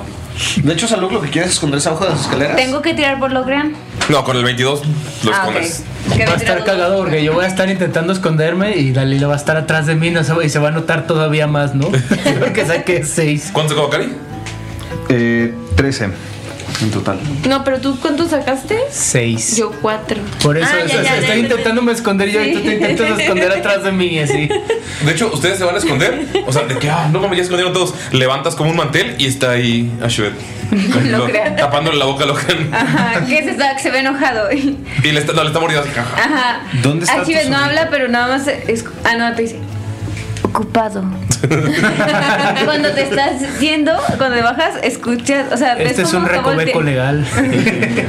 F: De hecho, Salud lo que quiere es esconderse abajo de las escaleras.
D: ¿Tengo que tirar por lo crean?
A: No, con el 22 lo
D: Ah, ok.
A: escondes.
D: Que
G: Va
D: voy
G: a
D: a tirar
G: estar
D: dos.
G: cagado porque yo voy a estar intentando esconderme y Dalila va a estar atrás de mí no se va- y se va a notar todavía más, ¿no? [LAUGHS] que saque 6.
A: ¿Cuánto sacó Cari?
E: Eh, 13 en total.
C: No, pero tú, ¿cuánto sacaste?
G: 6.
C: Yo cuatro.
G: Por eso,
C: Ah, ya,
G: o sea,
C: ya, ya,
G: estoy
C: ya, ya.
G: intentándome esconder yo y tú te intentas [LAUGHS] esconder atrás de mí y así.
A: De hecho, ustedes se van a esconder. O sea, de que, ah, no mames, ya escondieron todos. Levantas como un mantel y está ahí Ashvet.
D: [LAUGHS]
G: [LAUGHS]
D: Lo Ah, creo.
A: Tapándole la boca a Locan.
D: Ajá, que se, está, que se ve enojado. [LAUGHS]
A: Y le está, no, le está mordiendo así. jaja.
D: Ajá.
E: ¿Dónde está
D: Aquí
E: tu
D: ves, no
E: sombrero?
D: habla, pero nada más. es- ah, no, te dice.
H: Ocupado.
D: [LAUGHS] Cuando te estás yendo, cuando te bajas, escuchas. O sea, ves
G: Este es
D: cómo
G: un
D: se
G: recoveco
D: volte-
G: legal. [LAUGHS]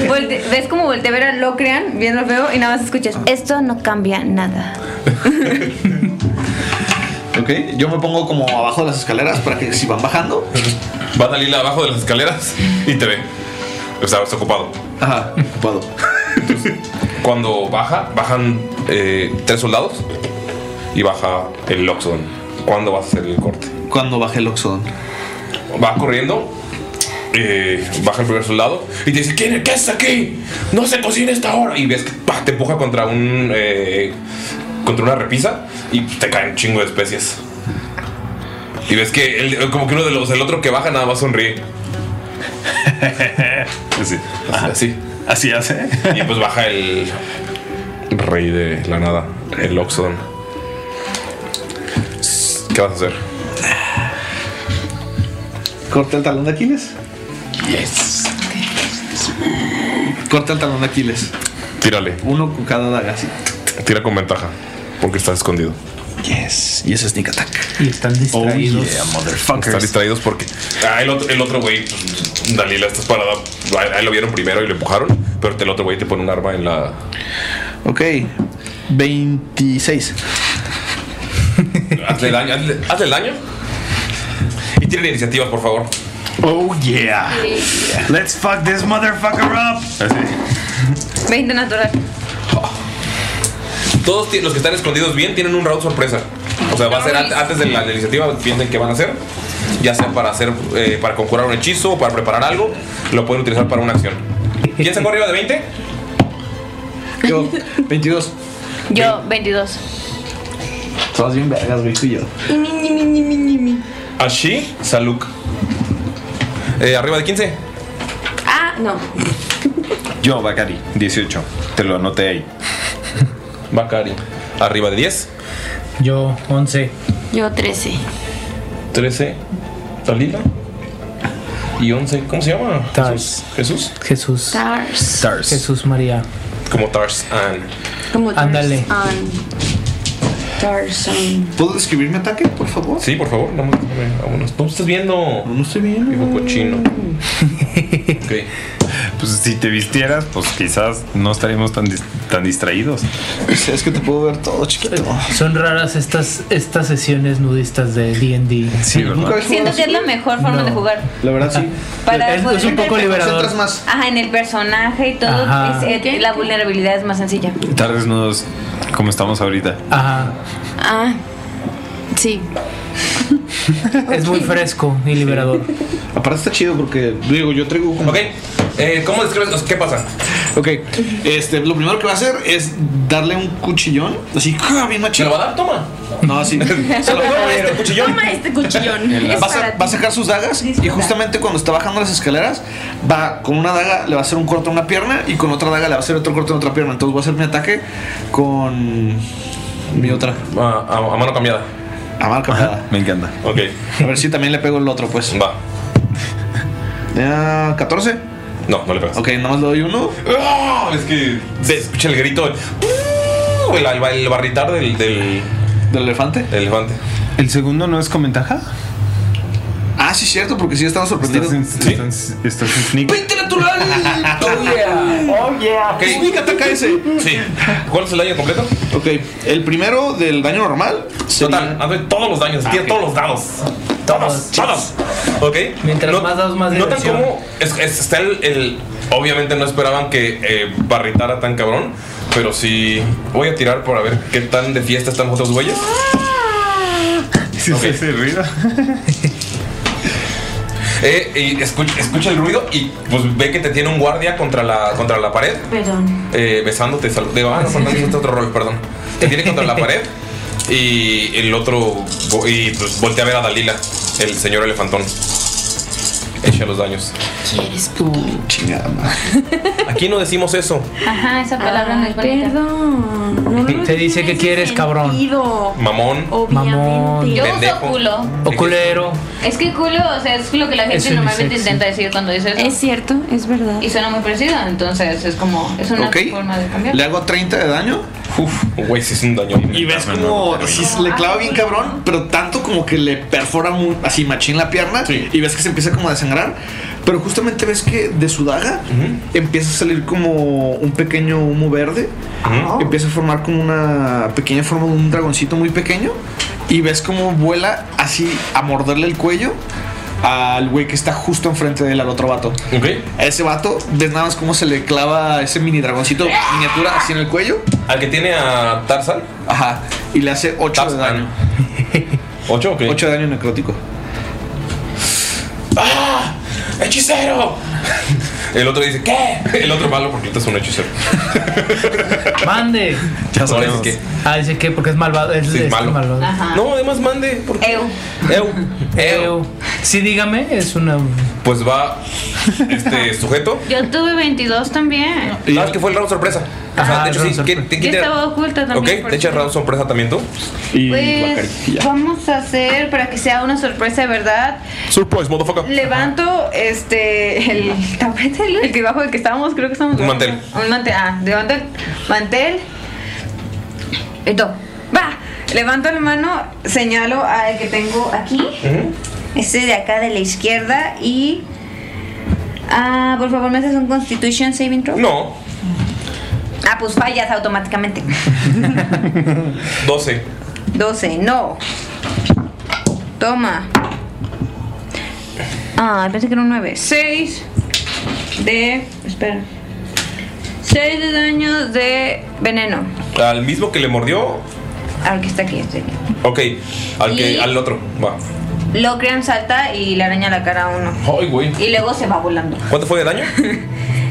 D: volte- ves como voltea a ver a Locrian, bien lo veo, y nada más escuchas.
H: Esto no cambia nada.
F: [LAUGHS] Ok, yo me pongo como abajo de las escaleras para que si van bajando.
A: Va Dalila abajo de las escaleras y te ve. O sea, está ocupado.
F: Ajá, ocupado.
A: [LAUGHS] Cuando baja, bajan eh, tres soldados y baja el Loxodon. ¿Cuándo vas a hacer el corte?
F: Cuando baje el Oxodon.
A: Va corriendo, eh, baja el primer soldado y te dice: ¿Quién qué es aquí? No se cocina a esta hora. Y ves que pa, te empuja contra un. eh, contra una repisa y te caen un chingo de especies. Y ves que el- como que uno de los, el otro que baja nada más sonríe.
E: Así,
A: Así.
E: Ah, así hace.
A: Y pues baja
E: [LAUGHS]
A: el rey de la nada, el Oxodon. ¿Qué vas a hacer?
B: Corta el talón de Aquiles. Yes. Corta el talón de Aquiles.
A: Tírale.
B: Uno con cada daga, así.
A: Tira con ventaja, porque estás escondido.
B: Yes. Y ese sneak attack.
G: Y están
A: Oh,
G: distraídos.
A: Están distraídos porque. Ah, el otro, el otro güey, pues, Dalila, estás parada. A él lo vieron primero y lo empujaron, pero el otro güey te pone un arma en
B: [LAUGHS]
A: la.
B: Ok. 26.
A: Hazle daño, hazle, hazle daño. Y tiren iniciativas, por favor.
B: Oh yeah.
G: Ah.
B: Let's fuck this motherfucker up.
A: Así.
D: 20 natural.
A: Todos ti- los que están escondidos bien tienen un round sorpresa. O sea, va a ser an- antes de la iniciativa, piensen qué van a hacer. Ya sea para hacer, eh, para conjurar un hechizo o para preparar algo, lo pueden utilizar para una acción. ¿Quién sacó arriba de 20?
B: Yo, 22.
D: Yo, 22.
B: Todas bien vergas, güey, tú y yo.
A: Ashi, Saluk. Eh, arriba de 15.
D: Ah, no.
E: Yo, Bacari, 18. Te lo anoté ahí.
A: Bakari. Arriba de 10.
G: Yo, 11.
C: Yo 13.
A: 13. Talila. Y 11. ¿Cómo se llama?
G: Tars.
A: Jesús.
G: Jesús.
C: Stars.
E: Stars.
G: Jesús María.
A: Como Tarzan.
C: Como Ah.
G: Ándale.
C: Tarzan. Tarzan.
B: ¿Puedo describir mi ataque, por favor?
A: Sí, por favor. No, me- no me- vámonos. No me estás viendo.
B: No estoy bien.
A: Vivo cochino. Ok.
E: Pues si te vistieras, pues quizás no estaríamos tan, dis- tan distraídos.
B: Es que te puedo ver todo chiquito.
G: Son raras estas, estas sesiones nudistas de DD.
E: Sí, ¿verdad?
B: Nunca había
D: Siento
B: jugado
D: que es
B: así.
D: la mejor forma
G: No.
D: de jugar.
B: La verdad, sí.
D: Para
G: Es,
D: poder
G: es un poco
D: meter-
G: liberador.
F: Concentras más.
D: Ajá, en el personaje y todo.
G: Ajá.
D: es- eh, la vulnerabilidad es más sencilla.
E: Estar desnudos como estamos ahorita.
G: Ajá.
C: Ah. Sí.
G: Ah, Es muy fresco y liberador.
B: Aparte está chido porque, digo, yo traigo como...
A: Ok, eh, ¿cómo describes? los- ¿Qué pasa?
B: Ok, este, lo primero que va a hacer es darle un cuchillón, así, ¡ah! bien
A: ¿Se
B: machito.
A: lo va a dar? Toma.
B: No,
C: [LAUGHS]
B: así. Se lo va a
A: Toma
B: poner.
A: este cuchillón.
C: Toma este cuchillón. Es
B: Va a, sa-
C: para
B: va a
C: ti.
B: sacar sus dagas y justamente cuando está bajando las escaleras, va con una daga, le va a hacer un corte a una pierna y con otra daga le va a hacer otro corte en otra pierna. Entonces voy a hacer mi ataque con mi otra.
A: Ah, a, a mano cambiada.
B: A marca pegada.
E: Me encanta.
A: [LAUGHS] Ok,
B: A ver si también le pego el otro, pues.
A: va.
B: Ah, 14.
A: No, no le pegas.
B: Ok, nomás le doy uno.
A: ¡Ah! es que se escucha el grito. El, el, el- el barritar del, del,
B: Del elefante.
A: del elefante.
E: ¿El segundo no es con ventaja?
B: Ah, sí, cierto, porque sí estamos sorprendidos.
E: Estás en, estás, estás en sneak.
A: ¡20 natural! ¡Oh yeah! ¡Oh yeah! Ok,
B: Uy, que ataca ese.
A: sí. ¿Cuál es el daño completo?
B: Ok, el primero del daño normal. sería- Ah,
A: Total, hazme todos los daños, tiene todos los dados. Todos, todos. Ok.
G: Mientras más dados, más
A: Notan
G: diversión.
A: cómo es- es- está el, el- Obviamente no esperaban que eh, barritara tan cabrón. Pero sí. Voy a tirar por a ver qué tan de fiesta están los otros güeyes.
E: Sí, sí, sí, ruido.
A: [LAUGHS] Eh, y escucha, escucha el ruido y pues ve que te tiene un guardia contra la, contra la pared.
C: Perdón.
A: eh, besándote, sal- digo, ah, no, Fernando, este otro rol, perdón. Te tiene
D: [LAUGHS]
A: contra la pared y el otro, vo- y pues voltea a ver a Dalila, el señor elefantón. Echa los daños.
C: ¿Quieres tú?
B: Chingada madre.
A: [LAUGHS] Aquí no decimos eso.
D: Ajá, esa palabra no
C: Ay,
D: es bonita.
C: perdón. No lo
G: Te dice que
C: tiene
G: quieres,
C: sentido,
G: cabrón.
A: Mamón.
C: Obviamente.
G: Mamón.
D: Yo uso
A: Pendejo.
D: culo.
G: O culero.
D: Es que culo, o sea, es lo que la gente
G: Es
D: normalmente
G: unisexy.
D: intenta decir cuando dice eso.
C: Es cierto, es verdad.
D: y suena muy parecido, entonces es como, es una
B: Ok.
D: forma de cambiar.
B: Le hago 30 de daño.
A: Uf, güey, sí es un daño.
B: Y ves como sí, se le clava bien cabrón, pero tanto como que le perfora mu- así machín la pierna
A: Sí.
B: y ves que se empieza como a desangrar, pero justamente ves que de su daga empieza a salir como un pequeño humo verde,
A: Ujú.
B: empieza a formar como una pequeña forma de un dragoncito muy pequeño y ves como vuela así a morderle el cuello al güey que está justo enfrente de él, al otro vato.
A: Ok.
B: A ese vato, ves nada más cómo se le clava ese mini dragoncito miniatura así en el cuello.
A: Al que tiene a Tarzan.
B: Ajá. Y le hace 8 de
A: Tarzan.
B: daño.
A: ¿Ocho? Ok.
B: 8 de daño necrótico.
A: ¡Ah! ¡Hechicero! El otro dice, ¿qué? El otro malo porque tú es un hechicero.
G: Mande.
E: Ya
A: Ahora
E: sabemos.
A: dice que-
G: Ah, dice que porque es malvado. Es,
A: Sí,
G: es
A: malo.
G: malvado.
D: Ajá.
A: No, además mande. Porque...
D: Eu. [LAUGHS]
A: Eu. Eu.
G: Pero- Sí, dígame, es una.
A: Pues va este sujeto.
D: Yo tuve 22 también.
A: ¿Sabes que fue el round sorpresa? Ajá, de hecho, sí, ¿qué- qué-
D: Yo
A: qué te-
D: estaba oculta
A: Ok,
D: también. por
A: te echas
D: cierto.
A: round sorpresa también tú.
D: Pues vamos a hacer para que sea una sorpresa de verdad.
A: Surprise, motherfucker.
D: Levanto este el tapete, el que bajo el que estábamos, creo que estábamos.
A: Un mantel.
D: Un mantel, ah, levanto el mantel. Y todo. Va. Levanto la mano, señalo al que tengo aquí. Este de acá de la izquierda y ah, por favor, me haces un Constitution saving throw.
A: No,
D: Ah, pues fallas automáticamente.
A: 12.
D: 12, no. Toma. Ah, pensé que era un 9. 6 de. Espera. 6 de daño de veneno.
A: Al mismo que le mordió,
D: Al que está aquí, este aquí.
A: ok. Al,
D: Y-
A: que, al otro, va.
D: Lo crean salta y le araña la cara a uno.
A: Ay, güey.
D: Y luego se va volando.
A: ¿Cuánto fue de daño?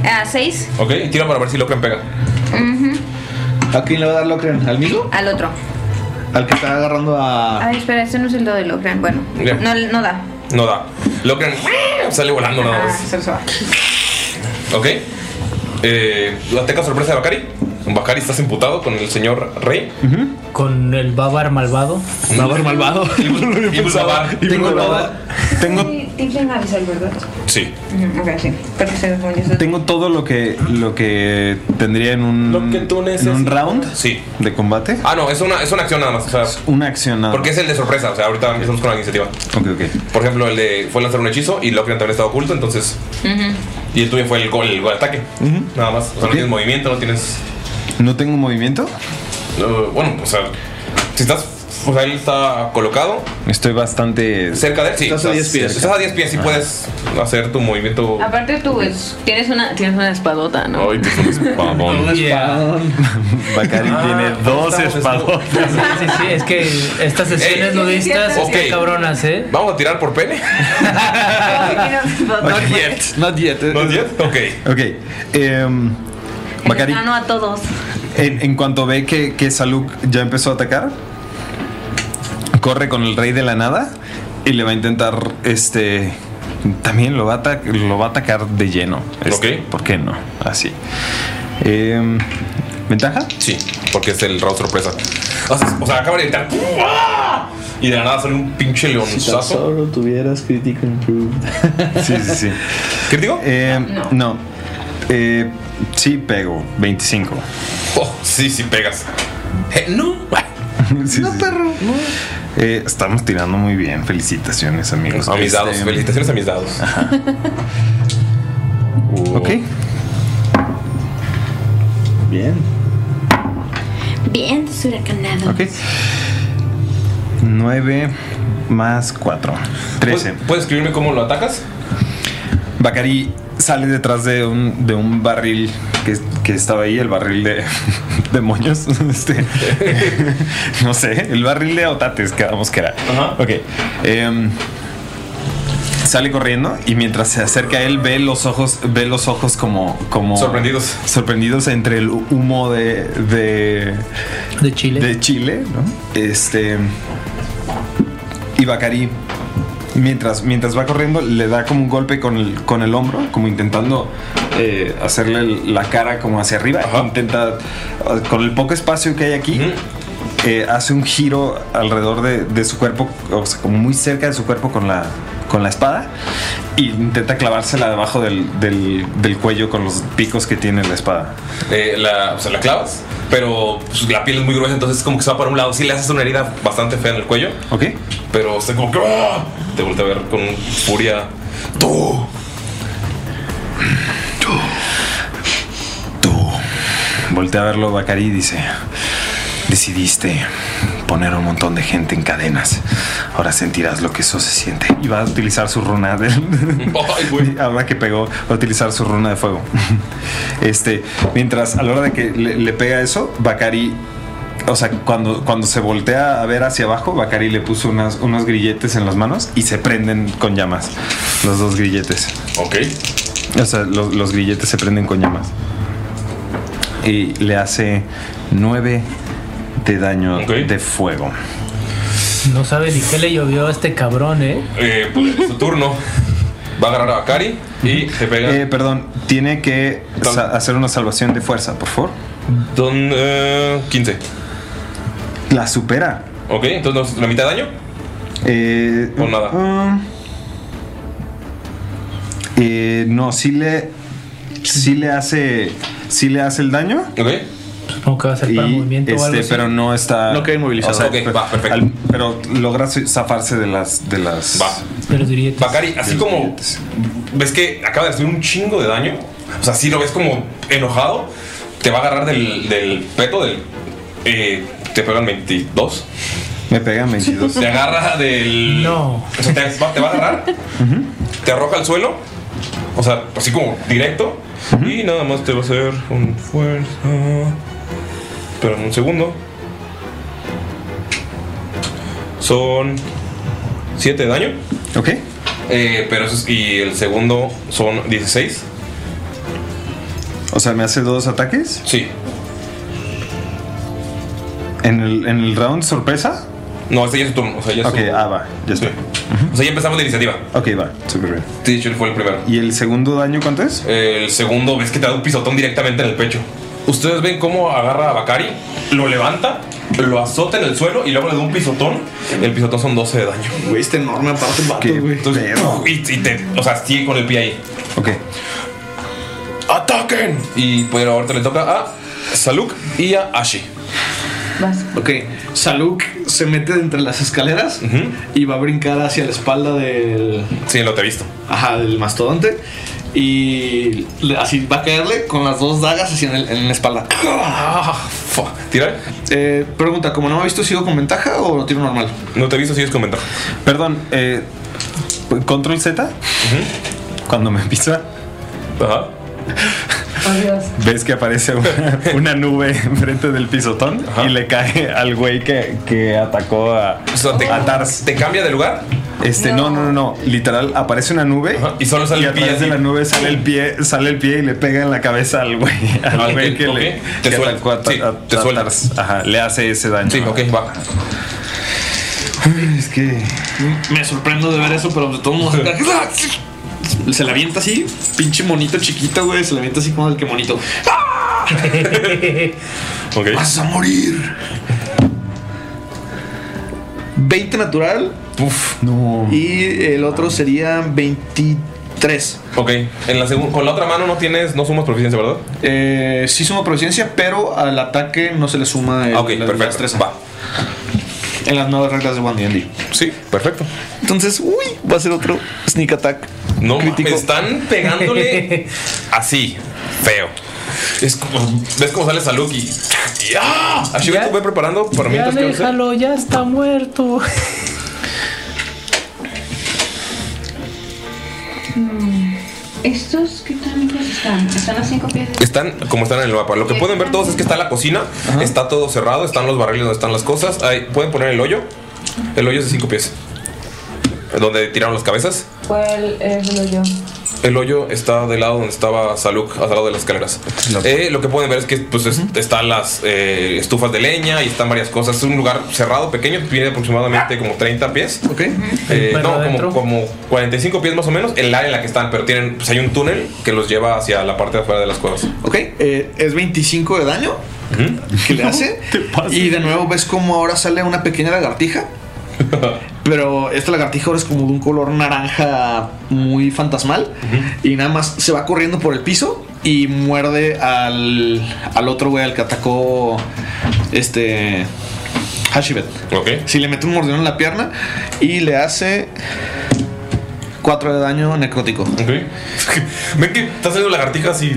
D: Ah, 6
A: Ok, [LAUGHS] tira para ver si Locren pega.
B: ¿A quién le va a dar Locran? ¿Al mismo?
D: al otro.
B: Al que está agarrando a.
D: Ay, espera, este no es el do de Locran. Bueno,
A: Ah. Ya.
D: no, no da. Ah,
A: No da. Locren sale volando nada más.
D: se lo va. Ah.
A: Ok. Eh, la teca sorpresa de Bakari. Bakari, estás emputado con el señor Rey.
G: Con el Babar malvado.
B: Babar malvado.
A: [LAUGHS] Evil Babar.
B: Tengo Tengo,
D: Tienen avisar, ¿verdad?
A: Sí.
D: Mm, Ok, sí. Pero se confundió.
E: Tengo todo lo que lo que tendría en un
A: Lo que tú
E: en un
A: necesitas.
E: round
A: Sí.
E: de combate.
A: Ah, no, es una, es una acción nada más. O sea,
E: Una acción nada.
A: porque es el de sorpresa. O sea, ahorita empezamos con la iniciativa.
E: Ok, ok.
A: Por ejemplo, el de fue lanzar un hechizo y Locren también estaba oculto, entonces. Y el tuyo fue el gol, el gol de ataque. Nada más. O sea, no
E: Ok.
A: tienes movimiento, no tienes.
E: ¿No tengo movimiento?
A: eh, bueno, o sea, si estás. O sea, él está colocado
E: Estoy bastante
A: cerca de él. Sí,
B: Estás a 10 pies.
A: Estás a 10 pies y
E: Ah.
A: puedes hacer tu movimiento.
D: Aparte tú es- tienes una tienes una
J: [LAUGHS]
D: espadota, ¿no?
A: Ay, pues un espadón.
G: [LAUGHS]
E: [LAUGHS] Bacari
G: Ah,
E: tiene dos espados.
G: Sí, sí, es que estas sesiones
A: Ey.
G: nudistas
A: Ok.
G: están cabronas, ¿eh?
A: Vamos a tirar por pene.
D: Not
A: yet.
B: Not yet.
A: ¿No es yet? Ok.
E: Ok. em, Bacari,
D: No, no a todos.
E: en, en cuanto ve que, que Saluk ya empezó a atacar, corre con el rey de la nada y le va a intentar este. También lo va a, ata- lo va a atacar de lleno. Este,
A: Ok.
E: ¿Por qué no? Así.
A: Eh,
E: Em, ¿Ventaja?
A: Sí, porque es el round sorpresa. O sea, o sea, acaba de gritar. ¡Ah! Y de la nada sale un pinche leonzazo.
B: tuvieras crítico improved.
E: Sí, sí, sí.
A: ¿Qué digo?
E: Em, no. Eh, sí, pego. 25.
A: Oh, sí, sí, pegas. Eh,
E: [LAUGHS]
A: no.
E: no, perro. Eh, estamos tirando muy bien. Felicitaciones, amigos.
A: A mis dados.
E: Este,
A: Felicitaciones a mis dados. [LAUGHS] Uh.
E: Ok.
B: Bien.
H: Bien deshuracanado.
E: Ok. 9 más 4. 13.
A: ¿Puedes, puedes escribirme cómo lo atacas?
E: Bacari sale detrás de un, de un barril que, que estaba ahí, el barril de, [LAUGHS] de moños. [LAUGHS] Este, no sé, el barril de otates, quedamos que era.
A: Ajá.
E: Ok. em, sale corriendo y mientras se acerca a él ve los ojos, ve los ojos como, como
A: Sorprendidos.
E: sorprendidos entre el humo de, de,
G: De Chile.
E: de Chile, ¿no? Este. Y Bacari, mientras, mientras va corriendo, le da como un golpe con el, con el hombro, como intentando eh, hacerle el- la cara como hacia arriba. Intenta, eh, con el poco espacio que hay aquí, eh, hace un giro alrededor de, de su cuerpo, o sea, como muy cerca de su cuerpo con la, con la espada. Y intenta clavársela debajo del, del- del cuello con los picos que tiene la espada.
A: Eh, la, o sea, la clavas, pero pues, la piel es muy gruesa, entonces como que se va para un lado. Sí le haces una herida bastante fea en el cuello,
E: ¿Ok?
A: pero se como que... ¡ah! Te vuelve a ver con furia. ¡Tú!
E: Voltea a verlo Bacari y dice, decidiste poner a un montón de gente en cadenas. Ahora sentirás lo que eso se siente. Y va a utilizar su runa del...
A: Ay,
E: [LAUGHS]
A: güey.
E: Ahora que pegó, va a utilizar su runa de fuego. [LAUGHS] Este, mientras a la hora de que le, le pega eso, Bacari... O sea, cuando, cuando se voltea a ver hacia abajo, Bacari le puso unas, unos grilletes en las manos y se prenden con llamas. Los dos grilletes.
A: Ok.
E: O sea, lo- los grilletes se prenden con llamas. Y le hace 9 de daño
A: Ok.
E: de fuego.
G: No sabe ni qué le llovió a este cabrón, ¿eh?
A: Eh, pues su turno. Va a agarrar a Bakari y te pega.
E: Eh, perdón, tiene que
A: Tal-
E: sa- hacer una salvación de fuerza, por favor.
A: Don, eh, 15.
E: La supera.
A: Ok, entonces la mitad de daño.
E: Eh,
A: O nada.
E: ah. Eh, no, sí le. Sí le hace. Sí le hace el daño.
A: Ok.
G: Supongo que va a ser para
E: Y,
G: movimiento o
E: este,
G: algo así.
E: pero no está.
B: No queda inmovilizado.
E: o sea,
A: Ok,
E: pe-
A: va, perfecto.
E: al- pero logra se- zafarse de las. De las
A: Va.
G: De los grilletes.
A: Bakari, así como ves que acaba de hacer un chingo de daño, o sea, si lo ves como enojado, te va a agarrar del, del peto, del. eh, te pegan 22.
E: Me
A: [LAUGHS]
E: pegan 22.
A: Te agarra del.
G: No.
A: O sea, te, va, te va a agarrar, te arroja al suelo, o sea, así como directo, y nada más te va a hacer un fuerza. Pero en un segundo. Son 7 de daño.
E: ok.
A: Eh, pero eso es, y el segundo son 16.
E: O sea, me hace dos ataques.
A: Sí.
E: En el, en el round sorpresa.
A: No, este ya es su turno. O sea, ya es
E: Ok,
A: su-
E: ah, va. Ya
A: Sí.
E: estoy.
A: O sea, ya empezamos la iniciativa.
E: Ok, va. Súper bien.
A: Sí, de hecho, él fue el primero.
E: ¿Y el segundo daño cuánto es?
A: El segundo, ves que te da un pisotón directamente en el pecho. Ustedes ven cómo agarra a Bakari, lo levanta, lo azota en el suelo y luego le da un pisotón. El pisotón son 12 de daño.
B: Güey, está enorme aparte el vato,
E: Qué
B: güey.
A: Entonces,
E: pedo.
A: y, y te, o sea, sigue con el pie ahí.
E: Ok.
A: ¡Ataquen! Y pues ahorita le toca a Saluk y a Ashi.
B: Ok, Saluk se mete entre las escaleras y va a brincar hacia la espalda del,
A: Sí, lo te he visto.
B: ajá, del mastodonte. Y le- así va a caerle con las dos dagas así en, el- en la espalda.
A: Ah, fuck. Tira.
B: Eh, pregunta, como no me ha visto, ¿sigo con ventaja o lo tiro normal?
A: No te he visto, sigues comentando.
E: Perdón, eh, control Z. Cuando me pisa,
A: Ajá.
E: ves que aparece una, una nube enfrente del pisotón
A: Ajá.
E: y le cae al güey que, que atacó a,
A: O sea, te,
E: a Tars.
A: te cambia de lugar
E: Este, no. no, no, no, Literal, aparece una nube
A: Ajá, y solo sale
E: y
A: el
E: a
A: pie
E: través de
A: así.
E: la nube sale el pie, sale el pie y le pega en la cabeza
A: [LAUGHS]
E: al güey. Al
A: Al
E: güey
A: que-
E: que
A: ok,
E: le
A: te
E: que
A: suelta.
E: atacó a,
A: Sí,
E: a-
A: te
E: a
A: suelta.
E: Tars. Ajá, le hace ese daño.
A: Sí, ok, va.
E: Es que.
B: Me sorprendo de ver eso, pero de todos modos.
A: [LAUGHS]
B: Se la avienta así, pinche monito chiquito, güey. Se la avienta así como el que monito.
A: Ok.
B: ¡Vas a morir! 20 natural
A: Uf.
E: No.
B: y el otro sería 23.
A: Ok. En la segun- con la otra mano no tienes, no sumas proficiencia, ¿verdad?
B: Eh, sí suma proficiencia, pero al ataque no se le suma el,
A: Ah, ok,
B: la- la
A: perfecto.
B: destreza.
A: Va.
B: En las nuevas reglas de One D&D.
A: Sí, perfecto.
B: Entonces, uy, va a ser otro sneak attack.
A: No,
B: Crítico.
A: me están [LAUGHS] pegándole así, feo. Es como- ves cómo sale Saluk y. y- ¡Ah! Así
G: Ya-
A: ves, voy preparando para mí.
G: Ya déjalo, ya está muerto.
J: ¿Estos qué tan lejos están? ¿Están a 5 pies?
A: Están como están en el mapa. Lo que pueden ver todos es que está la cocina, está todo cerrado, están los barriles donde están las cosas. Ahí, pueden poner el hoyo. El hoyo es de cinco pies. Donde tiraron las cabezas.
J: ¿Cuál
C: eh,
J: es lo yo?
A: El hoyo está del lado donde estaba Saluk, al lado de las escaleras. Eh, lo que pueden ver es que pues, es- están las eh, estufas de leña y están varias cosas. Es un lugar cerrado, pequeño, tiene aproximadamente como 30 pies.
B: Ok.
A: Eh,
G: Bueno,
A: no, como,
G: adentro.
A: como 45 pies más o menos, el área en la que están, pero tienen, pues hay un túnel que los lleva hacia la parte de afuera de las cuevas.
B: Ok, eh, es 25 de daño [LAUGHS] que le hace. Y de nuevo ves como ahora sale una
A: [LAUGHS]
B: pequeña lagartija. Pero esta lagartija ahora es como de un color naranja muy fantasmal. Y nada más se va corriendo por el piso y muerde al, al otro güey al que atacó este Hashibet.
A: Ok.
B: Si le mete un mordión en la pierna y le hace 4 de daño necrótico.
A: Ok. [LAUGHS] Ven que está saliendo lagartijas y.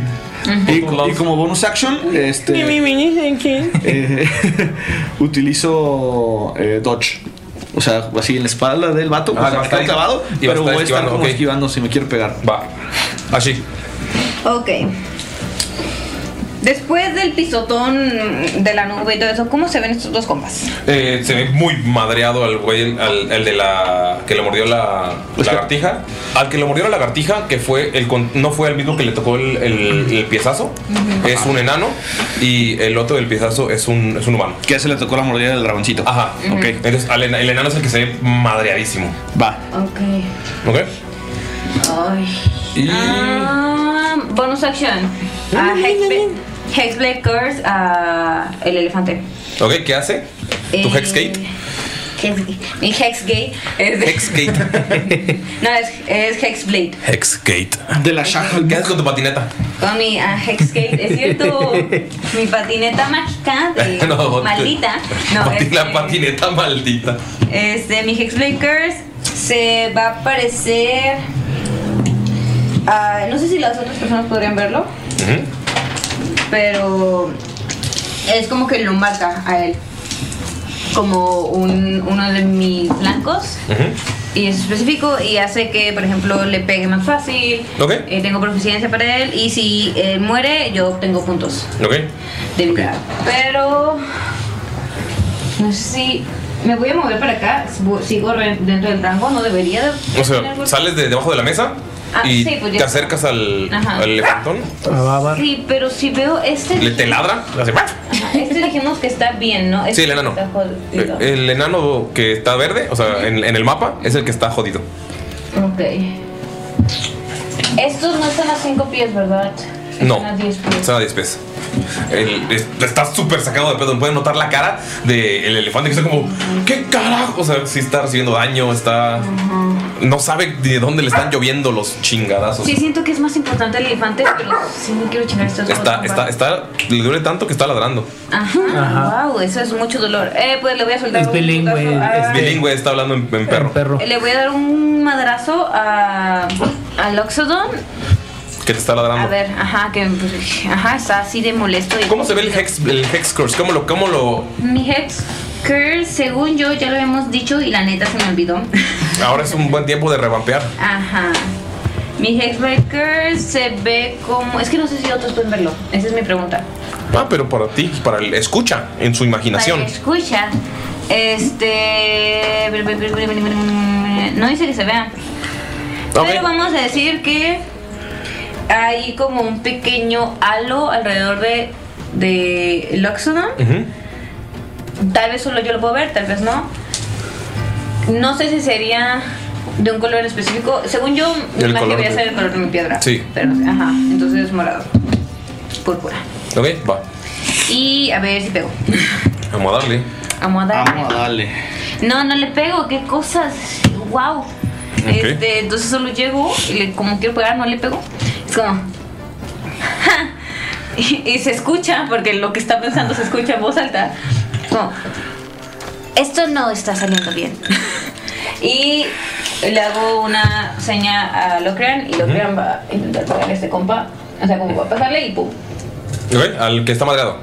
B: Y,
A: Por todos
B: y como bonus action, este. eh, [LAUGHS] utilizo eh, dodge. O sea, así en la espalda del vato.
A: Ah,
B: o sea,
A: va a
B: está
A: estar-
B: clavado,
A: y va a
B: pero
A: estar
B: voy a estar
A: esquivando,
B: como
A: ok.
B: esquivando si me quiere pegar.
A: Va. Así.
D: Ok. Después del pisotón de la nube y todo eso, ¿cómo se ven estos dos compas?
A: Eh, se ve muy madreado al güey, al, al de la. que le mordió la
B: Es Pues que-
A: lagartija. Al que le mordió la lagartija, que fue el con- no fue el mismo que le tocó el, el- el piezazo, es un enano. Y el otro del piezazo es un, es un humano.
B: Que se le tocó la mordida del dragoncito.
A: Ajá, ok. Entonces, al ena- el enano es el que se ve madreadísimo.
B: Va.
D: Ok.
A: ¿Ok? Ah.
D: Ay.
A: Y.
D: Ah, bonus action. A Hexbet. Hexblade Curse a ah, el elefante.
A: Ok, ¿qué hace? ¿Tu
D: Eh,
A: Hexgate?
D: Hex- Mi Hexgate es de-
B: [LAUGHS]
A: Hexgate.
D: [LAUGHS] No, es, es Hexblade.
A: Hexgate. De la shackle. ¿Qué haces con tu patineta?
D: Con mi ah, Hexgate, es
A: [LAUGHS]
D: cierto. mi patineta mágica de
A: No, te-
D: maldita. No,
A: Pati-
D: es,
A: la patineta maldita.
D: este, mi Hexblade Curse se va a aparecer. ah, no sé si las otras personas podrían verlo, pero es como que lo marca a él. Como un- uno de mis blancos. y es específico y hace que, por ejemplo, le pegue más fácil.
A: Ok.
D: Eh, tengo proficiencia para él y si él muere, yo obtengo puntos
A: Ok.
D: de vida. Pero no sé si me voy a mover para acá. Bu- Sigo re- dentro del rango, no debería. de-
A: O sea, sales de debajo de la mesa
D: Ah,
A: y
D: sí, pues ya
A: te
D: está.
A: acercas al,
D: Ajá.
A: al elefantón.
D: Sí, pero si veo este,
A: Le te ladra. le hace ¡guau!
D: Ajá, este dijimos que está bien, ¿no? Este
A: el enano.
D: está jodido.
A: Eh, El enano que está verde, o sea, en, en el mapa, es el que está jodido. eh.
D: Ok. Estos no están a 5 pies, ¿verdad?
A: No.
D: Están a 10 pies.
A: Son a 10 pesos. El, es- está súper sacado de pedo. Pueden notar la cara del elefante que está como, ¿qué carajo? O sea, sí está recibiendo daño, está. No sabe de dónde le están lloviendo los chingadazos.
D: Sí, siento que es más importante el elefante, pero sí me quiero chingar estos
A: Está,
D: dos.
A: está, está, le duele tanto que está ladrando.
D: Ajá.
A: Ajá.
D: Wow, eso es mucho dolor. Eh, pues le voy a soltar un Ah.
A: Es
D: madrazo
A: bilingüe, está hablando en, en perro.
D: a- Eh, Le voy a dar un madrazo a. al Oxodon.
A: Que te está
D: A
A: ladrando.
D: ver, ajá, que. pues, Ajá, está así de molesto. y-
A: ¿Cómo se ve el hex, el hex curse? ¿Cómo lo, cómo lo?
D: Mi Hex Curse, según yo, ya lo habíamos dicho y la neta se me olvidó.
A: Ahora es un buen tiempo de revampear.
D: Ajá. Mi Hexblade Curse se ve como. Es que no sé si otros pueden verlo. Esa es mi pregunta.
A: Ah, pero para ti, para el escucha en su imaginación.
D: Para que escucha. Este. No dice que se vean. Pero vamos a decir que hay como un pequeño halo alrededor de. de Loxodon. Tal vez solo yo lo puedo ver, tal vez no. No sé si sería de un color específico. Según yo, mi
A: El
D: magia
A: color
D: debería
A: de-
D: ser el color de mi piedra.
A: Sí.
D: Pero, ajá, entonces morado. Púrpura.
A: Ok, va.
D: Y a ver si pego.
A: Vamos a darle.
D: Vamos a darle.
A: darle.
D: No, no le pego, qué cosas. Wow.
A: Ok.
D: Este, entonces solo llego y le- como quiero pegar, no le pego. Es como. "Ja". Y, y se escucha, porque lo que está pensando se escucha en voz alta. Como, Esto no está saliendo bien. [LAUGHS] y le hago una seña a Locrean y Locrean va a intentar pegar a este compa. O sea, como va a pasarle y pum.
A: Ok, al que está madreado.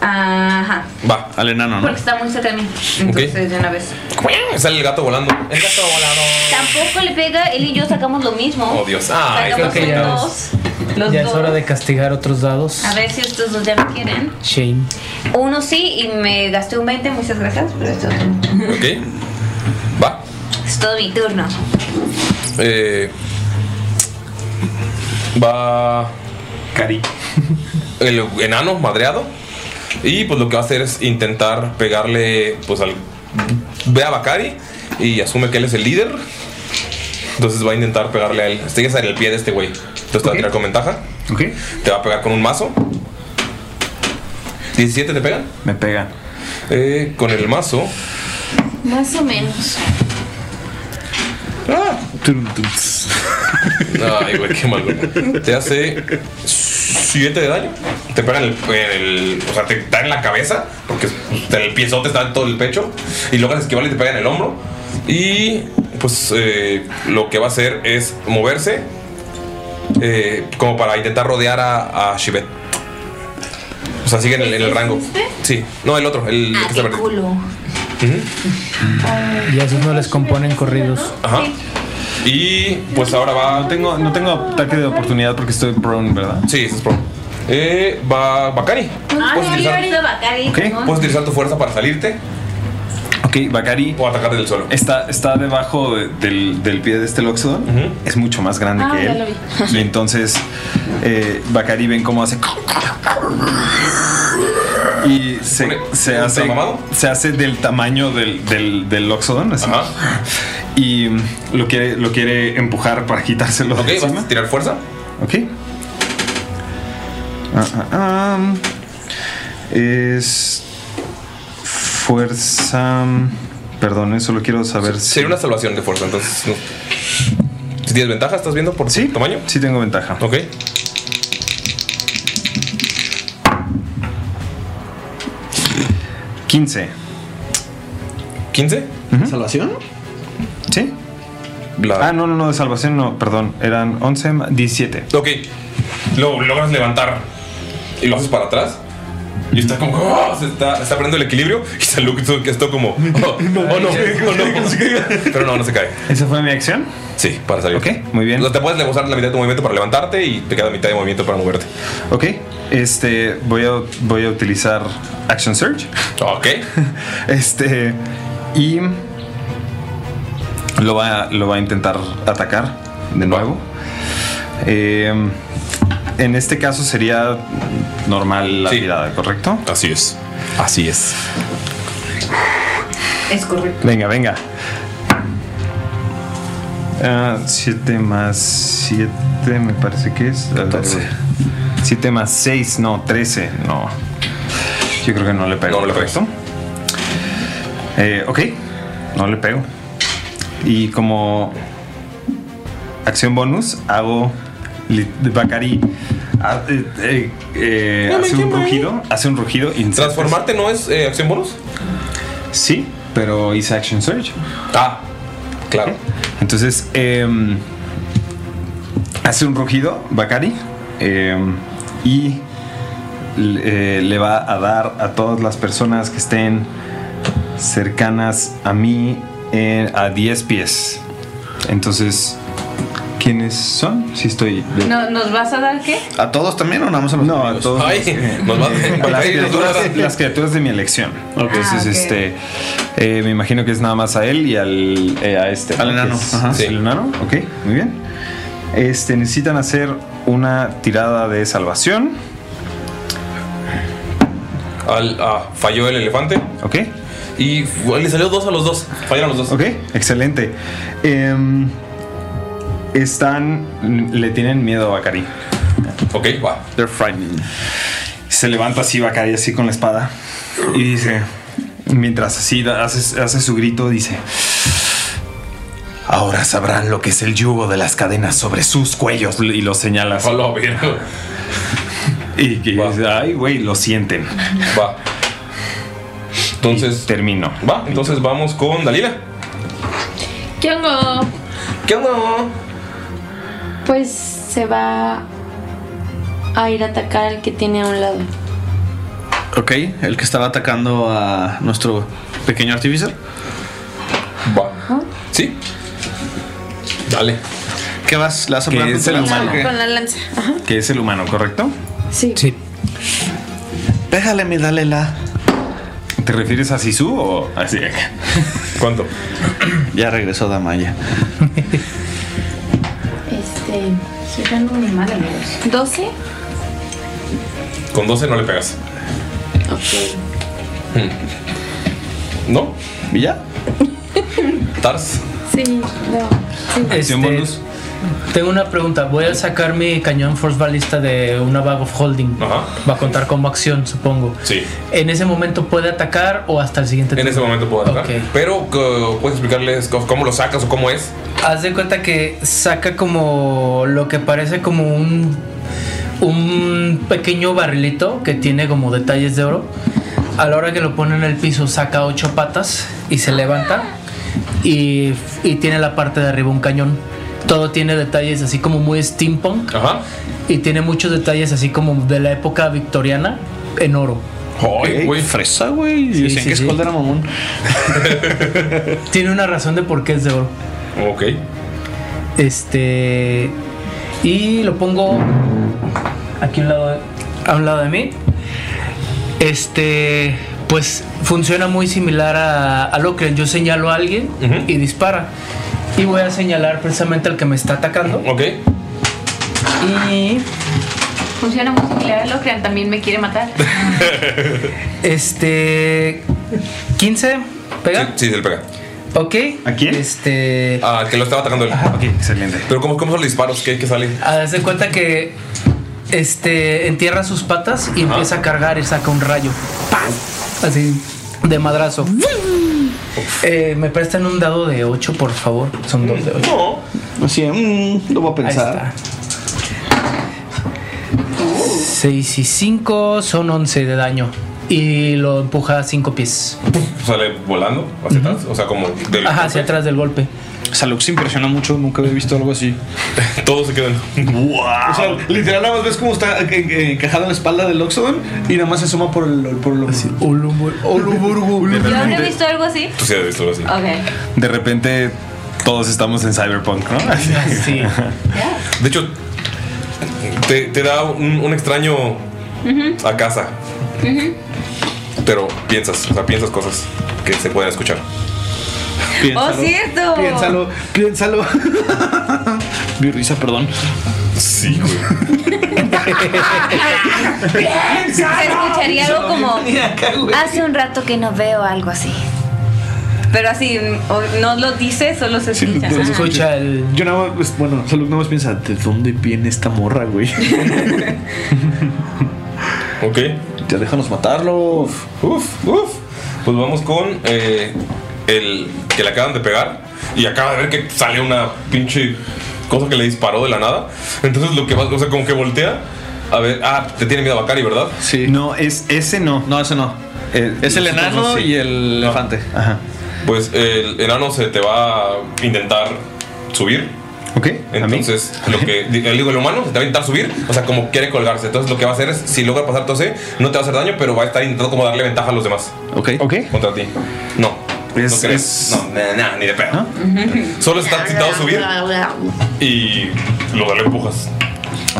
D: Ajá.
A: Va. Al enano,
D: Porque está muy cerca de mí. Entonces, de una vez.
A: Sale el gato volando. El gato volando.
D: Tampoco le pega, él y yo sacamos lo mismo.
A: Oh, Dios. Ah,
D: Sacamos
G: creo que ya
D: los
G: es.
D: dos. Los
G: ya
D: dos.
G: es hora de castigar otros dados.
D: A ver si estos dos ya me quieren.
G: Shame.
D: Uno sí, y me gasté un 20, muchas gracias. Pero esto
A: Ok.
D: es todo mi turno.
A: Eh, va. Cari. El enano madreado. Y pues lo que va a hacer es intentar pegarle. Pues al. Ve a Bakari. Y asume que él es el líder. Entonces va a intentar pegarle a él. Sigues en el pie de este güey. Entonces te va a tirar con ventaja.
K: Ok.
A: Te va a pegar con un mazo. ¿17 te pegan?
K: Me pega.
A: Eh, con el mazo.
C: Más o menos.
G: Ah.
A: Ay, güey, qué mal, güey. Te hace 7 de daño. Te pega en el, en el- O sea, te da en la cabeza. Porque el piezote está en todo el pecho. Y logras esquivarle y te pega en el hombro. Y pues eh, lo que va a hacer es moverse. eh, como para intentar rodear a, a Shivet. O sea, sigue en el, en el rango. Sí, no, el otro, el que está verde.
D: Culo.
G: Y a esos no les componen corridos.
A: Ajá. Y pues ahora va. No
K: tengo, no tengo ataque de oportunidad porque estoy prone, ¿verdad?
A: Sí, estás prone. Eh, va Bakari.
D: Ah,
A: Puedes
D: no, yo
A: utilizar-
D: ahorita Bacari.
A: Pues, Ok, pues, Puedes utilizar tu fuerza para salirte.
K: Ok, Bakari.
A: O atacarte del suelo.
K: Está, está debajo de- del, del pie de este Loxodon. Es mucho más grande
C: Ah,
K: que
C: ya
K: él.
C: lo vi.
K: Y entonces eh, Bakari ven cómo hace. Y se, se hace, se hace del tamaño del, del, del Loxodon. así. Y mm, lo quiere, lo quiere empujar para quitárselo.
A: Ok,
K: de
A: vas
K: encima.
A: a tirar fuerza.
K: Ok.
E: Ah, ah, ah. es fuerza. Perdón, eh, solo quiero saber si.
A: Sería una salvación de fuerza, entonces. No. Si tienes ventaja, ¿estás viendo por sí? tamaño?
E: Sí, tengo ventaja.
A: Ok.
E: ¿15?
A: ¿15?
L: ¿Salvación?
E: Sí. Ah, no, no, no, de salvación no, perdón. Eran 11, ma- 17.
A: Ok. Lo logras levantar y lo haces para atrás. Y está como, ¡ah! se está, está perdiendo el equilibrio. [LAUGHS] Y Saluk esto- que esto como,
E: [LAUGHS]
A: oh, no, [LAUGHS] oh, no, oh, no. Pero no, no se cae.
E: ¿Esa fue mi acción?
A: Sí, para salir.
E: Ok, muy bien.
A: O sea, te puedes usar la mitad de tu movimiento para levantarte y te queda mitad de movimiento para moverte.
E: Ok, este, voy a, voy a utilizar Action Surge. [LAUGHS]
A: Ok.
E: Este, y lo va, lo va a intentar atacar de nuevo. Eh, en este caso sería normal la tirada, ¿correcto?
A: Así es. Así es.
D: Es correcto.
E: Venga, venga. 7 Ah, más 7 me parece que es. 7 más 6, no, 13, no. Yo creo que no le pego. No le pego. ok, no le pego. Y como acción bonus, hago. li- Bacari ah, eh, eh, eh,
A: No me
E: hace un
A: llames.
E: rugido, hace un rugido. y-
A: ¿Transformarte no es eh, acción bonus?
E: Sí, pero hice Action Surge.
A: Ah, claro.
E: Entonces, em, hace un rugido Bakari em, y le, eh, le va a dar a todas las personas que estén cercanas a mí en- a 10 pies. Entonces, ¿quiénes son? Si estoy... de-
D: No, ¿Nos vas a dar qué?
E: ¿A todos también o nada más a los No, a todos.
A: Ay,
E: Eh,
A: nos va-
E: eh,
A: ay,
E: las,
A: nos va-
E: criaturas, las criaturas de mi elección. Entonces,
A: ok.
E: este. eh, me imagino que es nada más a él y al, eh, a este.
B: Al
E: ¿no?
B: enano,
E: Que es-
B: ajá.
E: es
B: Sí.
E: el enano. Ok, muy bien. Este, necesitan hacer una tirada de salvación.
A: Al, ah, falló el elefante.
E: Ok.
A: Y fu- le salió dos a los dos. Fallaron los dos.
E: Ok, excelente. Em, están. Le tienen miedo a Bakari.
A: Ok, va.
E: They're frightening. Se levanta así Bakari, así con la espada. Y dice. Mientras así da- hace, hace su grito, dice. Ahora sabrán lo que es el yugo de las cadenas sobre sus cuellos. Y lo señalas. Y que dice, ay, güey, lo sienten.
A: Va. Entonces.
E: termino.
A: Va, entonces vamos con Dalila.
C: ¿Qué hago?
A: ¿Qué hago?
C: Pues se va a ir a atacar al que tiene a un lado.
B: Ok, el que estaba atacando a nuestro pequeño artificer.
A: Va. Sí. Dale.
B: ¿Qué vas? ¿La vas a
E: Que
B: poner
E: es
B: contra
E: el
B: la
E: humano.
B: lanza o
C: Con la lanza. Ajá.
E: Que es el humano, ¿correcto?
C: Sí.
B: qué? Pégale, mi dale la.
E: ¿Te refieres a Sisu o así acá?
A: ¿Cuánto?
B: Ya regresó Damaya.
C: Este. Soy tan muy mal, amigos. ¿12?
A: Con 12 no le pegas.
C: Ok.
G: Hmm.
A: ¿No?
B: ¿Y ya?
A: Tars.
C: Sí, no.
G: Este, Tengo una pregunta. Voy a sacar mi cañón Force Ballista de una Bag of Holding. Va a contar como acción, supongo.
A: Sí.
G: ¿En ese momento puede atacar o hasta el siguiente
A: En
G: turno?
A: ese momento puedo atacar. Pero uh, puedes explicarles co- cómo lo sacas o cómo es.
G: Haz de cuenta que saca como lo que parece como un, un pequeño barrilito que tiene como detalles de oro. A la hora que lo pone en el piso saca ocho patas y se levanta y, y tiene la parte de arriba un cañón. Todo tiene detalles así como muy steampunk y tiene muchos detalles así como de la época victoriana en oro.
B: Ey, fresa, güey.
G: Sí,
B: Decían
G: sí,
B: que
G: sí.
B: Scold era mamón.
G: [LAUGHS]
B: [LAUGHS]
G: Tiene una razón de por qué es de oro.
A: Ok.
G: Este. Y lo pongo aquí a un lado de, a un lado de mí. Este. Pues funciona muy similar a, a lo que yo señalo a alguien y dispara. Y voy a señalar precisamente al que me está atacando.
A: Ok.
G: Y.
D: Funciona muy similar a Locrean, también me quiere
A: [LAUGHS]
D: matar.
G: [LAUGHS] Este. 15. ¿Pega?
A: Sí, se le pega.
G: Ok. ¿A quién? Este.
A: Ah, al que lo estaba atacando él.
E: ok, excelente.
A: Pero ¿cómo, cómo son los disparos? ¿Qué, qué sale?
G: Haz de cuenta que este, entierra sus patas y empieza a cargar y saca un rayo. ¡Pam! Así, de madrazo. Eh, ¿Me prestan un dado de 8, por favor? Son dos de 8.
F: Así, mm, lo voy a pensar.
G: 6 y 5 son 11 de daño. Y lo empuja a 5 pies.
A: Sale volando hacia atrás. O sea, como del-
G: Ajá, hacia atrás del golpe.
B: Saluk se impresiona mucho, nunca había visto algo así.
A: [LAUGHS] Todos se quedan.
B: ¡Wow!
F: O sea, literal, nada más ves cómo está eh, eh, encajado en la espalda del Oxodon y nada más se asoma por el, por el Oluburgu.
D: Yo no he visto algo así.
A: Tú sí has visto algo así.
D: Ok.
K: De repente todos estamos en Cyberpunk, ¿no?
G: [LAUGHS] Sí.
A: De hecho, te, te da un, un extraño a casa, pero piensas, o sea, piensas cosas que se pueden escuchar.
D: ¡Oh, cierto!
F: Piénsalo, piénsalo.
B: Mi risa, perdón.
A: Sí, güey.
H: Se escucharía
F: [LAUGHS]
H: algo como hace un rato que no veo algo así.
D: Pero así, o- no lo dice, solo se escucha.
F: Se
D: Ajá.
G: Escucha el.
B: Yo nada más, pues, bueno, Saluk nada más piensa, ¿de dónde viene esta morra, güey?
A: Ok.
B: Ya déjanos matarlo.
A: Uf, uf. Pues vamos con eh, el que le acaban de pegar y acaba de ver que sale una pinche cosa que le disparó de la nada. Entonces lo que va, o sea, como que voltea. A ver, ah, te tiene miedo a Bakari, ¿verdad?
B: Sí.
K: No, es ese no.
B: No, ese no. Eh, Es el enano y el elefante.
K: Ajá.
A: Pues el enano se te va a intentar subir.
K: Ok,
A: Entonces, lo que el digo, el humano se te va a intentar subir, o sea, como quiere colgarse. Entonces, lo que va a hacer es, si logra pasar todo ese, no te va a hacer daño, pero va a estar intentando como darle ventaja a los demás
B: ¿A mí? Ok.
K: ¿a mí? Ok.
A: contra ti. No.
K: Es-
A: no, creo.
K: es-
A: no, na- na, ni de pedo.
B: ¿Ah?
A: Solo está intentando subir y lo le empujas.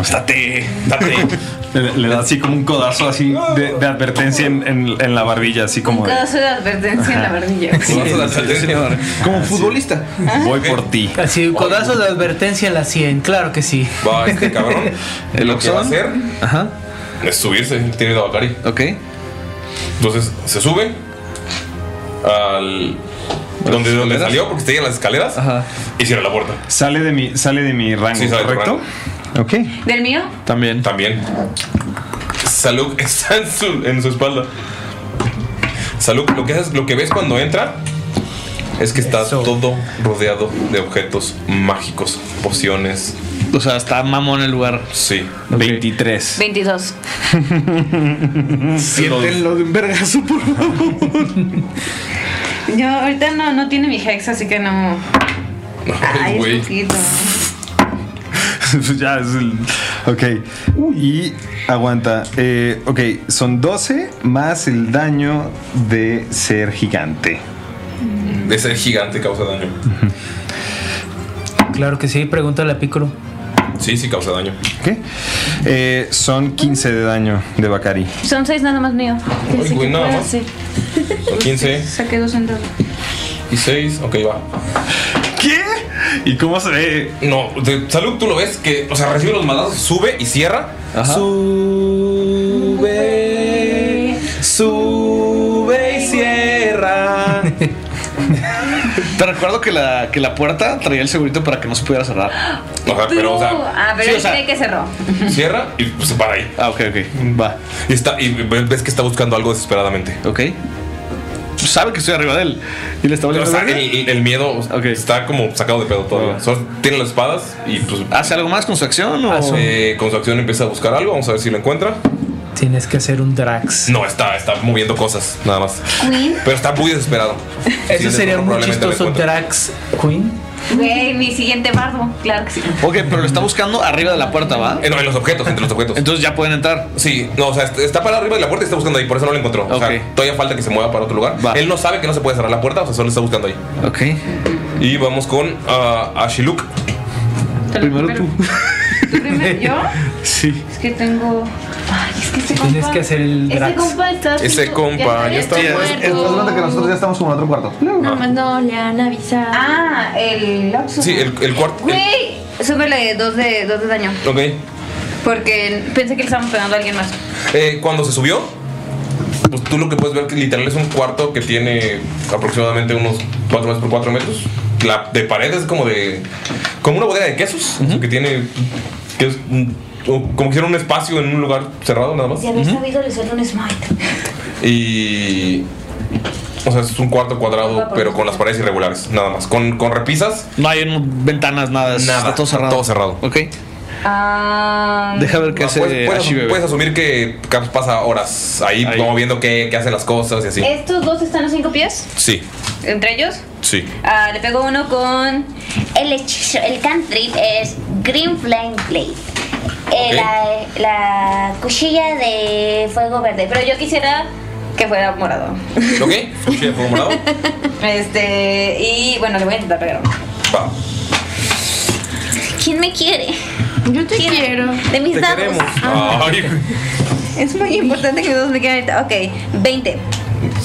K: Estate.
A: Date.
K: Pues Le, le da así como un codazo así de, de advertencia en, en- en la barbilla, así como de,
D: Cada su advertencia en la barbilla.
A: Codazo de advertencia.
F: [LAUGHS] Como futbolista.
K: voy por ti.
G: Así, codazo de advertencia en la 100, claro que sí.
A: Va este cabrón.
B: [LAUGHS] ¿El
A: lo que va a
B: Oxon?
A: hacer
B: Ajá.
A: es subirse, tiene miedo a Bakari.
B: Ok.
A: Entonces se sube al donde, donde
B: escaleras?
A: salió, porque está en las escaleras,
B: Ajá.
A: y cierra la puerta.
K: Sale de mi, sale de mi rango,
A: Sí, sale de tu
K: ¿correcto? Ok.
D: ¿Del mío?
B: También.
A: También. Saluk [LAUGHS] está en su, en su espalda. Saluk, lo que, haces- lo que ves cuando entra es que está
G: Eso.
A: todo rodeado de objetos mágicos, pociones.
B: O sea, está mamón el lugar.
A: Sí.
K: 23.
D: 22.
F: [LAUGHS] Siéntenlo de un vergazo, por favor.
D: Yo ahorita no, no tiene mi hex, así que no. Ay,
A: Güey.
D: es poquito.
K: Pues [LAUGHS] ya es el- Ok. Y aguanta. Eh, ok, son 12 más el daño de ser gigante.
A: De ser gigante causa daño.
G: Claro que sí, pregúntale a Piccolo.
A: Sí, sí causa daño.
K: Ok. Eh, son 15 de daño de Bakari.
D: Son seis nada más mío.
A: Ay,
D: Así
A: güey,
D: que
A: nada
D: puedo
A: más.
D: hacer.
A: Son 15
D: Saqué dos en dos.
A: y 6. Ok, va.
K: ¿Qué? ¿Y cómo se ve?
A: No, de Saluk tú lo ves que, o sea, recibe los madrazos, sube y cierra. Sube. Sube y cierra.
B: Te recuerdo que la, que la puerta traía el segurito para que no se pudiera cerrar.
A: Ajá, pero, Ah, o sea,
D: ah, pero
B: sí, o
D: él
B: sea-
D: cree que cerró.
A: cierra y pues, se para ahí.
B: Ah, ok, ok. Va.
A: Y, está, y ve- ves que está buscando algo desesperadamente.
B: Ok. Sabe que estoy arriba de él. Y le está
A: Pero, o
B: volviendo
A: sea, el, el miedo
B: Ok.
A: está como sacado de pedo todavía.
B: Ah.
A: Solo tiene las espadas y pues
B: ¿Hace algo más con su acción o.?
A: eh, con su acción empieza a buscar algo. Vamos a ver si lo encuentra.
G: [LAUGHS] Tienes que hacer un Drax.
A: No, está, está moviendo cosas, nada más.
H: Queen.
A: Pero está muy desesperado.
G: Eso
A: Sí,
G: sería un muy
A: probablemente lo
G: chistoso
A: encuentre.
G: Drax Queen.
D: Güey, mi siguiente bardo. Claro que sí.
B: Ok, pero lo está buscando arriba de la puerta, ¿va?
A: Eh, no, en los objetos, entre los objetos.
B: Entonces ya pueden entrar.
A: Sí, no, o sea, est- está para arriba de la puerta y está buscando ahí, por eso no lo encontró. O
B: Ok.
A: sea, todavía falta que se mueva para otro lugar.
B: Va.
A: Él no sabe que no se puede cerrar la puerta, o sea, solo está buscando ahí.
B: Ok.
A: Y vamos con ah, Ashiluk.
D: Te lo
B: Primero tú.
D: ¿Tú
A: [LAUGHS]
D: primero? ¿Yo?
B: Sí.
D: Es que tengo. Ay, es que este compa.
G: Tienes que hacer el
D: Ese
G: Drax.
D: compa está.
A: Ese
D: haciendo-
A: compa, ya está
D: muerto.
F: Es que nosotros ya estamos como en otro cuarto.
C: Nada más no le han avisado.
D: Ah, el Oxxo.
A: Sí, el, el cuarto. el-
D: Güey, súbele dos de, dos de daño.
A: ok.
D: Porque pensé que le estaban pegando a alguien más.
A: Eh, cuando se subió, pues tú lo que puedes ver que literal es un cuarto que tiene aproximadamente unos 4 metros por 4 metros. La de pared es como de. como una bodega de quesos. o sea, que tiene. que es un o como que era un espacio en un lugar cerrado nada más.
H: De haber sabido, le suelto un smite.
A: Y. O sea, es un cuarto cuadrado, pero con las paredes irregulares, nada más. Con, con repisas.
B: No hay ventanas, nada.
A: Nada.
B: está todo cerrado.
A: Todo cerrado.
B: Ok.
D: Ah,
B: Deja ver qué hace
A: puedes, puedes-
B: Ashi, bebé.
A: puedes asumir que Caps pasa horas ahí, como viendo qué, qué hace las cosas y así.
D: ¿Estos dos están a cinco pies?
A: Sí,
D: ¿Entre ellos?
A: sí.
D: Ah, le pego uno con.
H: El hechizo, el cantrip es Green Flame Blade. Eh,
A: Ok.
H: la, la cuchilla de fuego verde.
D: Pero yo quisiera que fuera morado.
A: ¿Ok? Fuchi de fuego morado.
D: Este. Y bueno, le voy a intentar pegar uno.
A: Va.
H: ¿Quién me quiere?
C: Yo te quiero.
D: De mis
A: Te
D: dados.
A: queremos.
D: Ah,
A: Ay.
D: es muy importante que mis dados me queden ahorita. Ok, 20.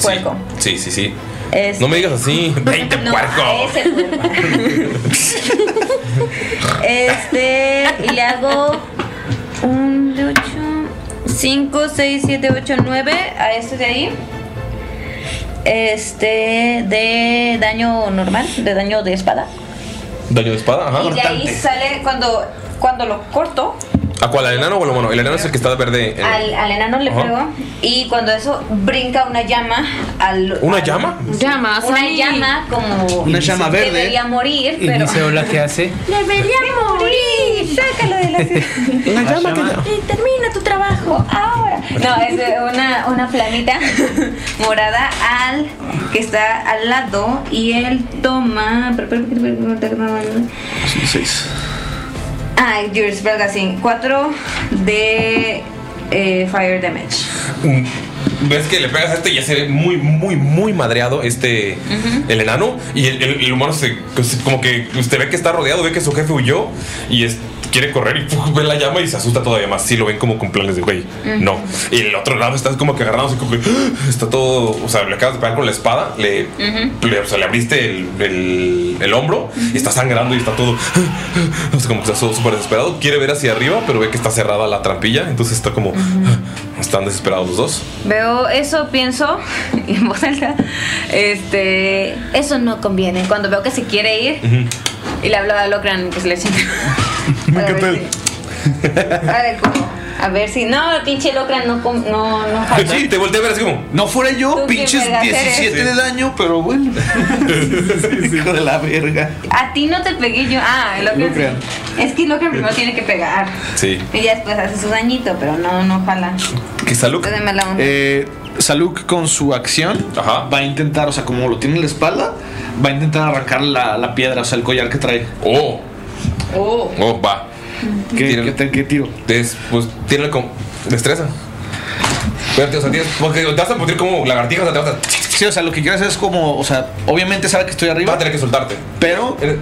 D: Puerco.
A: Sí, sí, sí.
D: Este-
A: No me digas así. 20
D: [LAUGHS] No,
A: puerco.
D: a ese cuerpo. este, y le hago un de 8, 5, 6, 7, 8, 9 a este de ahí. Este, de daño normal, de daño de espada.
A: Daño de espada,
F: Ah,
A: ajá.
D: y de ahí sale cuando, cuando lo corto,
A: ¿A cuál? ¿Al enano o al mono? El enano es el que está verde. en-
D: al, al enano le
A: Eh. Ajá.
D: pego y cuando eso brinca una llama al...
A: ¿Una
D: al-
A: llama?
C: Llamas.
D: Una
C: ay.
D: llama como...
F: Una llama verde.
D: Debería morir,
G: Y
D: pero...
G: dice hola, ¿qué hace?
D: ¡Debería morir! ¡Sácalo de la [LAUGHS]
F: Una Ah, llama que ya.
D: Y termina tu trabajo ahora. No, es de una, una flamita [LAUGHS] morada Ah, al que está al lado y él toma.
B: Seis.
D: Ah, Your Spell Casting. 4 de eh, Fire Damage.
A: Mm, Ves que le pegas a este y ya se ve muy, muy, muy madreado este, el enano. Y el, el- el humano se, se- como que usted ve que está rodeado, ve que su jefe huyó y es- quiere correr y ¡puf! ve la llama y se asusta todavía más. Sí, lo ven como con planes de güey, no. Y el otro lado está como que agarrado, así como que ¡ah! está todo, o sea, le acabas de pegar con la espada, le, le- o sea, le abriste el, el- el hombro y está sangrando y está todo, ¡ah! o sea, como que está todo súper desesperado. Quiere ver hacia arriba, pero ve que está cerrada la trampilla, entonces está como, ¡ah! están desesperados los dos.
D: Veo eso, pienso [LAUGHS] en voz alta. Este. Eso no conviene. Cuando veo que se quiere ir y le hablo a Locran que se le echen. Me
A: encanta el-
D: A ver cómo. A ver si. No, pinche Locran no. com- No, no jala.
A: [LAUGHS] [LAUGHS] Sí, te volteé a ver así como.
B: No fuera yo,
D: Tú sí
B: pinches
D: me das
B: 17
D: eres.
B: de daño, pero [LAUGHS] bueno. Hijo de la verga.
D: A ti no te pegué yo. Ah, Locran.
B: Locran.
D: Es que Locran primero tiene que pegar.
A: Sí.
D: Y ya después hace su dañito, pero no, no jala.
A: Que Saluk.
D: Es de mala onda.
B: Eh, Saluk con su acción
A: Ajá.
B: va a intentar, o sea, como lo tiene en la espalda, va a intentar arrancar la, la piedra, o sea, el collar que trae.
A: Oh,
D: Oh.
A: oh, va.
B: ¿Qué,
A: Tíralo.
B: qué, te- qué tiro?
A: Es, pues tiene como. Destreza. Espérate, o sea, tienes. Porque te vas a poner como lagartija, o sea, te vas a. Vas
B: Sí, o sea, lo que quiero hacer es como, o sea, obviamente sabe que estoy
A: a
B: arriba,
A: tener que
B: [LAUGHS]
A: soltarte.
B: pero
A: Eres-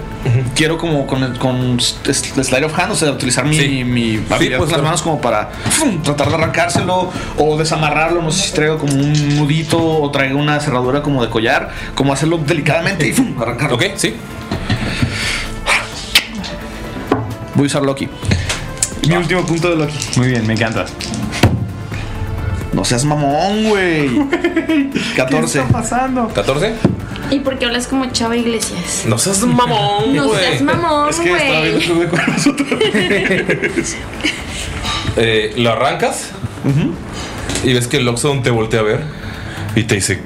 B: quiero como con, con s- slide of hand, o sea, utilizar mi,
A: Sí.
B: mi
A: Sí, pues,
B: habilidad con las
A: claro.
B: manos como para ¡fum! tratar de arrancárselo o desamarrarlo, no sé si traigo como un nudito o traigo una cerradura como de collar, como hacerlo delicadamente y ¡fum! arrancarlo.
A: Ok, sí.
B: Voy a usarlo aquí. Mi último punto de Loki.
E: Muy bien, me encanta.
B: No seas mamón, [LAUGHS] güey. 14.
E: pasando?
A: 14.
C: ¿Y por qué hablas como Chava Iglesias?
A: No seas mamón,
C: No
A: güey.
C: seas mamón,
B: Es que estaba viendo el
C: güey.
B: club de cuernos otra
A: Eh, lo arrancas. Y ves que el Oxodon te voltea a ver. Y te dice: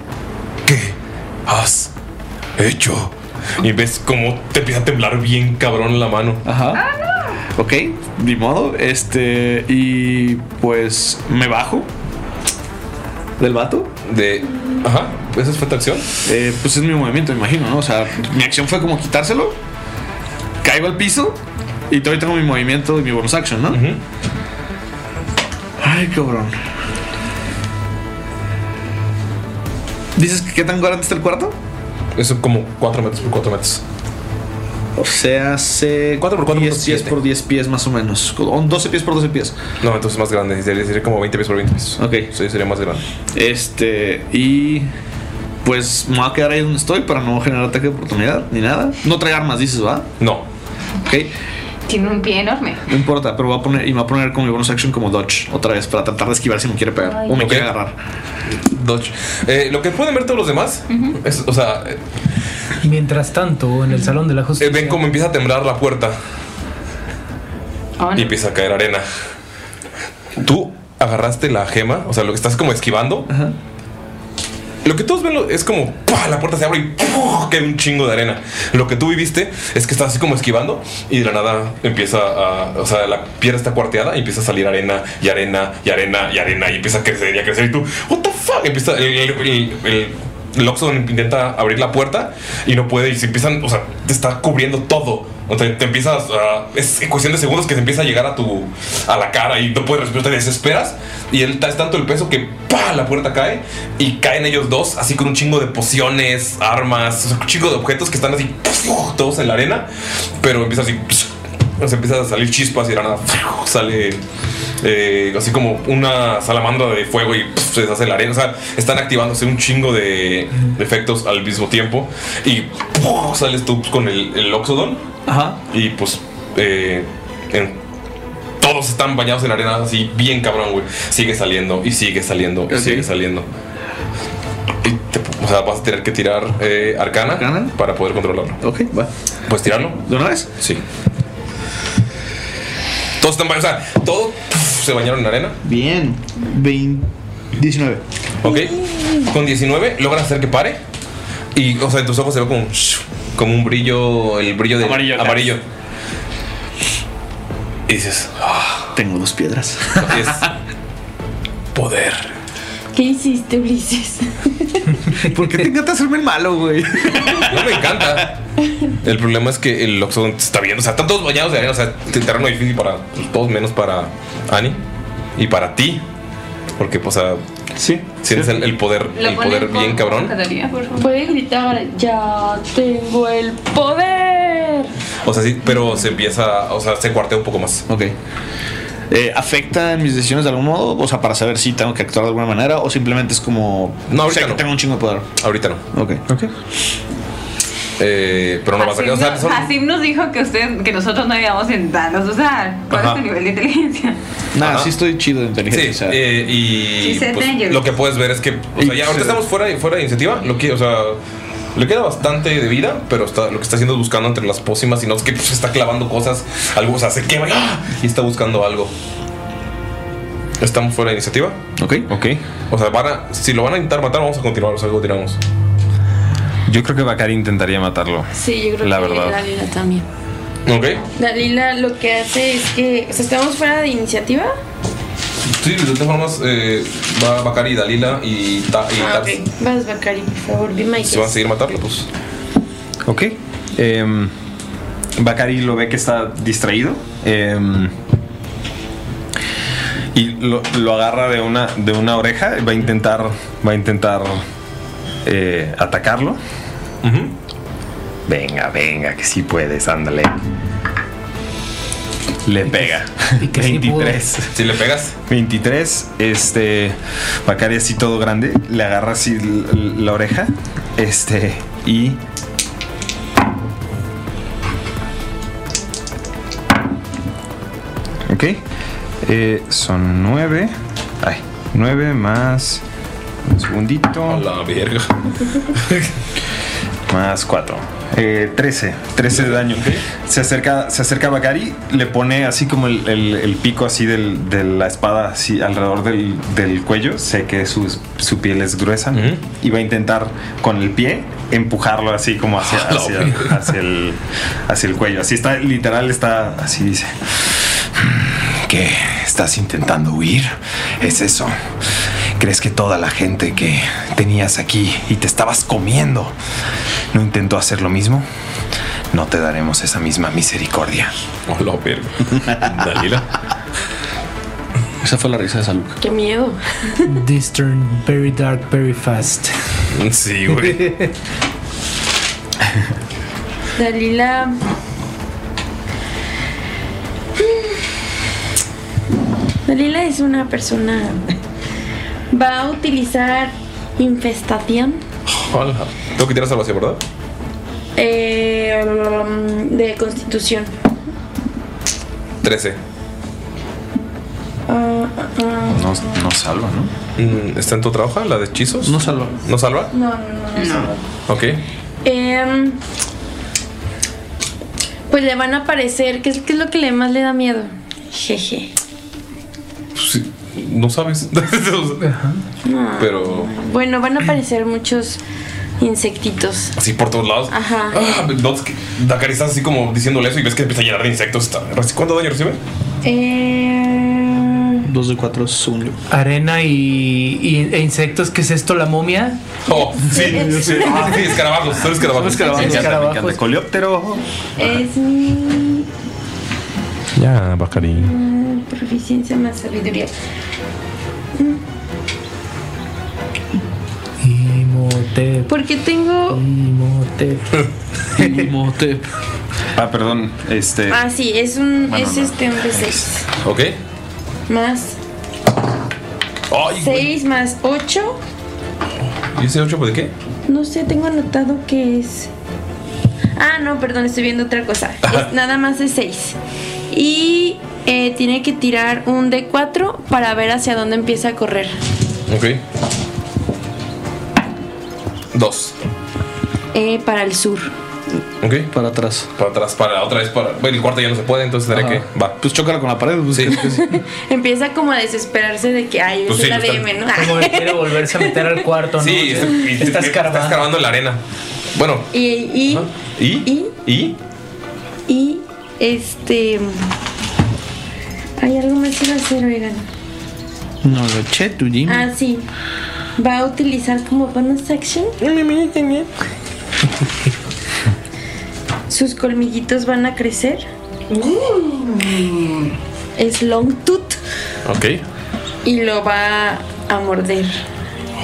A: ¿Qué has hecho? Y ves cómo te empieza a temblar bien cabrón la mano.
B: Ajá. Ok, ni modo. Este. Y pues me bajo del vato.
A: De. Ajá, esa fue tu acción.
B: Eh, pues es mi movimiento, me imagino, ¿no? O sea, mi acción fue como quitárselo. Caigo al piso. Y todavía tengo mi movimiento y mi bonus action, ¿no? Ay, cabrón. ¿Dices que qué tan grande está el cuarto?
A: Eso como 4 metros por 4 metros.
B: O sea, hace
A: Cuatro por cuatro,
B: 10 pies
A: siete.
B: por 10 pies más o menos. O 12 pies por 12 pies.
A: No, entonces más grande. Sería, sería como 20 pies por 20 pies.
B: Ok.
A: Sí, sería más grande.
B: Este, y pues me voy a quedar ahí donde estoy para no generar ataque de oportunidad ni nada. No trae armas, dices, ¿va?
A: No.
B: Ok,
D: Tiene un pie enorme.
B: no importa, pero voy a poner, y me voy a poner con mi bonus action como dodge otra vez para tratar de esquivar si me quiere pegar o me
A: Ok.
B: quiere agarrar.
A: Dodge. Eh, lo que pueden ver todos los demás es, o sea, eh,
G: Mientras tanto, en el salón de la justicia.
A: ven cómo empieza a temblar la puerta
D: Oh, no.
A: y empieza a caer arena. Tú agarraste la gema, o sea, lo que estás como esquivando. Lo que todos ven lo- es como ¡pah! la puerta se abre y ¡puf! cae un chingo de arena. Lo que tú viviste es que estás así como esquivando y de la nada empieza a. O sea, la piedra está cuarteada y empieza a salir arena y arena y arena y arena y empieza a crecer y a crecer. Y tú, ¿What the fuck? Empieza. El, el, el- el Loxodon intenta abrir la puerta y no puede y se empiezan. O sea, te está cubriendo todo. O sea, te empiezas a. Es cuestión de segundos que se empieza a llegar a tu. a la cara y no puedes respirar, te desesperas. Y él es tanto el peso que ¡pah! la puerta cae. Y caen ellos dos, así con un chingo de pociones, armas, o sea, un chingo de objetos que están así ¡puf! todos en la arena. Pero empieza así. Se empieza a salir chispas y de la nada ¡puf! sale eh, así como una salamandra de fuego y ¡puf! se deshace la arena. O sea, están activándose un chingo de, de efectos al mismo tiempo. Y ¡puf! sales tú pues, con el, el Oxodon. Y pues eh, en- todos están bañados en arena así, bien cabrón, güey. Sigue saliendo y sigue saliendo y sigue saliendo. Y te- o sea, vas a tener que tirar eh, arcana, para poder controlarlo.
B: Ok, va.
A: ¿Puedes tirarlo?
B: ¿De una vez?
A: Sí. Todos están bañados, o sea, todos pf, se bañaron en arena.
B: Bien. 20, 19.
A: Ok. Con 19 logras hacer que pare. Y, o sea, en tus ojos se ve como, un shh, como un brillo, el brillo de
B: Amarillo, claro.
A: amarillo. Y dices, "Ah".
B: Tengo dos piedras. [LAUGHS]
A: es poder.
C: ¿Qué hiciste, Ulises?
B: ¿Por qué te encanta hacerme el malo, güey?
A: No me encanta. El problema es que el Oxodon te está viendo. O sea, están todos bañados de arena. O sea, te- terreno difícil para pues, todos menos para Annie y para ti. Porque, pues, o sea,
B: sí,
A: sientes el, el poder, el poder bien cabrón.
C: Puede gritar, ya tengo el poder.
A: O sea, sí, pero se empieza, o sea, se cuartea un poco más.
B: Ok. Eh, ¿Afecta en mis decisiones de algún modo? O sea, para saber si tengo que actuar de alguna manera o simplemente es como.
A: No,
B: o
A: ahorita
B: sea, que
A: no.
B: tengo un chingo de poder.
A: Ahorita no.
B: Ok.
A: Eh, pero no vas a
D: Asim,
A: quedar. O sea,
D: nos-
A: son-
D: Asim nos dijo que usted, que nosotros no íbamos en danos. O sea, ¿cuál
A: Ajá.
D: es tu nivel de inteligencia?
B: Nada,
A: Ajá.
B: sí estoy chido de
A: Sí,
B: inteligencia. o sea.
A: eh, y
D: Sí, se
A: pues,
D: danger.
A: lo que puedes ver es que o sea, ya ahorita estamos fuera, fuera de iniciativa, lo que, o sea, le queda bastante de vida, pero está, lo que está haciendo es buscando entre las pócimas y no es que pues, está clavando cosas, algo, o sea, se quema y, ¡ah! y está buscando algo. Estamos fuera de iniciativa.
B: Ok.
E: Ok.
A: O sea, van a- si lo van a intentar matar, vamos a continuar, o sea, continuamos.
E: Yo creo que Bakari intentaría matarlo.
C: Sí, yo creo
E: La
C: que
E: verdad.
C: Dalila también.
A: Ok.
C: Dalila lo que hace es que. O sea, estamos fuera de iniciativa.
A: Sí, de todas formas, eh, va Bakari, Dalila y, Ta- y
C: Ah,
A: Tars.
C: ok. Vas, Bakari, por favor, be my
A: Si van a
C: guest.
A: seguir matarlo, pues.
E: Ok. Em, Bakari lo ve que está distraído. em, y lo, lo agarra de una, de una oreja. y Va a intentar. Va a intentar. eh, atacarlo. Venga, venga, que sí puedes, ándale. Le pega.
G: Y que sí pudo.
E: 23.
A: Si le pegas,
E: 23, este, Bacari así todo grande, le agarra así l- l- la oreja, este, y... Ok, eh, son 9, ay, 9 más, un
A: a
E: segundito,
A: la verga.
E: [LAUGHS] más 4. 13, 13 de daño. Se acerca, se acerca a Bakari, le pone así como el, el- el pico así del- de la espada así alrededor del, del cuello. Sé que su, su piel es gruesa.
A: Ujú.
E: Y va a intentar con el pie empujarlo así como hacia,
A: A la
E: hacia-
A: verga.
E: hacia el, hacia el cuello. Así está, literal está, así dice. ¿Qué? ¿Estás intentando huir? Es eso. ¿Crees que toda la gente que tenías aquí y te estabas comiendo no intentó hacer lo mismo? No te daremos esa misma misericordia.
A: A la verga.
E: [LAUGHS]
A: Dalila.
B: Esa fue la risa de Saluk.
C: Qué miedo.
G: This turned very dark, very fast.
A: Sí, güey.
C: Dalila. Dalila es una persona. Va a utilizar infestación
A: Hola. Tengo que tirar salvación, ¿verdad?
C: eh, de constitución.
A: 13.
C: Ah, ah, ah.
E: No, no salva, ¿no?
A: Mm, ¿Está en tu otra hoja? ¿La de hechizos?
B: No salva.
A: ¿No salva?
C: No, no, no. no.
A: Ok.
C: Em, pues le van a aparecer. ¿Qué es, qué es lo que le más le da miedo? Jeje.
A: Sí, no sabes. [LAUGHS] Pero
C: Bueno, van a aparecer muchos insectitos.
A: sí, por todos lados.
C: Ajá.
A: Ah, Dots, que- Dakar está así como diciéndole eso y ves que empieza a llenar de insectos. Está- ¿Cuánto daño recibe?
C: Eh,
F: [LAUGHS] Dos de cuatro segundo.
G: Arena y, y- e insectos, ¿qué es esto? ¿La momia?
A: Oh,
C: [LAUGHS]
A: sí, sí. Ah, sí, escarabajos, son escarabajos.
G: escarabajos.
A: Me encanta, me
G: Escarabajos.
A: encanta. Coleóptero.
C: es mi
A: Ya, Bacari.
C: mm, proficiencia más sabiduría.
G: Imhotep.
C: Porque tengo.
B: [LAUGHS]
G: Imhotep.
B: Imhotep.
K: Ah, perdón. Este.
C: Ah, sí, es un.
K: Bueno,
C: es
K: no.
C: este un D6.
A: Ok.
C: Más.
A: Ay,
C: 6 más 8.
A: ¿Y ese 8 de qué?
C: No sé, tengo anotado que es. Ah, no, perdón, estoy viendo otra cosa. Es- nada más es 6. Y eh, tiene que tirar un D4 para ver hacia dónde empieza a correr.
A: Ok. Dos.
C: Eh, para el sur.
A: Ok.
B: Para atrás.
A: Para atrás, para otra vez, para. Bueno, el cuarto ya no se puede, entonces tendré que. Va.
B: Pues chócala con la pared. Pues,
A: sí.
C: Empieza como a desesperarse de que, ay,
A: [LAUGHS] Pues
C: es
A: sí,
C: la
A: lo está-
C: DM, ¿no? [LAUGHS]
G: Como que quiere volverse a meter al cuarto, ¿no?
A: Sí,
G: O sea,
A: y- y-
G: está escarbando.
A: escarbando en la arena. Bueno,
C: Y, y,
A: ¿y? ¿Y?
C: y, este. Hay algo más que iba a hacer, oigan.
B: [LAUGHS] No lo che, tu Jimmy.
C: Ah, sí. Va a utilizar como bonus action. [LAUGHS] Sus colmillitos van a crecer. Es long tooth
A: Ok.
C: y lo va a morder.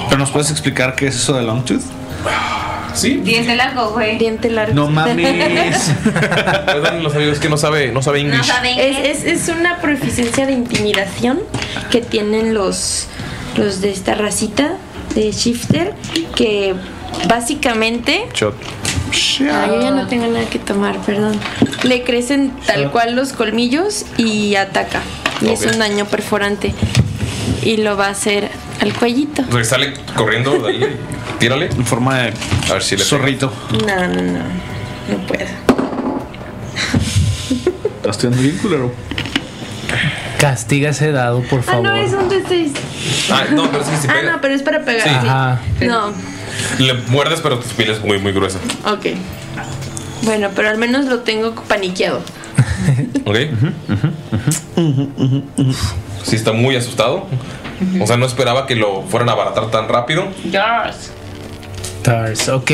B: Pero nos puedes explicar qué es eso de long tooth?
A: Sí.
D: Diente largo, güey.
C: Diente largo.
B: No
C: [LAUGHS]
B: mames.
A: [LAUGHS] Perdón, los amigos que no sabe, no sabe
D: No
A: inglés.
D: saben qué.
C: Es, es, es una proficiencia de intimidación que tienen los, los de esta racita de Shifter que básicamente...
A: Shot.
C: Ah, yo ya no tengo nada que tomar, perdón. Le crecen tal cual los colmillos y ataca. Y
A: Ok.
C: es un daño perforante. Y lo va a hacer al cuellito.
A: O sea, sale corriendo de ahí. Tírale.
B: En forma de
A: A ver si le. pega.
B: zorrito.
C: No, no, no. No puedo.
B: Estás estudiando bien, culero.
G: Castiga ese dado, por
C: Ah,
G: favor.
C: no, es un D6.
A: Ah, no, pero sí, sí
C: Ah,
A: pega.
C: no, pero es para pegar.
A: Sí.
C: sí.
G: Ajá.
C: No,
A: Le muerdes, pero tu piel es muy, muy gruesa.
C: ok. Bueno, pero al menos lo tengo paniqueado.
A: ¿Ok? Sí, está muy asustado. O sea, no esperaba que lo fueran a abaratar tan rápido.
G: Tars, ok.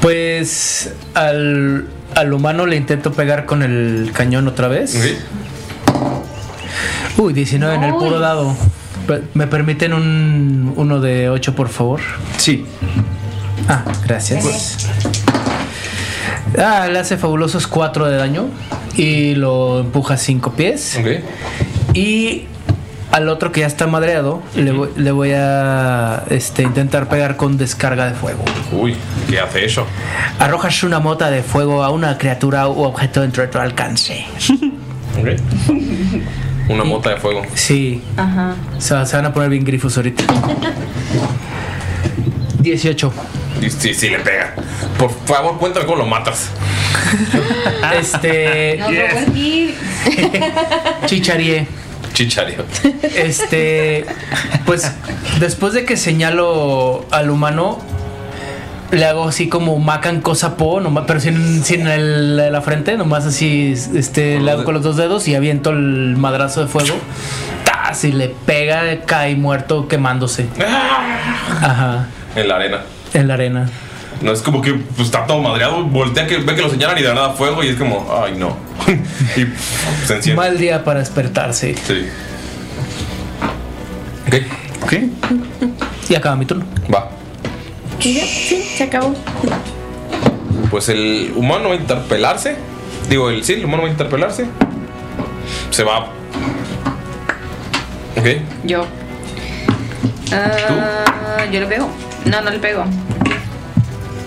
G: Pues al, al humano le intento pegar con el cañón otra vez.
A: Ok.
G: Uy, 19 en el puro dado. Pe- ¿Me permiten un uno de 8, por favor?
B: Sí.
G: Ah, gracias. Ah, le hace fabulosos 4 de daño y lo empuja 5 pies.
A: Ok.
G: Y al otro que ya está madreado, le voy, le voy a este, intentar pegar con descarga de fuego.
A: Uy, ¿qué hace eso?
G: Arrojas una mota de fuego a una criatura u objeto dentro de tu alcance.
A: [LAUGHS] Ok. Una mota de fuego.
G: Sí,
D: [LAUGHS] Ajá.
G: se, va- se van a poner bien grifos ahorita. 18.
A: Y sí, sí, le pega. Por favor, cuéntame cómo lo matas.
G: [LAUGHS] Este.
D: Nos robó el kit.
G: Chicharie.
A: Chichario.
G: Este. Pues después de que señalo al humano, le hago así como macan cosa po, nomás, pero sin, sin el- la frente, nomás así, este,
A: Con
G: le
A: los
G: hago con los dos dedos y aviento el madrazo de fuego. ¡Tas! Y le pega, cae muerto quemándose.
A: Ah.
G: Ajá,
A: En la arena.
G: en la arena.
A: No es como que pues, está todo madreado. Voltea que ve que lo señalan y de nada fuego. Y es como, ay, no. [LAUGHS] y se enciende.
G: Mal día para despertarse.
A: Sí. Ok,
B: Ok.
G: Y acaba mi turno.
A: va.
C: Y ya, Sí, se acabó.
A: Pues el humano va a interpelarse. Digo, el sí, el humano va a interpelarse. Se va. Ok.
D: Yo. Ah, yo le pego. No, no le pego.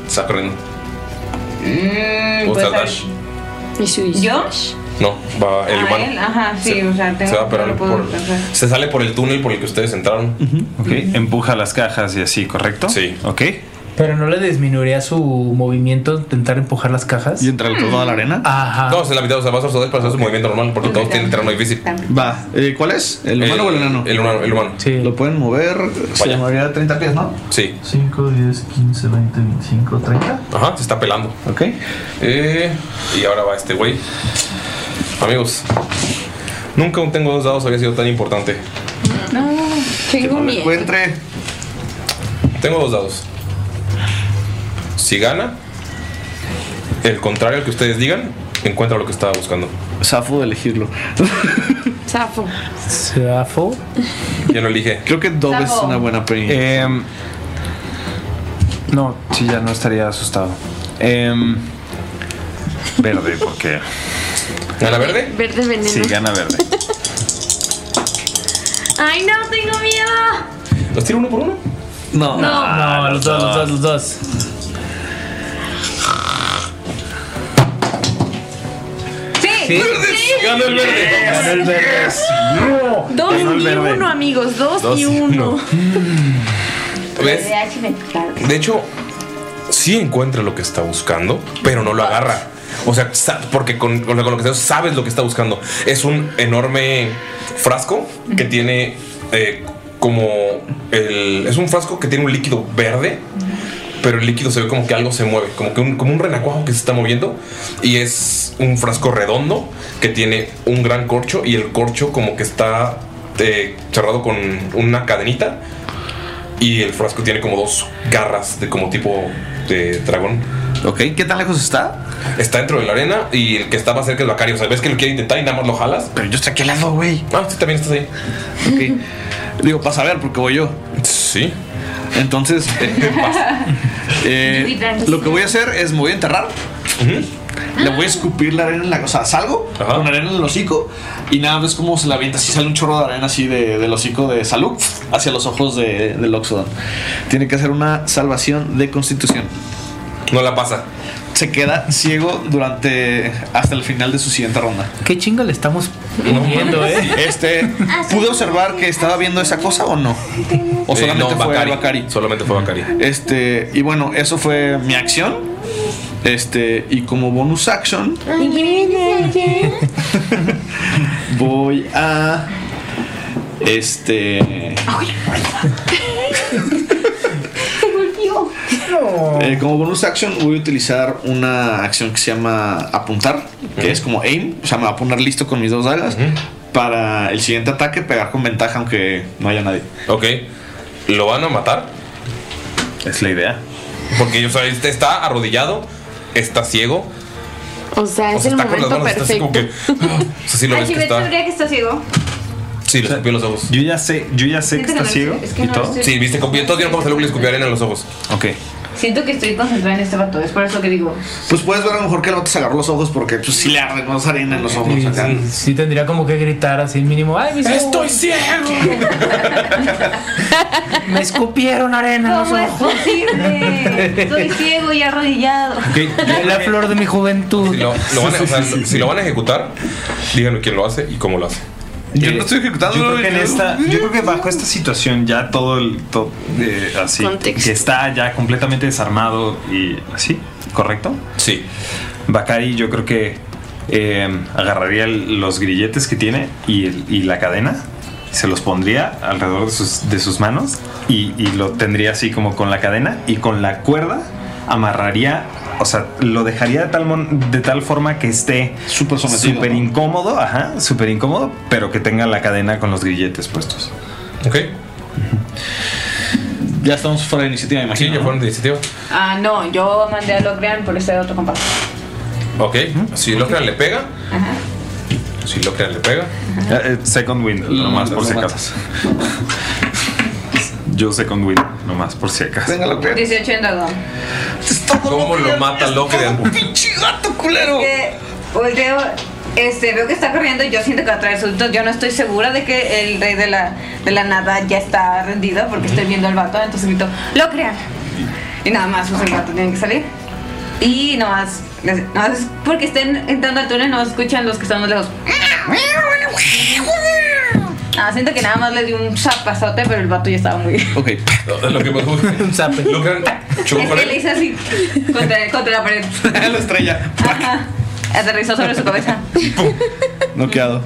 A: Está corriendo.
D: Mm,
A: Usa
D: pues,
A: dash.
C: Y su
D: ¿Yo?
A: No, va el
D: ¿A
A: humano.
D: él? Ajá, sí, o sea, tengo
A: se va a
D: no
A: pegar
D: lo puedo
A: por-
D: alcanzar.
A: Se sale por el túnel por el que ustedes entraron.
K: Ok, empuja las cajas y así, ¿correcto?
A: Sí.
K: Ok.
G: Pero no le disminuiría su movimiento de intentar empujar las cajas.
B: ¿Y entrar toda la arena?
G: Ajá.
A: Todos en la mitad, o sea, vas a usar para hacer su movimiento normal porque todos tienen terreno difícil.
B: Va, eh, ¿cuál es? ¿El humano o el enano?
A: El humano, el humano.
G: Sí.
B: Lo pueden mover. Se
A: Vaya.
B: llamaría 30 pies, ¿no?
A: Sí.
M: 5, 10, 15, 20, 25, 30.
A: Ajá, se está pelando.
B: Ok.
A: Eh, y ahora va este güey. Amigos, nunca un tengo dos dados había sido tan importante.
C: No, tengo
B: Lo
C: miedo.
B: encuentre.
A: Tengo dos dados. Si gana, el contrario al que ustedes digan, encuentra lo que estaba buscando.
B: Zafo de elegirlo.
C: Zafo.
G: Zafo.
A: Ya lo elige.
B: Creo que Dove es
C: Zafo.
B: una buena peña.
E: Em, no, sí, ya no estaría asustado. Em, verde, porque
A: ¿Gana verde?
C: Verde veneno.
E: sí, gana verde.
C: Ay, no, tengo miedo.
A: ¿Los tiro uno por uno?
B: No.
G: no, los dos, los dos, los dos.
C: Sí.
A: ¡Gana el verde!
G: Ganó el verde.
C: [LAUGHS] Dos y uno, amigos. Dos, y uno.
A: ¿Ves? De hecho, sí encuentra lo que está buscando, pero no lo agarra. O sea, sa- porque con, con lo con lo que sea, sabes lo que está buscando. Es un enorme frasco que tiene eh, como el. Es un frasco que tiene un líquido verde, pero el líquido se ve como que algo se mueve, como que un, como un renacuajo que se está moviendo. Y es un frasco redondo que tiene un gran corcho y el corcho como que está eh, cerrado con una cadenita. Y el frasco tiene como dos garras de como tipo de dragón.
B: Ok, ¿qué tan lejos está?
A: Está dentro de la arena y el que está más cerca es Bacario. O sea, ves que lo quiere intentar y nada más lo jalas.
B: Pero yo estoy aquí al lado, güey.
A: Ah, sí, también estás ahí.
B: Ok. Digo, para saber, porque voy yo.
A: Sí.
B: Entonces, [LAUGHS] eh, pasa. Eh, lo que voy a hacer es me voy a enterrar. Le voy a escupir la arena en la. O sea, salgo
A: Ajá.
B: con arena en el hocico y nada ves cómo se la avienta. Así sale un chorro de arena así de- del hocico de salud hacia los ojos de, del Oxodon. Tiene que hacer una salvación de constitución.
A: No la pasa.
B: Se queda ciego durante. hasta el final de su siguiente ronda.
G: Qué chingo le estamos poniendo, eh.
B: Este. ¿Pude observar que estaba viendo esa cosa o no? O
A: Eh,
B: solamente
A: no,
B: fue Bacari.
A: Solamente fue Bacari.
B: Este, y bueno, eso fue mi acción. Este, y como bonus action, voy a. Este. eh, como bonus action, voy a utilizar una acción que se llama apuntar, que es como aim, o sea, me va a poner listo con mis dos dagas para el siguiente ataque pegar con ventaja, aunque no haya nadie.
A: Ok. ¿Lo van a matar?
E: Es la idea.
A: Porque o sea, este está arrodillado, está ciego.
C: O sea,
A: [LAUGHS] O
C: es
A: sea,
C: el
A: está con las
C: momento
A: manos, está así
C: perfecto.
A: como que. [LAUGHS] O sea, sí lo ves que está.
D: que está ciego.
A: Sí, le escupió en los ojos.
E: Yo ya sé, yo ya sé que está ciego y todo.
A: Sí, viste, como- todos vieron cómo se le escupió arena en los ojos.
E: Ok.
D: Siento que estoy concentrada en este vato, es por eso que digo.
B: Pues puedes ver a lo mejor que el vato se agarró los ojos porque pues sí le arden más arena en los ojos
G: Sí,
B: acá.
G: sí, sí tendría como que gritar así mínimo. ¡Ay, mis ¡Estoy ciego! Me escupieron arena. en los
D: ¿Cómo es
G: ojos. [LAUGHS]
D: posible? Estoy ciego y arrodillado.
G: La flor de mi juventud.
A: Si lo, lo van, a- o sea, si lo van a ejecutar, díganme quién lo hace y cómo lo hace.
B: Yo no estoy ejecutando.
E: Yo creo que en esta, yo creo que bajo esta situación ya todo el to- eh, así
C: Contexto.
E: que está ya completamente desarmado y así, correcto.
A: Sí.
E: Bakari yo creo que eh, agarraría el- los grilletes que tiene y, el- y la cadena, se los pondría alrededor de sus, de sus manos y, y lo tendría así como con la cadena y con la cuerda amarraría, o sea, lo dejaría de tal, mon- de tal forma que esté
B: Súper sometido,
E: súper
B: ¿no?
E: incómodo, ajá, súper incómodo, pero que tenga la cadena con los grilletes puestos.
A: Ok.
B: Ya estamos fuera de iniciativa, me
A: Sí,
B: imagino.
A: ya fueron de iniciativa.
D: Ah, no, yo mandé a Logran por este otro compás.
A: Ok. Si Locran le pega. Si Locran le pega.
E: Eh, eh, second wind, nomás por si acaso. [LAUGHS] Yo second wind, nomás por si acaso.
B: Venga, lo que
D: 18 en dragón.
A: ¿Cómo lo mata Locran?
D: Que volteo, este, veo que está corriendo y yo siento que va a traer sustos. Yo no estoy segura de que el rey de la, de la nada ya está rendido porque estoy viendo al vato, entonces grito, ¡lo crean! Y nada más, pues el vato tiene que salir. Y nomás, nomás es porque estén entrando al túnel, no escuchan los que están más lejos. Ah, siento que nada más le di un zapazote, pero el vato ya estaba muy.
N: Ok.
A: Lo que más Un
G: zape.
A: Logran
D: [LAUGHS] Es que le hice así contra, contra la pared.
N: [LAUGHS] la estrella.
D: Ajá. Aterrizó sobre su cabeza.
N: Noqueado.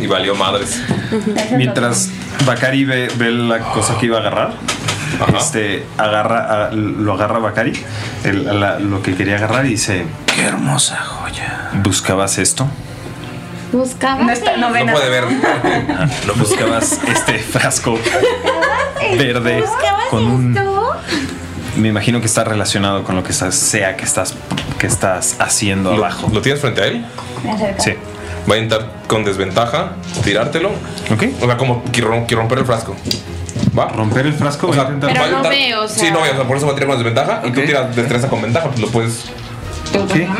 A: Y valió madres.
E: Mientras Bakari ve, ve la cosa que iba a agarrar, este, agarra a- lo agarra Bakari, el- la- lo que quería agarrar y dice, qué hermosa joya. ¿Buscabas esto?
C: Buscaba.
D: No, está, no ve nada.
E: ¿Lo buscabas este
A: [LAUGHS]
E: frasco verde con un... Me imagino que está relacionado con lo que estás- sea que estás, que estás haciendo abajo.
A: ¿Lo tienes frente a él?
E: Sí.
A: Va a intentar con desventaja tirártelo.
E: Ok.
A: O sea, como quiero, rom- quiero romper el frasco. ¿Va?
E: ¿Romper el frasco?
A: O sea,
C: Pero
A: va a
C: no
A: intentar-
C: veo, o sea.
A: Sí, no veo, o sea, por eso va a tirar con desventaja. Y tú tiras destreza con ventaja, pues lo puedes.
D: ¿Qué? [LAUGHS]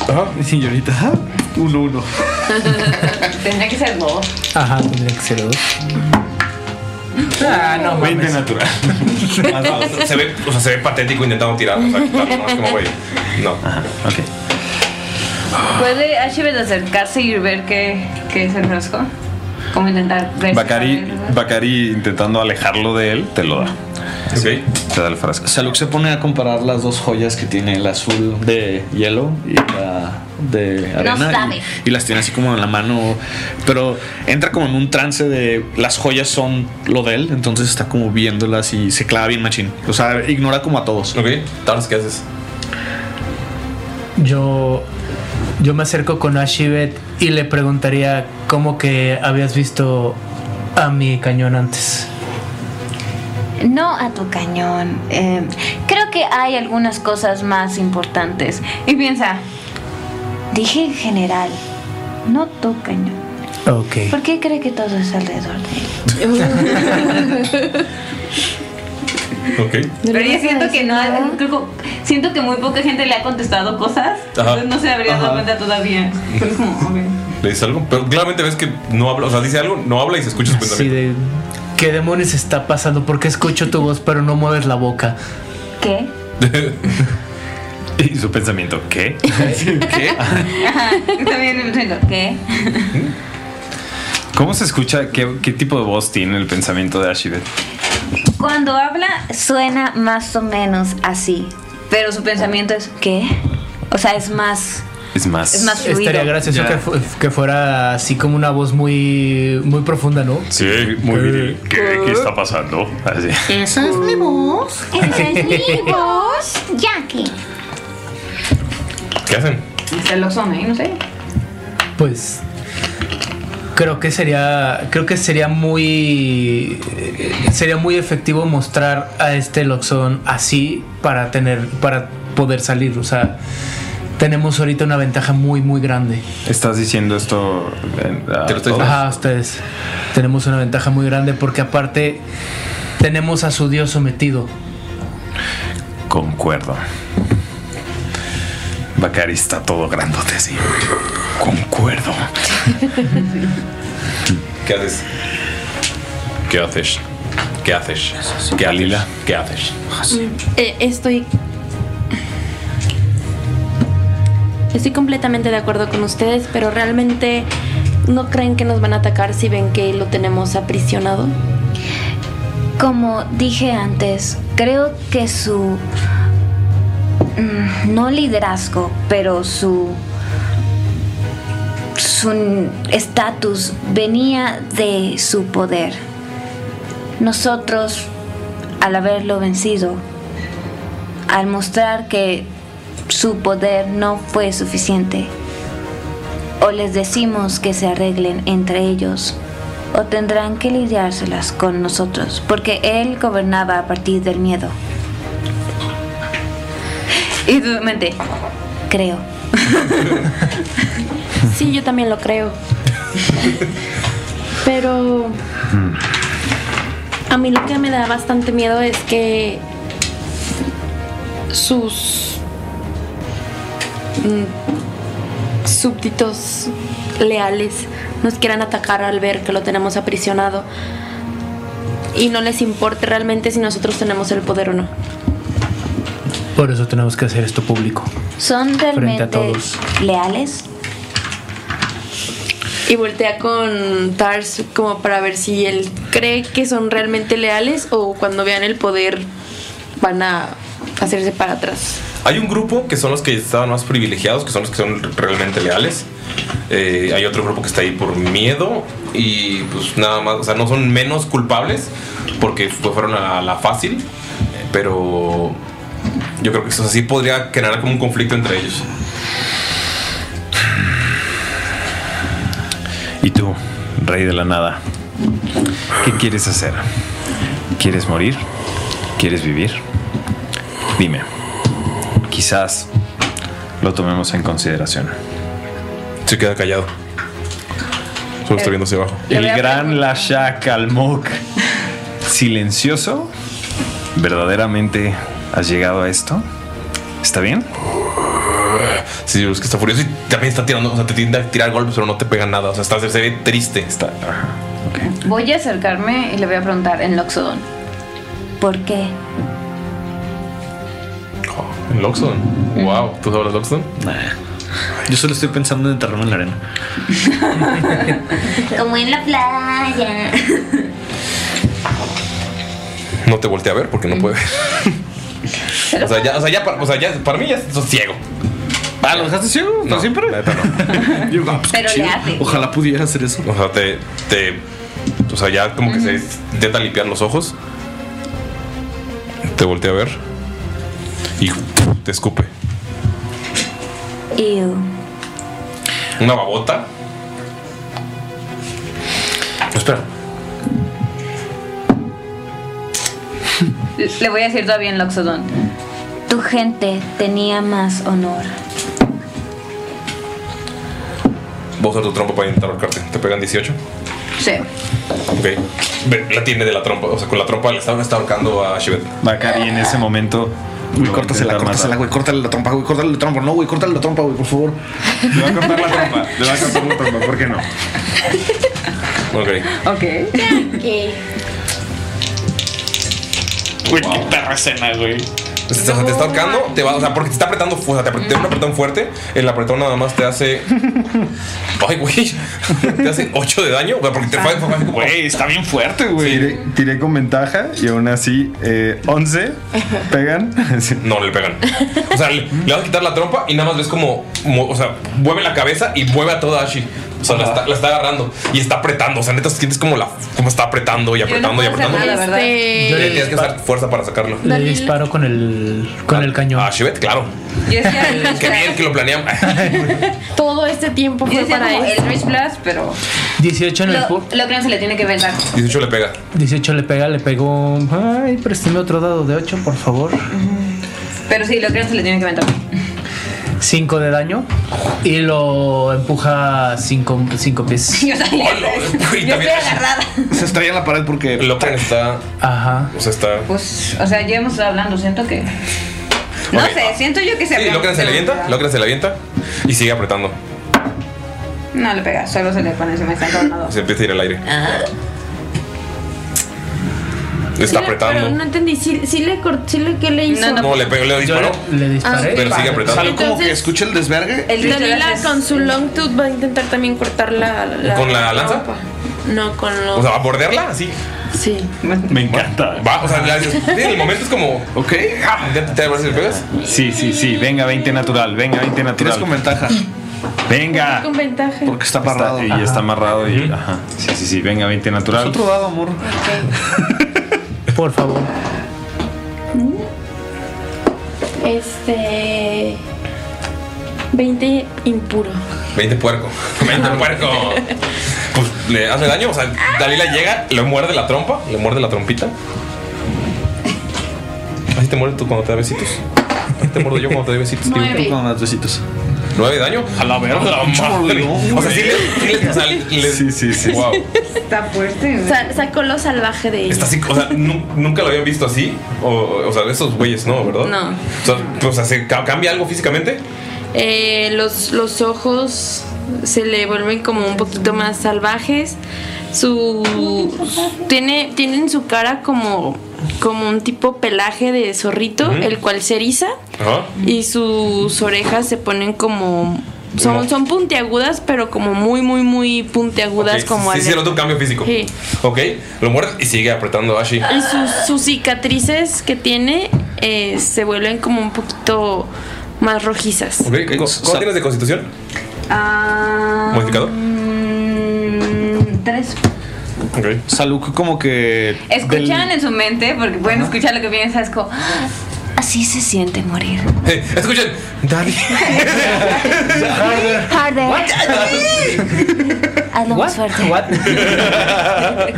A: Ah, Ajá.
B: Y ahorita, ah, uno, uno.
D: Tendría que ser dos.
G: Ajá, tendría que ser dos. Ah, no,
E: 20 natural.
A: [LAUGHS] se, ve, o sea, se ve patético intentando tirar. O sea, no, es como, güey. No.
E: ok.
D: ¿Puede Ashibet acercarse y ver qué, qué es el frasco? Como intentar ver. si
E: Bakari, Bakari intentando alejarlo de él, te lo da.
A: Ok.
E: Te da el frasco.
B: Saluk se pone a comparar las dos joyas que tiene el azul de hielo y la de arena. y-
H: sabe.
B: Y, las tiene así como en la mano. Pero entra como en un trance de las joyas son lo de él. Entonces está como viéndolas y se clava bien machín. O sea, ignora como a todos.
A: Ok, Tars, ¿qué haces?
G: [LAUGHS] Yo, yo me acerco con Ashibet y le preguntaría cómo que habías visto a mi cañón antes.
H: [LAUGHS] No a tu cañón. Eh, creo que hay algunas cosas más importantes.
D: Y piensa,
H: Dije en general, no tu cañón.
G: Ok.
H: ¿Por qué cree que todo es alrededor de él?
D: [LAUGHS]
A: Ok.
D: Pero yo siento que no, creo- siento que muy poca gente le ha contestado cosas, entonces no se habría dado cuenta todavía. Pero es como, ok.
A: ¿Le dices algo? Pero claramente ves que no habla. O sea, dice algo, no habla y se escucha su
G: Así
A: pensamiento.
G: de. ¿Qué demonios está pasando? Porque escucho tu voz, pero no mueves la boca.
H: ¿Qué?
E: [LAUGHS] Y su pensamiento,
A: [LAUGHS]
E: ¿qué?
A: ¿Qué?
D: Ajá, yo también me siento, ¿qué?
E: ¿Cómo se escucha? ¿Qué, qué tipo de voz tiene el pensamiento de Ashibet?
H: Cuando habla suena más o menos así.
D: Pero su pensamiento es,
H: ¿Qué? O sea, es más.
E: [LAUGHS] Es más.
H: Es más- Fluido.
G: Estaría gracioso
E: Ya.
G: que, fu- que fuera así como una voz muy, muy profunda, ¿no?
E: Sí, muy viril. ¿Qué, qué está pasando? Así.
H: ¿Esa es mi
B: [LAUGHS]
H: voz?
D: [LAUGHS]
H: ¿Esa es mi voz? Jackie.
A: ¿Qué hacen?
D: se lo son, ¿eh? No sé.
G: Pues creo que sería creo que sería muy eh, sería muy efectivo mostrar a este Loxon así para tener para poder salir, o sea, tenemos ahorita una ventaja muy muy grande.
E: ¿Estás diciendo esto? eh, a
A: Te lo estoy
E: todos?
G: Ajá, ustedes. Tenemos una ventaja muy grande porque aparte tenemos a su dios sometido.
E: Concuerdo. Bacari está todo grandote así. Concuerdo.
O: [LAUGHS]
A: ¿Qué haces? ¿Qué haces? ¿Qué haces? ¿Qué haces?
E: Galila.
A: ¿Qué haces?
C: Eh, estoy. Estoy completamente de acuerdo con ustedes, pero realmente no creen que nos van a atacar si ven que lo tenemos aprisionado.
H: Como dije antes, creo que su. mm, No liderazgo, pero su. Su estatus venía de su poder. Nosotros, al haberlo vencido, al mostrar que su poder no fue suficiente, o les decimos que se arreglen entre ellos, o tendrán que lidiárselas con nosotros, porque él gobernaba a partir del miedo,
D: Y tu mente,
H: creo.
C: Sí, yo también lo [LAUGHS] creo. Pero a mí lo que me da bastante miedo es que sus mm, súbditos leales nos quieran atacar al ver que lo tenemos aprisionado y no les importe realmente si nosotros tenemos el poder o no.
G: Por eso tenemos que hacer esto público.
H: ¿Son
G: a
H: realmente
G: todos.
H: leales?
C: y voltea con Tars como para ver si él cree que son realmente leales o cuando vean el poder van a hacerse para atrás.
A: Hay un grupo que son los que estaban más privilegiados, que son los que son realmente leales. Eh, hay otro grupo que está ahí por miedo y pues nada más, o sea, no son menos culpables porque fue- fueron a la fácil, eh, pero yo creo que eso sí podría generar como un conflicto entre ellos.
E: Y tú, rey de la nada, ¿qué quieres hacer? ¿Quieres morir? ¿Quieres vivir? Dime, quizás lo tomemos en consideración.
A: Se queda callado. Solo está viendo hacia abajo.
E: El gran Lasha Kalmok, silencioso, verdaderamente has llegado a esto. ¿Está bien?
A: Sí, es que está furioso y también está tirando, o sea, te tiende a tirar golpes, pero no te pega nada. O sea, está, se ve triste. Está. ajá.
D: Voy a acercarme y le voy a preguntar en Loxodon. ¿Por
A: [LAUGHS]
D: qué?
A: En Loxodon.
B: Eh.
A: Wow, ¿tú sabes Loxodon?
B: Yo solo estoy pensando en enterrarme en la arena.
H: [LAUGHS] Como en la playa.
A: No te volteé a ver
B: Mm.
A: porque no
B: [LAUGHS]
A: puede ver. o sea, ya, o sea, ya, para, o sea, ya, para mí ya sos ciego.
B: Ah, ¿lo dejaste ciego? ¿Para siempre? Yo, ah, pues, qué
D: Pero le
B: chido.
D: hace.
B: Ojalá pudiera hacer eso.
A: O sea, te, te. O sea, ya como que se intenta limpiar los ojos. Te voltea a ver. Y te escupe.
H: [LAUGHS] Ew.
A: Una babota. Espera.
D: Le voy a decir todavía en Loxodon.
H: Tu gente tenía más honor.
A: Voy a usar tu trompa para intentar ahorcarte. Te pegan 18.
D: Sí.
A: Ok. Ve, La tiene de la trompa. O sea, con la trompa le está, está ahorcando a Shivet.
E: Bakari en ese momento.
B: Güey, córtasela,
E: intentar
B: córtasela,
E: matar.
B: güey, córtale la trompa, güey, córtale la trompa, no, güey, córtale la trompa, güey, por favor.
K: Le va a cortar la trompa. Le va a cortar la trompa. ¿Por qué no?
A: Ok.
D: Ok.
B: Güey, qué perra escena, güey.
A: O sea, te está ahorcando, te va, o sea, porque te está apretando, fu- o sea, te apre- te da un apretón fuerte, el apretón nada más te hace.
D: [LAUGHS]
A: Ay, güey. Te hace 8 de daño, güey, porque te fue. fue- fue-
B: Güey, está bien fuerte, güey.
K: Tiré, tiré con ventaja y aún así eh, 11 pegan. Sí.
A: No, le pegan. O sea, le, le vas a quitar la trompa y nada más ves como, mo- o sea, mueve la cabeza y mueve a toda Ashi. O sea, la está, la está agarrando y está apretando. O sea, neta, sientes como, la, como está apretando y apretando y
D: puedo hacer
A: apretando.
D: nada, la verdad.
A: Y le
G: Yo
A: tienes que hacer fuerza para sacarlo.
G: Le disparo con el, con el cañón.
A: A Shivet, Ah, claro.
D: Yo decía,
A: Qué bien que
G: [LAUGHS]
A: lo planean.
C: Todo este tiempo
D: yo
C: fue
D: decía
C: para
D: como
C: eso.
D: el Rich Blast, pero
G: 18 en el
D: lo,
G: fu-
D: lo que no se le tiene que pensar.
A: 18 le pega.
G: 18 le pega, le pegó. Ay, présteme otro dado de 8, por favor.
D: Pero sí, lo que no se le tiene que pensar.
G: 5 de daño. Y lo empuja 5 pies.
D: [LAUGHS] Yo, o sea, yo-
A: güey,
D: yo estoy
A: también-
D: agarrada.
B: Se estrella en la pared porque.
A: Lo que está.
G: Ajá.
A: O sea, está.
D: Pues, o sea, ya hemos estado hablando, siento que. No
A: Ok.
D: sé, siento yo que se
A: Sí,
D: habría-
A: Locran se le avienta, Locran se le avienta y sigue apretando.
D: No le pega, solo se le pone, se me está entornado.
A: Se empieza a ir al aire.
H: Ah.
C: Sí,
A: Está
C: Pero no
A: apretando.
C: entendí, sí, sí le corté, sí le, ¿qué le hizo?
D: No, no.
A: No, le pegó, le
G: Yo
A: disparó,
G: le, le disparé.
A: pero sigue
B: O sea,
A: apretando.
B: algo como
C: Entonces-
B: que escucha el desvergue.
D: El Rich
C: Dalila
D: Blast es-
C: con su long tooth va a intentar también cortar la,
A: ¿Con la lanza?
C: ropa. No, con los.
A: O sea, va a morderla así.
C: sí.
E: Me encanta.
A: Va, o sea, la- en el momento es como.
B: Ok.
A: ah, Ya te te vas a decir, pegas.
E: Sí, sí, sí. Venga, 20 natural. Venga, 20
B: Tienes con
E: natural.
B: ventaja.
E: Venga.
C: Con ventaja.
B: Ah. Porque está parado.
K: Está-
B: Es
K: y ya está amarrado y. Ajá. Sí, sí, sí. Venga, 20 natural.
B: otro dado, amor.
G: Por favor.
C: Este. 20 impuro.
A: 20 puerco. 20 puerco. [LAUGHS] Pues le hace daño. O sea, Dalila llega, le muerde la trompa, le muerde la trompita. Así te muerde tú cuando te da besitos. Así te muerdo yo cuando te doy besitos. tío.
B: Tú Con las besitos.
A: 9 de daño. A la verga.
B: madre.
A: O sea, sí le. Sí, le, o sea, le-
K: Sí, sí, sí.
A: Wow.
D: Está Ah, fuerte. güey.
C: Sa- sacó lo salvaje de ella.
A: Está así, o sea, nu- nunca lo habían visto así. O, o sea, de esos güeyes, ¿no? ¿Verdad?
C: No.
A: O sea, pues, o sea, ¿se ca- cambia algo físicamente?
C: Eh, los, los ojos se le vuelven como un poquito más salvajes. Su. Tiene, tienen su cara como. Como un tipo pelaje de zorrito, el cual se eriza.
A: Ajá.
C: Y sus orejas se ponen como Son,
A: No.
C: son puntiagudas, pero como muy, muy, muy puntiagudas.
A: Ok,
C: como
A: sí,
C: al-
A: sí, se nota un cambio físico.
C: Sí. Ah.
A: Ok, lo muerde y sigue apretando a Ashi.
C: Y sus, sus cicatrices que tiene eh, se vuelven como un poquito más rojizas.
A: Ok, ¿cu- ¿Cuánto tienes de constitución?
C: Ah.
A: ¿Modificador?
D: Mm, Tres.
B: Saluk como que...
D: Escuchan en su mente, porque pueden escuchar lo que viene, es como, "Ah, Así se siente morir.
A: [LAUGHS] Eh, escuchen, Daddy.
H: Harder. [LAUGHS] Hazlo más fuerte.
B: [LAUGHS]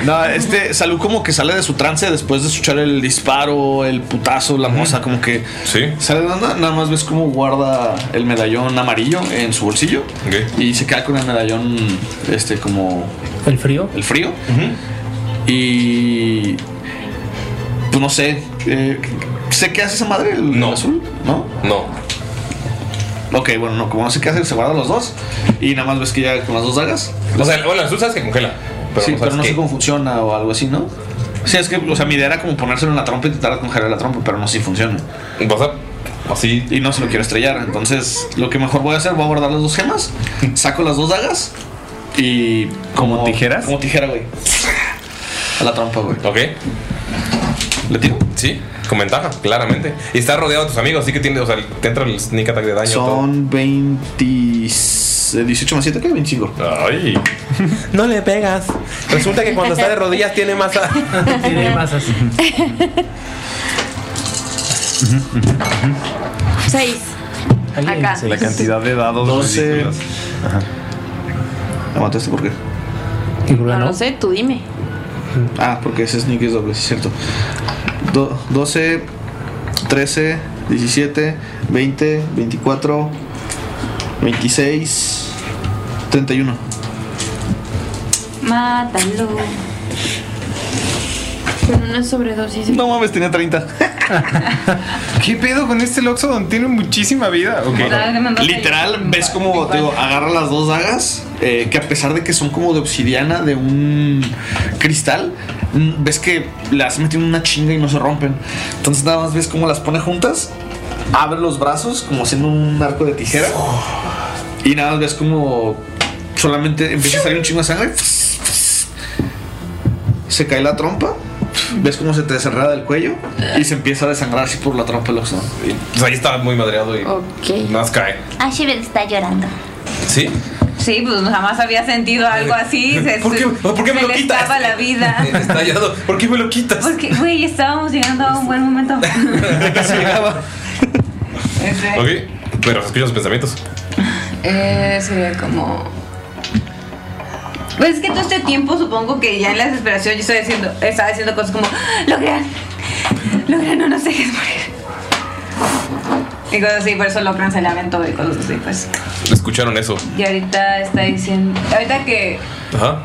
A: [LAUGHS]
B: No, este Salud como que sale de su trance después de escuchar el disparo, el putazo, la moza, como que sale de onda, nada más ves cómo guarda el medallón amarillo en su bolsillo y se queda con el medallón este como
G: el frío.
B: El frío. Y pues no sé, eh, sé qué hace esa madre, el no. azul, ¿no?
A: No.
B: Ok, bueno, no, como no sé qué hace, se guardan los dos y nada más ves que ya con las dos dagas.
A: O sea, bueno, tú sabes que congela. Pero
B: sí,
A: no sabes
B: pero no
A: qué.
B: sé cómo funciona o algo así, ¿no? Sí, es que, o sea, mi idea era como ponérselo en la trompa y tratar de congelar la trompa, pero no sé si funciona.
A: así.
B: Y no se lo quiero estrellar. Entonces, lo que mejor voy a hacer, voy a guardar las dos
A: [LAUGHS]
B: gemas, saco las dos dagas y. ¿Como, tijeras? Como tijera, güey. A la trompa, güey.
A: Ok.
B: ¿Le tiro?
A: Sí, con ventaja, claramente. Y está rodeado de tus amigos, así que tiene, o sea, te entra el sneak attack de daño. todo.
B: Son 20. 18 más 7, ¿qué? 25.
A: Ay. No le pegas. Resulta que cuando está de rodillas tiene masa.
G: tiene masas.
C: [LAUGHS] Seis. Acá.
K: La cantidad de dados.
B: 12. ¿La mataste por qué?
C: No lo sé, tú dime.
B: Ah, porque ese sneak es doble, sí, es cierto. Do- 12, 13, 17, 20, 24, 26, 31.
C: Mátalo. Con una sobredosis.
B: No mames, tenía 30.
K: ¿Qué pedo con este Loxodon? Tiene muchísima vida. Ok.
B: Literal, ves como te digo, agarra las dos dagas, eh, que a pesar de que son como de obsidiana, de un cristal, mm, ves que las meten una chinga y no se rompen. Entonces nada más ves cómo las pone juntas, abre los brazos como haciendo un arco de tijera y nada más ves como solamente empieza a salir un chingo de sangre. Se cae la trompa, ves cómo se te desenreda del cuello y se empieza a desangrar así por la trompa el oxo.
A: O sea, pues, ahí está muy madreado y
H: Ok.
A: más cae.
H: Ashibel está llorando.
A: ¿Sí?
D: Sí, pues jamás había sentido algo
A: [LAUGHS]
D: así. Se,
A: ¿Por qué- Oh, por qué me
D: se
A: lo
D: le
A: quitas?
D: escapa la
A: [LAUGHS]
D: vida.
A: Está llorando. ¿Por qué me
D: [LAUGHS]
A: lo quitas?
D: Porque, güey, estábamos llegando a un buen
A: [LAUGHS]
D: momento. Este,
A: Ok, pero escucha sus pensamientos.
D: eh, sería como. Pues es que todo este tiempo supongo que ya en la desesperación yo estaba diciendo, estaba diciendo cosas como logran, logran no nos dejes morir. Y cosas así, por eso logran se lamentó y cosas así, pues.
A: Escucharon eso.
D: Y ahorita está diciendo, ahorita que
A: Ajá.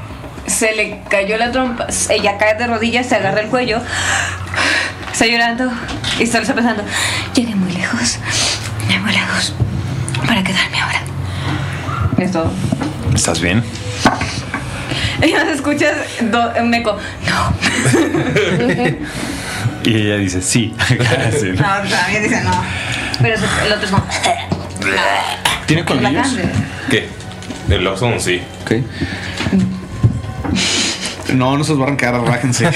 D: se le cayó la trompa, ella cae de rodillas, se agarra el cuello, está llorando y está está pensando, llegué muy lejos, llegué muy lejos para quedarme ahora. Es todo.
K: [LAUGHS] ¿Estás bien?
D: Y nos escuchas do- un eco, no.
K: Y ella dice, sí. [LAUGHS] Sí.
D: No, también dice no. Pero su- el otro es como,
B: ¿Tiene
D: la grande.
A: ¿Qué? El Loxodon sí.
B: Ok. No, no se los va a arrancar,
A: [LAUGHS]
B: arrájense.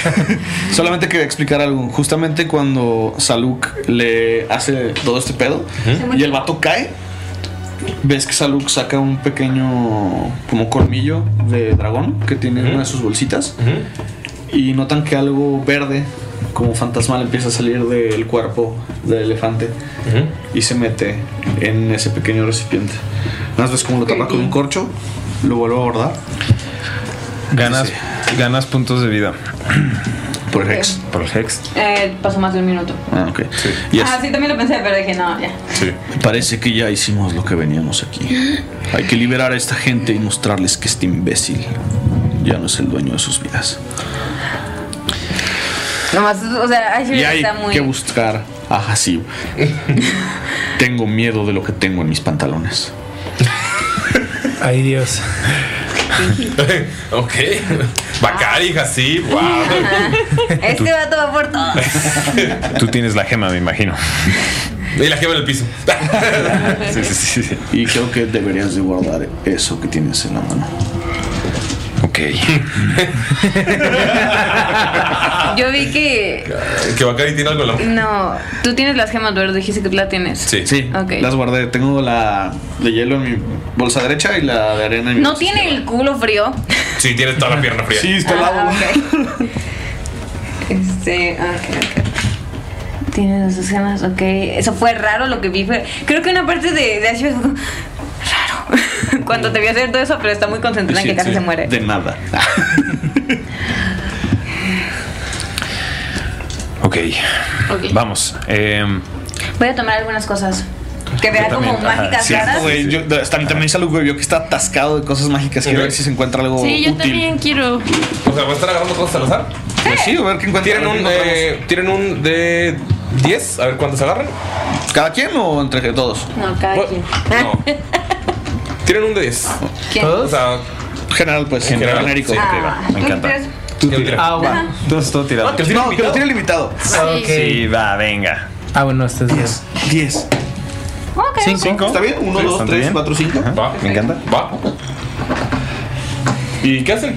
B: Solamente quería explicar algo. Justamente cuando Saluk le hace todo este pedo
F: Ujú.
B: y el vato cae, ves que Saluk saca un pequeño como colmillo de dragón que tiene en una de sus bolsitas y notan que algo verde como fantasmal empieza a salir del cuerpo del elefante y se mete en ese pequeño recipiente. Nada más ves como lo tapa con un corcho, lo vuelve a abordar.
K: Ganas, ganas puntos de vida.
B: Por el Hex.
K: Por el Hex.
D: Eh, pasó más de un minuto.
B: Ah, ok.
D: Ah, sí, también lo pensé, pero dije, no, ya.
B: Parece que ya hicimos lo que veníamos aquí. Hay que liberar a esta gente y mostrarles que este imbécil ya no es el dueño de sus vidas.
D: Nomás, o sea, Ashby
B: Y hay
D: está muy...
B: que buscar
D: [LAUGHS]
B: a Hasib. tengo miedo de lo que tengo en
K: [LAUGHS]
B: mis pantalones.
G: Ay, Dios.
A: ok. Bacari, así. Wow.
D: Este vato va por todo.
H: [LAUGHS]
K: Tú tienes la gema, me imagino.
A: Y la quema en el piso.
B: [LAUGHS] Sí, sí, sí, Y creo que deberías de guardar eso que tienes en la mano.
E: Ok.
D: Yo vi que.
A: [LAUGHS] Que Bacari tiene algo en la
D: No, tú tienes las gemas, ¿verdad? Dijiste que tú la tienes.
A: Sí.
D: Ok.
B: Las guardé. Tengo la de hielo en mi bolsa derecha y la de arena en mi
D: ¿No tiene el culo frío?
A: Sí, tiene toda la pierna fría.
B: Sí, está
D: Ah, ok. Este, ok, ok. Tiene las dos gemas, ok. Eso fue raro lo que vi. fue- Creo que una parte de, de Ash fue como, raro. [LAUGHS] Cuando te vi hacer todo eso, pero está muy concentrada en que casi se muere.
B: De nada.
E: [LAUGHS] Ok.
D: Ok.
E: Vamos. em,
D: Voy a tomar algunas cosas. Que
E: Yo
D: vea como
E: también, ajá,
D: mágicas
E: sí,
D: raras.
B: Güey, yo- da- también, también Salud, güey, vio que está atascado de cosas mágicas. Quiero ver si se encuentra algo
C: Sí, yo
B: útil.
C: también quiero.
A: O sea, va a estar agarrando cosas al azar.
B: Pues sí, a ver qué encuentra.
A: Tienen
B: a ver
A: un,
B: qué encontramos.
A: eh, tienen un de 10, a ver cuántos agarran.
B: ¿Cada quien o entre todos?
D: No,
G: Pues,
D: cada quien.
A: No. Tienen un de 10.
B: Ah,
D: ¿Quién?
A: O sea,
B: General, pues.
A: General,
B: genérico.
A: sí.
D: Ah,
E: me encanta.
D: entonces,
A: tú tira.
G: Ah, bueno.
E: Entonces todo tirado.
A: que lo tiene
B: No, que lo
A: invitado.
B: tiene limitado.
G: Ok.
E: Sí, va, venga.
G: Ah, bueno, este es 10.
B: 10.
D: ok.
E: Cinco.
B: ¿Está bien? 1,
E: Sí,
B: 2,
E: bastante
B: 3,
E: bien.
B: 4, 5.
E: Ajá,
A: Va.
E: Me encanta.
A: Va. ¿Y qué hacen?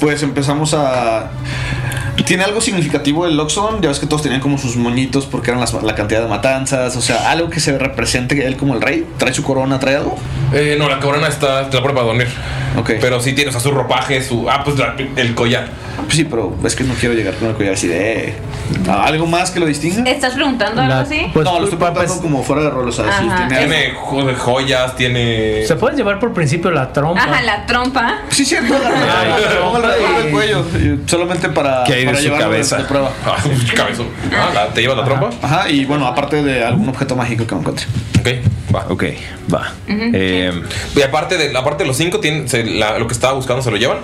B: Pues empezamos a. Tiene algo significativo el Loxon. Ya ves que todos tenían como sus moñitos porque eran las- la cantidad de matanzas. O sea, algo que se represente él como el rey. Trae su corona, trae algo.
A: Eh, no, la cabrona está, te la pone para dormir.
B: Ok.
A: Pero sí tiene, o sea, su ropaje, su. Ah, pues la- el collar.
B: Pues sí, pero es que no quiero llegar con el collar así de. eh, ¿Algo más que lo distinga?
D: [LAUGHS] ¿Estás preguntando algo
G: La-
D: así?
G: pues,
B: no, lo estoy
G: pues,
B: preguntando como fuera de rol. O sea, si
D: Ajá.
B: tiene algo.
A: Tiene jo- joyas, tiene.
G: Se puede llevar por principio la trompa. [LAUGHS]
D: Ajá, la trompa.
B: Sí, cierto. Pongo alrededor del cuello. eh, Solamente para,
E: ¿Qué hay de
B: para
E: su
B: llevarlo
E: cabeza?
B: de prueba.
A: Ah, cabezón. Ah, la- te lleva la trompa.
B: Ajá, y bueno, aparte de algún objeto mágico que me encuentre.
A: Ok, va.
E: Ok, va. Em,
A: Y aparte de, aparte de los cinco, tienen, se- la- lo que estaba buscando se lo llevan.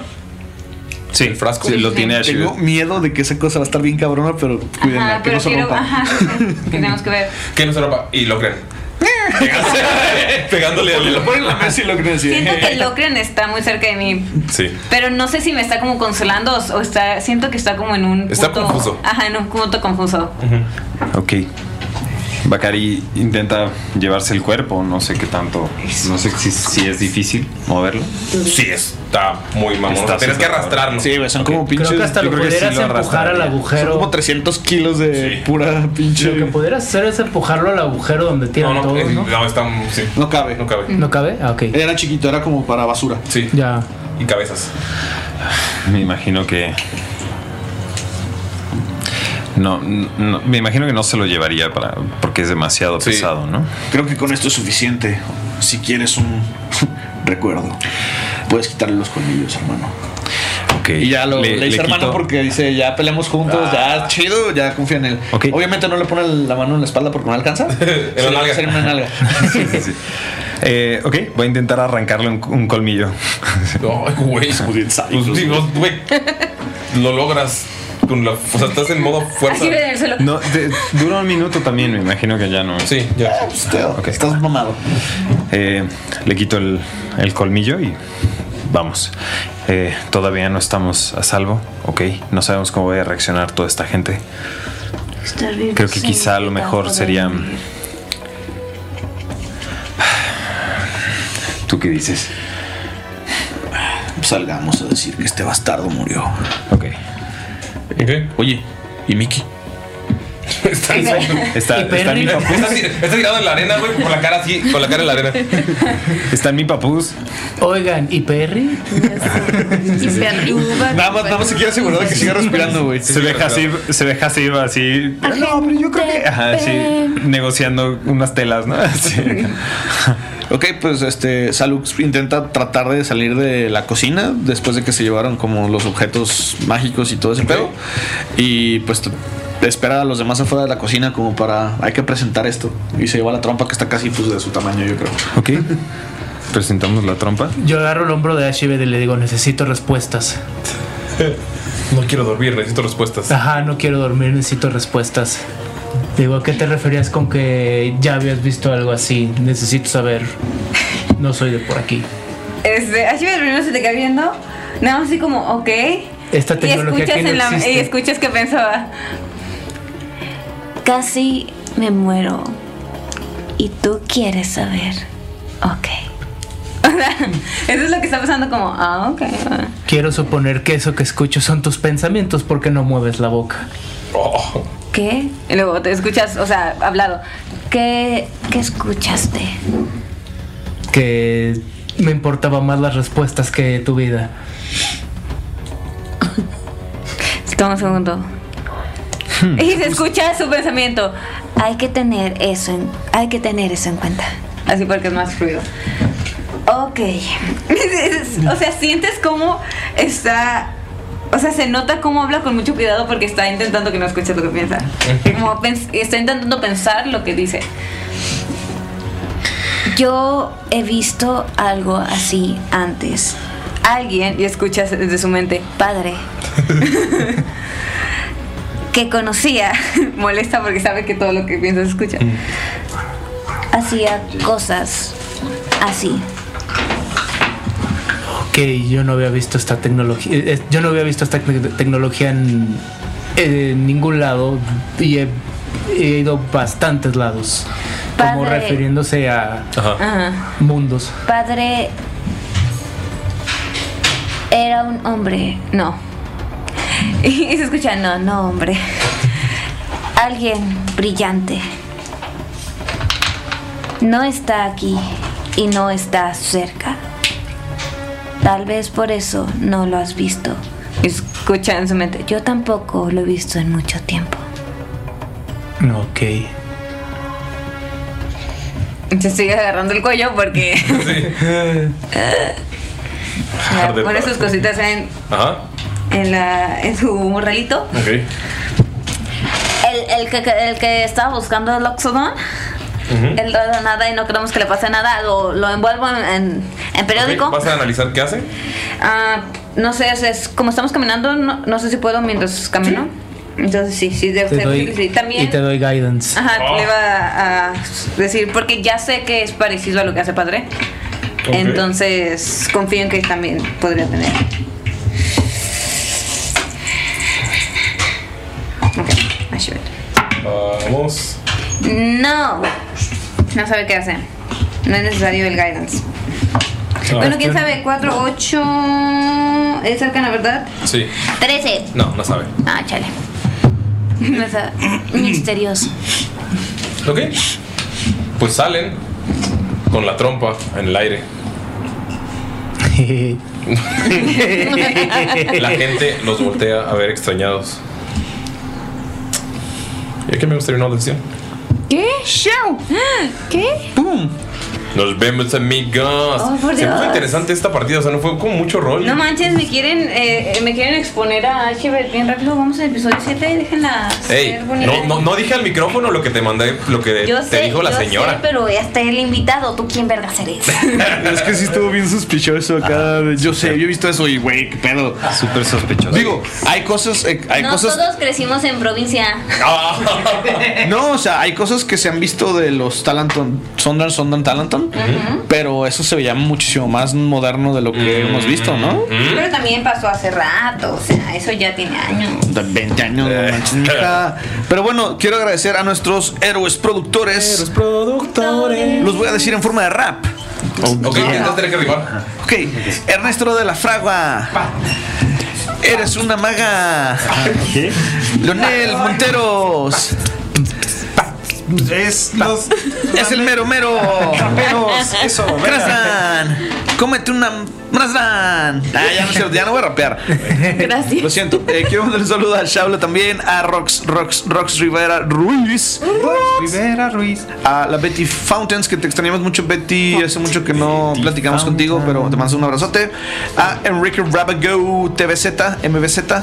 E: sí,
A: ¿El frasco?
E: sí, lo tiene Ashley.
B: Tengo miedo de que esa cosa va a estar bien cabrona, pero cuídenla,
D: Ajá,
B: que
D: pero
B: no se
D: quiero.
B: rompa.
D: Ajá, sí, sí,
B: [LAUGHS]
D: que tenemos que ver.
A: Que no se ropa. Y lo creen. Pegándole- [LAUGHS] Pegándole
B: Lo
A: al.
B: ponen en la mesa y lo creen así.
D: Siento que Locren está muy cerca de mí.
A: Sí.
D: Pero no sé si me está como consolando o- o está. Siento que está como en un.
A: Está confuso.
D: Ajá, en un punto confuso.
E: Ok. Bakari intenta llevarse el cuerpo, no sé qué tanto. No sé si, si es difícil moverlo.
A: Sí, está muy mamón.
E: Está
A: o sea, tienes que
E: súper
A: arrastrarlo.
B: Sí, güey, son como pinches.
G: Creo que hasta lo
E: yo creo que sí
G: pudieras
E: lo
G: empujar al
E: arrastraría.
B: son
G: agujero.
B: como 300 kilos de
A: Sí.
B: pura
G: Lo que
B: pinche.
G: pudieras hacer es empujarlo al agujero donde
A: No,
G: tiran
A: no,
G: todos,
A: eh,
G: ¿no?
A: no, está. Sí.
B: No cabe.
A: No cabe.
G: ¿No cabe? Ah, ok.
B: Era chiquito, era como para basura.
A: Sí.
G: Ya.
A: Y cabezas.
E: Me imagino que. No, no, me imagino que no se lo llevaría para porque es demasiado
A: Sí.
E: pesado, ¿no?
B: Creo que con esto es suficiente. Si quieres un [LAUGHS] recuerdo, puedes quitarle los colmillos, hermano.
E: Ok.
B: Y ya lo le, dice hermano
E: quito- Ah.
B: porque dice, ya peleamos juntos, ya chido, ya confía en él.
E: Ok.
B: Obviamente no le pone la mano en la espalda porque
E: [LAUGHS]
B: no alcanza.
A: la
B: Sería-
A: nalga.
B: sería una nalga.
E: Sí, sí, sí. Eh, ok, voy a intentar arrancarle un, un colmillo. [LAUGHS]
A: No, güey.
B: Somos bien sádicos,
A: Pues, digo, güey. Lo logras. Con la, o sea, estás en modo fuerza.
D: Así de dárselo.
E: No, de- dura un minuto también, me imagino que ya no.
A: Sí, ya.
E: Ok.
B: Estás mamado.
E: Eh, le quito el, el colmillo y vamos. Eh, todavía no estamos a salvo, ok. No sabemos cómo va a reaccionar toda esta gente. Creo que quizá lo mejor sería... ¿Tú qué dices?
B: Salgamos a decir que este bastardo murió.
E: Ok.
A: Ok.
B: Oye, ¿y Mickey?
A: Está, está,
E: Está,
G: Y
E: está en mi
G: Perry.
E: papús.
A: está tirado en la arena, güey, con la cara así, con la cara en la arena.
E: Está en mi papús.
G: Oigan, ¿y
D: [LAUGHS]
G: Perry?
C: Y perruga.
B: Nada más, nada más se quiere asegurar de que siga respirando, güey.
E: Se deja así, se deja así, así. No, pero yo creo que. Ajá, sí. Negociando unas telas, ¿no? [LAUGHS] Sí.
B: Ok, pues este, Salux intenta tratar de salir de la cocina después de que se llevaron como los objetos mágicos y todo ese pedo. Y pues t- espera a los demás afuera de la cocina como para, hay que presentar esto. Y se lleva la trompa que está casi pues de su tamaño, yo creo.
E: Ok. Presentamos la trompa.
G: [LAUGHS] Yo agarro el hombro de Ashibed y le digo, necesito respuestas.
A: [LAUGHS] No quiero dormir, necesito respuestas.
G: Ajá, no quiero dormir, necesito respuestas. Digo, ¿a qué te referías con que ya habías visto algo así? Necesito saber. No soy de por aquí.
D: Este, así me primero se te cae viendo. Nada más así como, ok.
G: Esta
D: Y
G: tecnología
D: escuchas,
G: que no
D: [LAUGHS] en la,
G: existe.
D: y escuchas que pensaba.
H: Casi Me muero. Y tú quieres saber. Ok.
D: Eso es lo que está pasando como, ah, ok. ah.
G: Quiero suponer que eso que escucho son tus pensamientos porque no mueves la boca.
A: Oh.
D: ¿Qué? Y luego te escuchas, o sea, hablado.
H: ¿Qué, qué escuchaste?
G: Que me importaba más las respuestas que tu vida.
D: Toma un segundo. Mm.
H: Y se escucha su pensamiento. Hay que tener eso en, hay que tener eso en cuenta.
D: Así porque es más fluido.
H: Ok.
D: [LAUGHS] o sea, sientes cómo está. O sea, se nota cómo habla con mucho cuidado porque está intentando que no escuches lo que piensa. Como pens- está intentando pensar lo que dice.
H: Yo he visto algo así antes.
D: Alguien, y escuchas desde su mente, [LAUGHS]
H: Padre.
D: que conocía, [LAUGHS] molesta porque sabe que todo lo que piensa se escucha.
G: Mm.
H: Hacía cosas así.
G: Ok, yo no había visto esta tecnología. eh, eh, Yo no había visto esta tec- tecnología en, en ningún lado y he, he ido bastantes lados. Como
H: Padre.
G: refiriéndose a
H: Ajá.
G: mundos.
H: Padre era un hombre. No. [LAUGHS]
D: Y se escucha, no, no, hombre.
H: Alguien brillante. No está aquí y no está cerca. Tal vez por eso no lo has visto.
D: Escucha en su mente.
H: Yo tampoco lo he visto en mucho tiempo.
G: Ok.
D: Se sigue agarrando el cuello
A: [LAUGHS]
D: porque [LAUGHS] pone sus cositas en,
A: Ajá,
D: en, la, en su morralito.
A: ok.
D: El, el, que, el que estaba buscando el Oxodon,
A: Ujú.
D: el raro nada y no queremos que le pase nada, lo, lo envuelvo en, en- en periódico.
A: Ok, ¿Vas a analizar qué hace?
D: Ah, no sé, es, es- como estamos caminando, no, no sé si puedo mientras camino. Entonces sí, sí, debe
G: Te
D: ser
G: doy,
D: que sí. También,
G: y te doy guidance.
D: ajá, le iba a, a decir, porque ya sé que es parecido a lo que hace padre.
G: Ok.
D: Entonces confío en que también podría tener. Ok, I should.
A: Vamos.
D: No, no sabe qué hace. No es necesario el guidance. bueno,
H: este-
D: quién sabe, 4, 8. ¿Es cercana, verdad?
A: Sí.
D: 13.
A: No, no sabe.
D: Ah, chale. [LAUGHS]
H: No está- Misterioso.
A: Ok. Pues salen con la trompa en el aire.
G: [LAUGHS]
A: La gente los voltea a ver extrañados. ¿Y aquí me gustaría una audición?
D: ¿Qué? ¡Show! ¡Ah! ¿Qué?
A: ¡Pum! Nos vemos, amigos.
D: Oh, por
A: Se puso
D: Dios.
A: interesante esta partida, o sea, no fue como mucho rol.
D: No manches, me quieren, eh, me quieren exponer a Ashibet bien rápido. Vamos al episodio 7 y déjenla
A: Ey,
D: ser bonita.
A: no, no, no dije al micrófono lo que te mandé, lo que
H: Yo
A: te
H: sé,
A: dijo la
H: yo
A: señora.
H: sé, pero hasta el invitado, ¿tú quién vergas
A: [LAUGHS]
H: eres?
B: Es que sí estuvo bien sospechoso acá. Yo sé, yo he visto eso y güey, qué pedo.
K: Súper sospechoso.
B: Digo, hay cosas, eh, hay
H: no
B: cosas.
H: todos crecimos en provincia.
B: No, o sea, hay cosas que se han visto de los Talanton, Sondan, Sondan, Talanton, pero eso se veía muchísimo más moderno de lo que hemos visto, ¿no?
A: mm.
D: Pero también pasó hace rato, o sea, eso ya tiene años.
B: De 20 años, no manches, mija. Pero bueno, quiero agradecer a nuestros héroes productores.
A: productores.
B: Los voy a decir en forma de rap.
A: Ok, entonces tenés que rimar.
B: Ok, Ernesto de la Fragua. Eres una maga. Leonel Monteros.
K: Es los
B: Es el mero mero.
K: raperos. Eso,
B: Krasdan. Cómete una. Krasdan. Ah, ya no, es cierto, ya no voy a rapear.
D: Gracias.
B: Lo siento. Eh, quiero mandar un saludo a Shabla también, a Rox, Rox, Rox Rivera Ruiz.
K: Rivera Ruiz.
B: a la Betty Fountains, que te extrañamos mucho, Betty. Hace mucho que no
K: Betty
B: platicamos
K: Fountain.
B: contigo, pero te mando un abrazote. A Enrique Rabago TVZ, MBZ.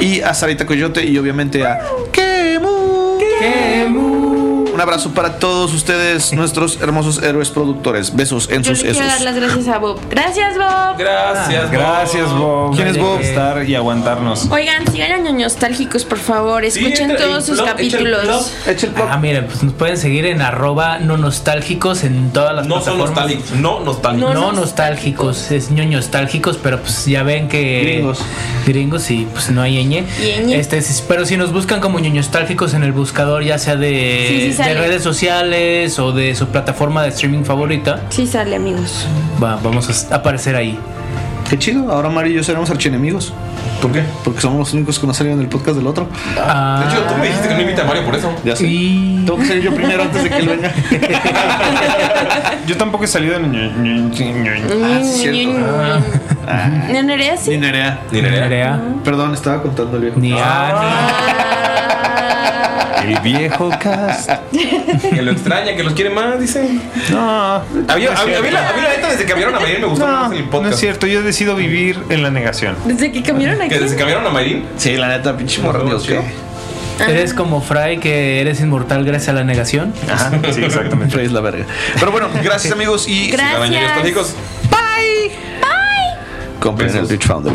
B: Y a Sarita Coyote. Y obviamente a Kemu. Kemu. Un
F: Un abrazo para todos ustedes, nuestros hermosos héroes productores. Besos en
C: Yo
F: sus
C: le quiero dar
F: esos.
C: las gracias a Bob. Gracias, Bob.
A: Gracias,
K: Gracias, Bob.
F: ¿Quién es Bob?
K: Por estar y aguantarnos.
C: Oigan, sigan a Ñoño nostálgicos, por favor. Escuchen
A: entra-
C: todos
A: y
C: sus
A: blog, echa el blog.
C: capítulos.
G: Ah, miren, pues nos pueden seguir en arroba no nostálgicos en todas las
A: No son
G: plataformas.
A: nostálgicos. No nostálgicos.
G: No, nostálgicos, es ñoño nostálgicos, pero pues ya ven que.
F: Gringos.
G: Gringos y pues no hay ñe.
C: Y ñe.
G: Este, si- pero si nos buscan como ñoño nostálgicos en el buscador, ya sea de,
C: Sí, sí
G: de
C: sale.
G: redes sociales o de su plataforma de streaming favorita,
C: Sí, sale, amigos.
G: va- vamos a s- aparecer ahí.
F: Qué chido, ahora Mario y yo seremos archienemigos.
A: ¿Por qué?
F: Porque somos los únicos que no salieron del podcast del otro.
A: De
G: Ah,
A: hecho, tú me dijiste que no invita a Mario por eso.
F: Ya sé.
G: y-
F: Tengo que salir yo primero antes de que él venga.
K: [LAUGHS] Yo tampoco he salido en...
F: Ah, sí, es cierto. Ah.
C: ¿No no era
F: Ni
C: así?
F: Nerea.
A: Ni Nerea.
G: Nerea,
F: Perdón, estaba contando el viejo.
G: ni Ani.
C: Ah.
K: El viejo cast.
A: Que lo extraña, que los quiere más, dice.
K: No.
A: A mí, a mí- a mí la, a mí la neta, desde que cambiaron a Mayrin me gustó
K: No,
A: más el
K: no es
A: podcast.
K: cierto. Yo decido vivir en la negación.
C: Desde que cambiaron aquí.
A: que desde que cambiaron a Mayrin.
F: Sí, la neta, pinche morra, Dios, ¿qué?
G: Eres como Fry que eres inmortal gracias a la negación.
K: Ajá, sí, exactamente.
F: Freddy es la verga. Pero bueno, gracias amigos y
C: Gracias.
A: Ganan ñoños nostálgicos.
F: compren el
A: Besos.
F: Twitch Foundry.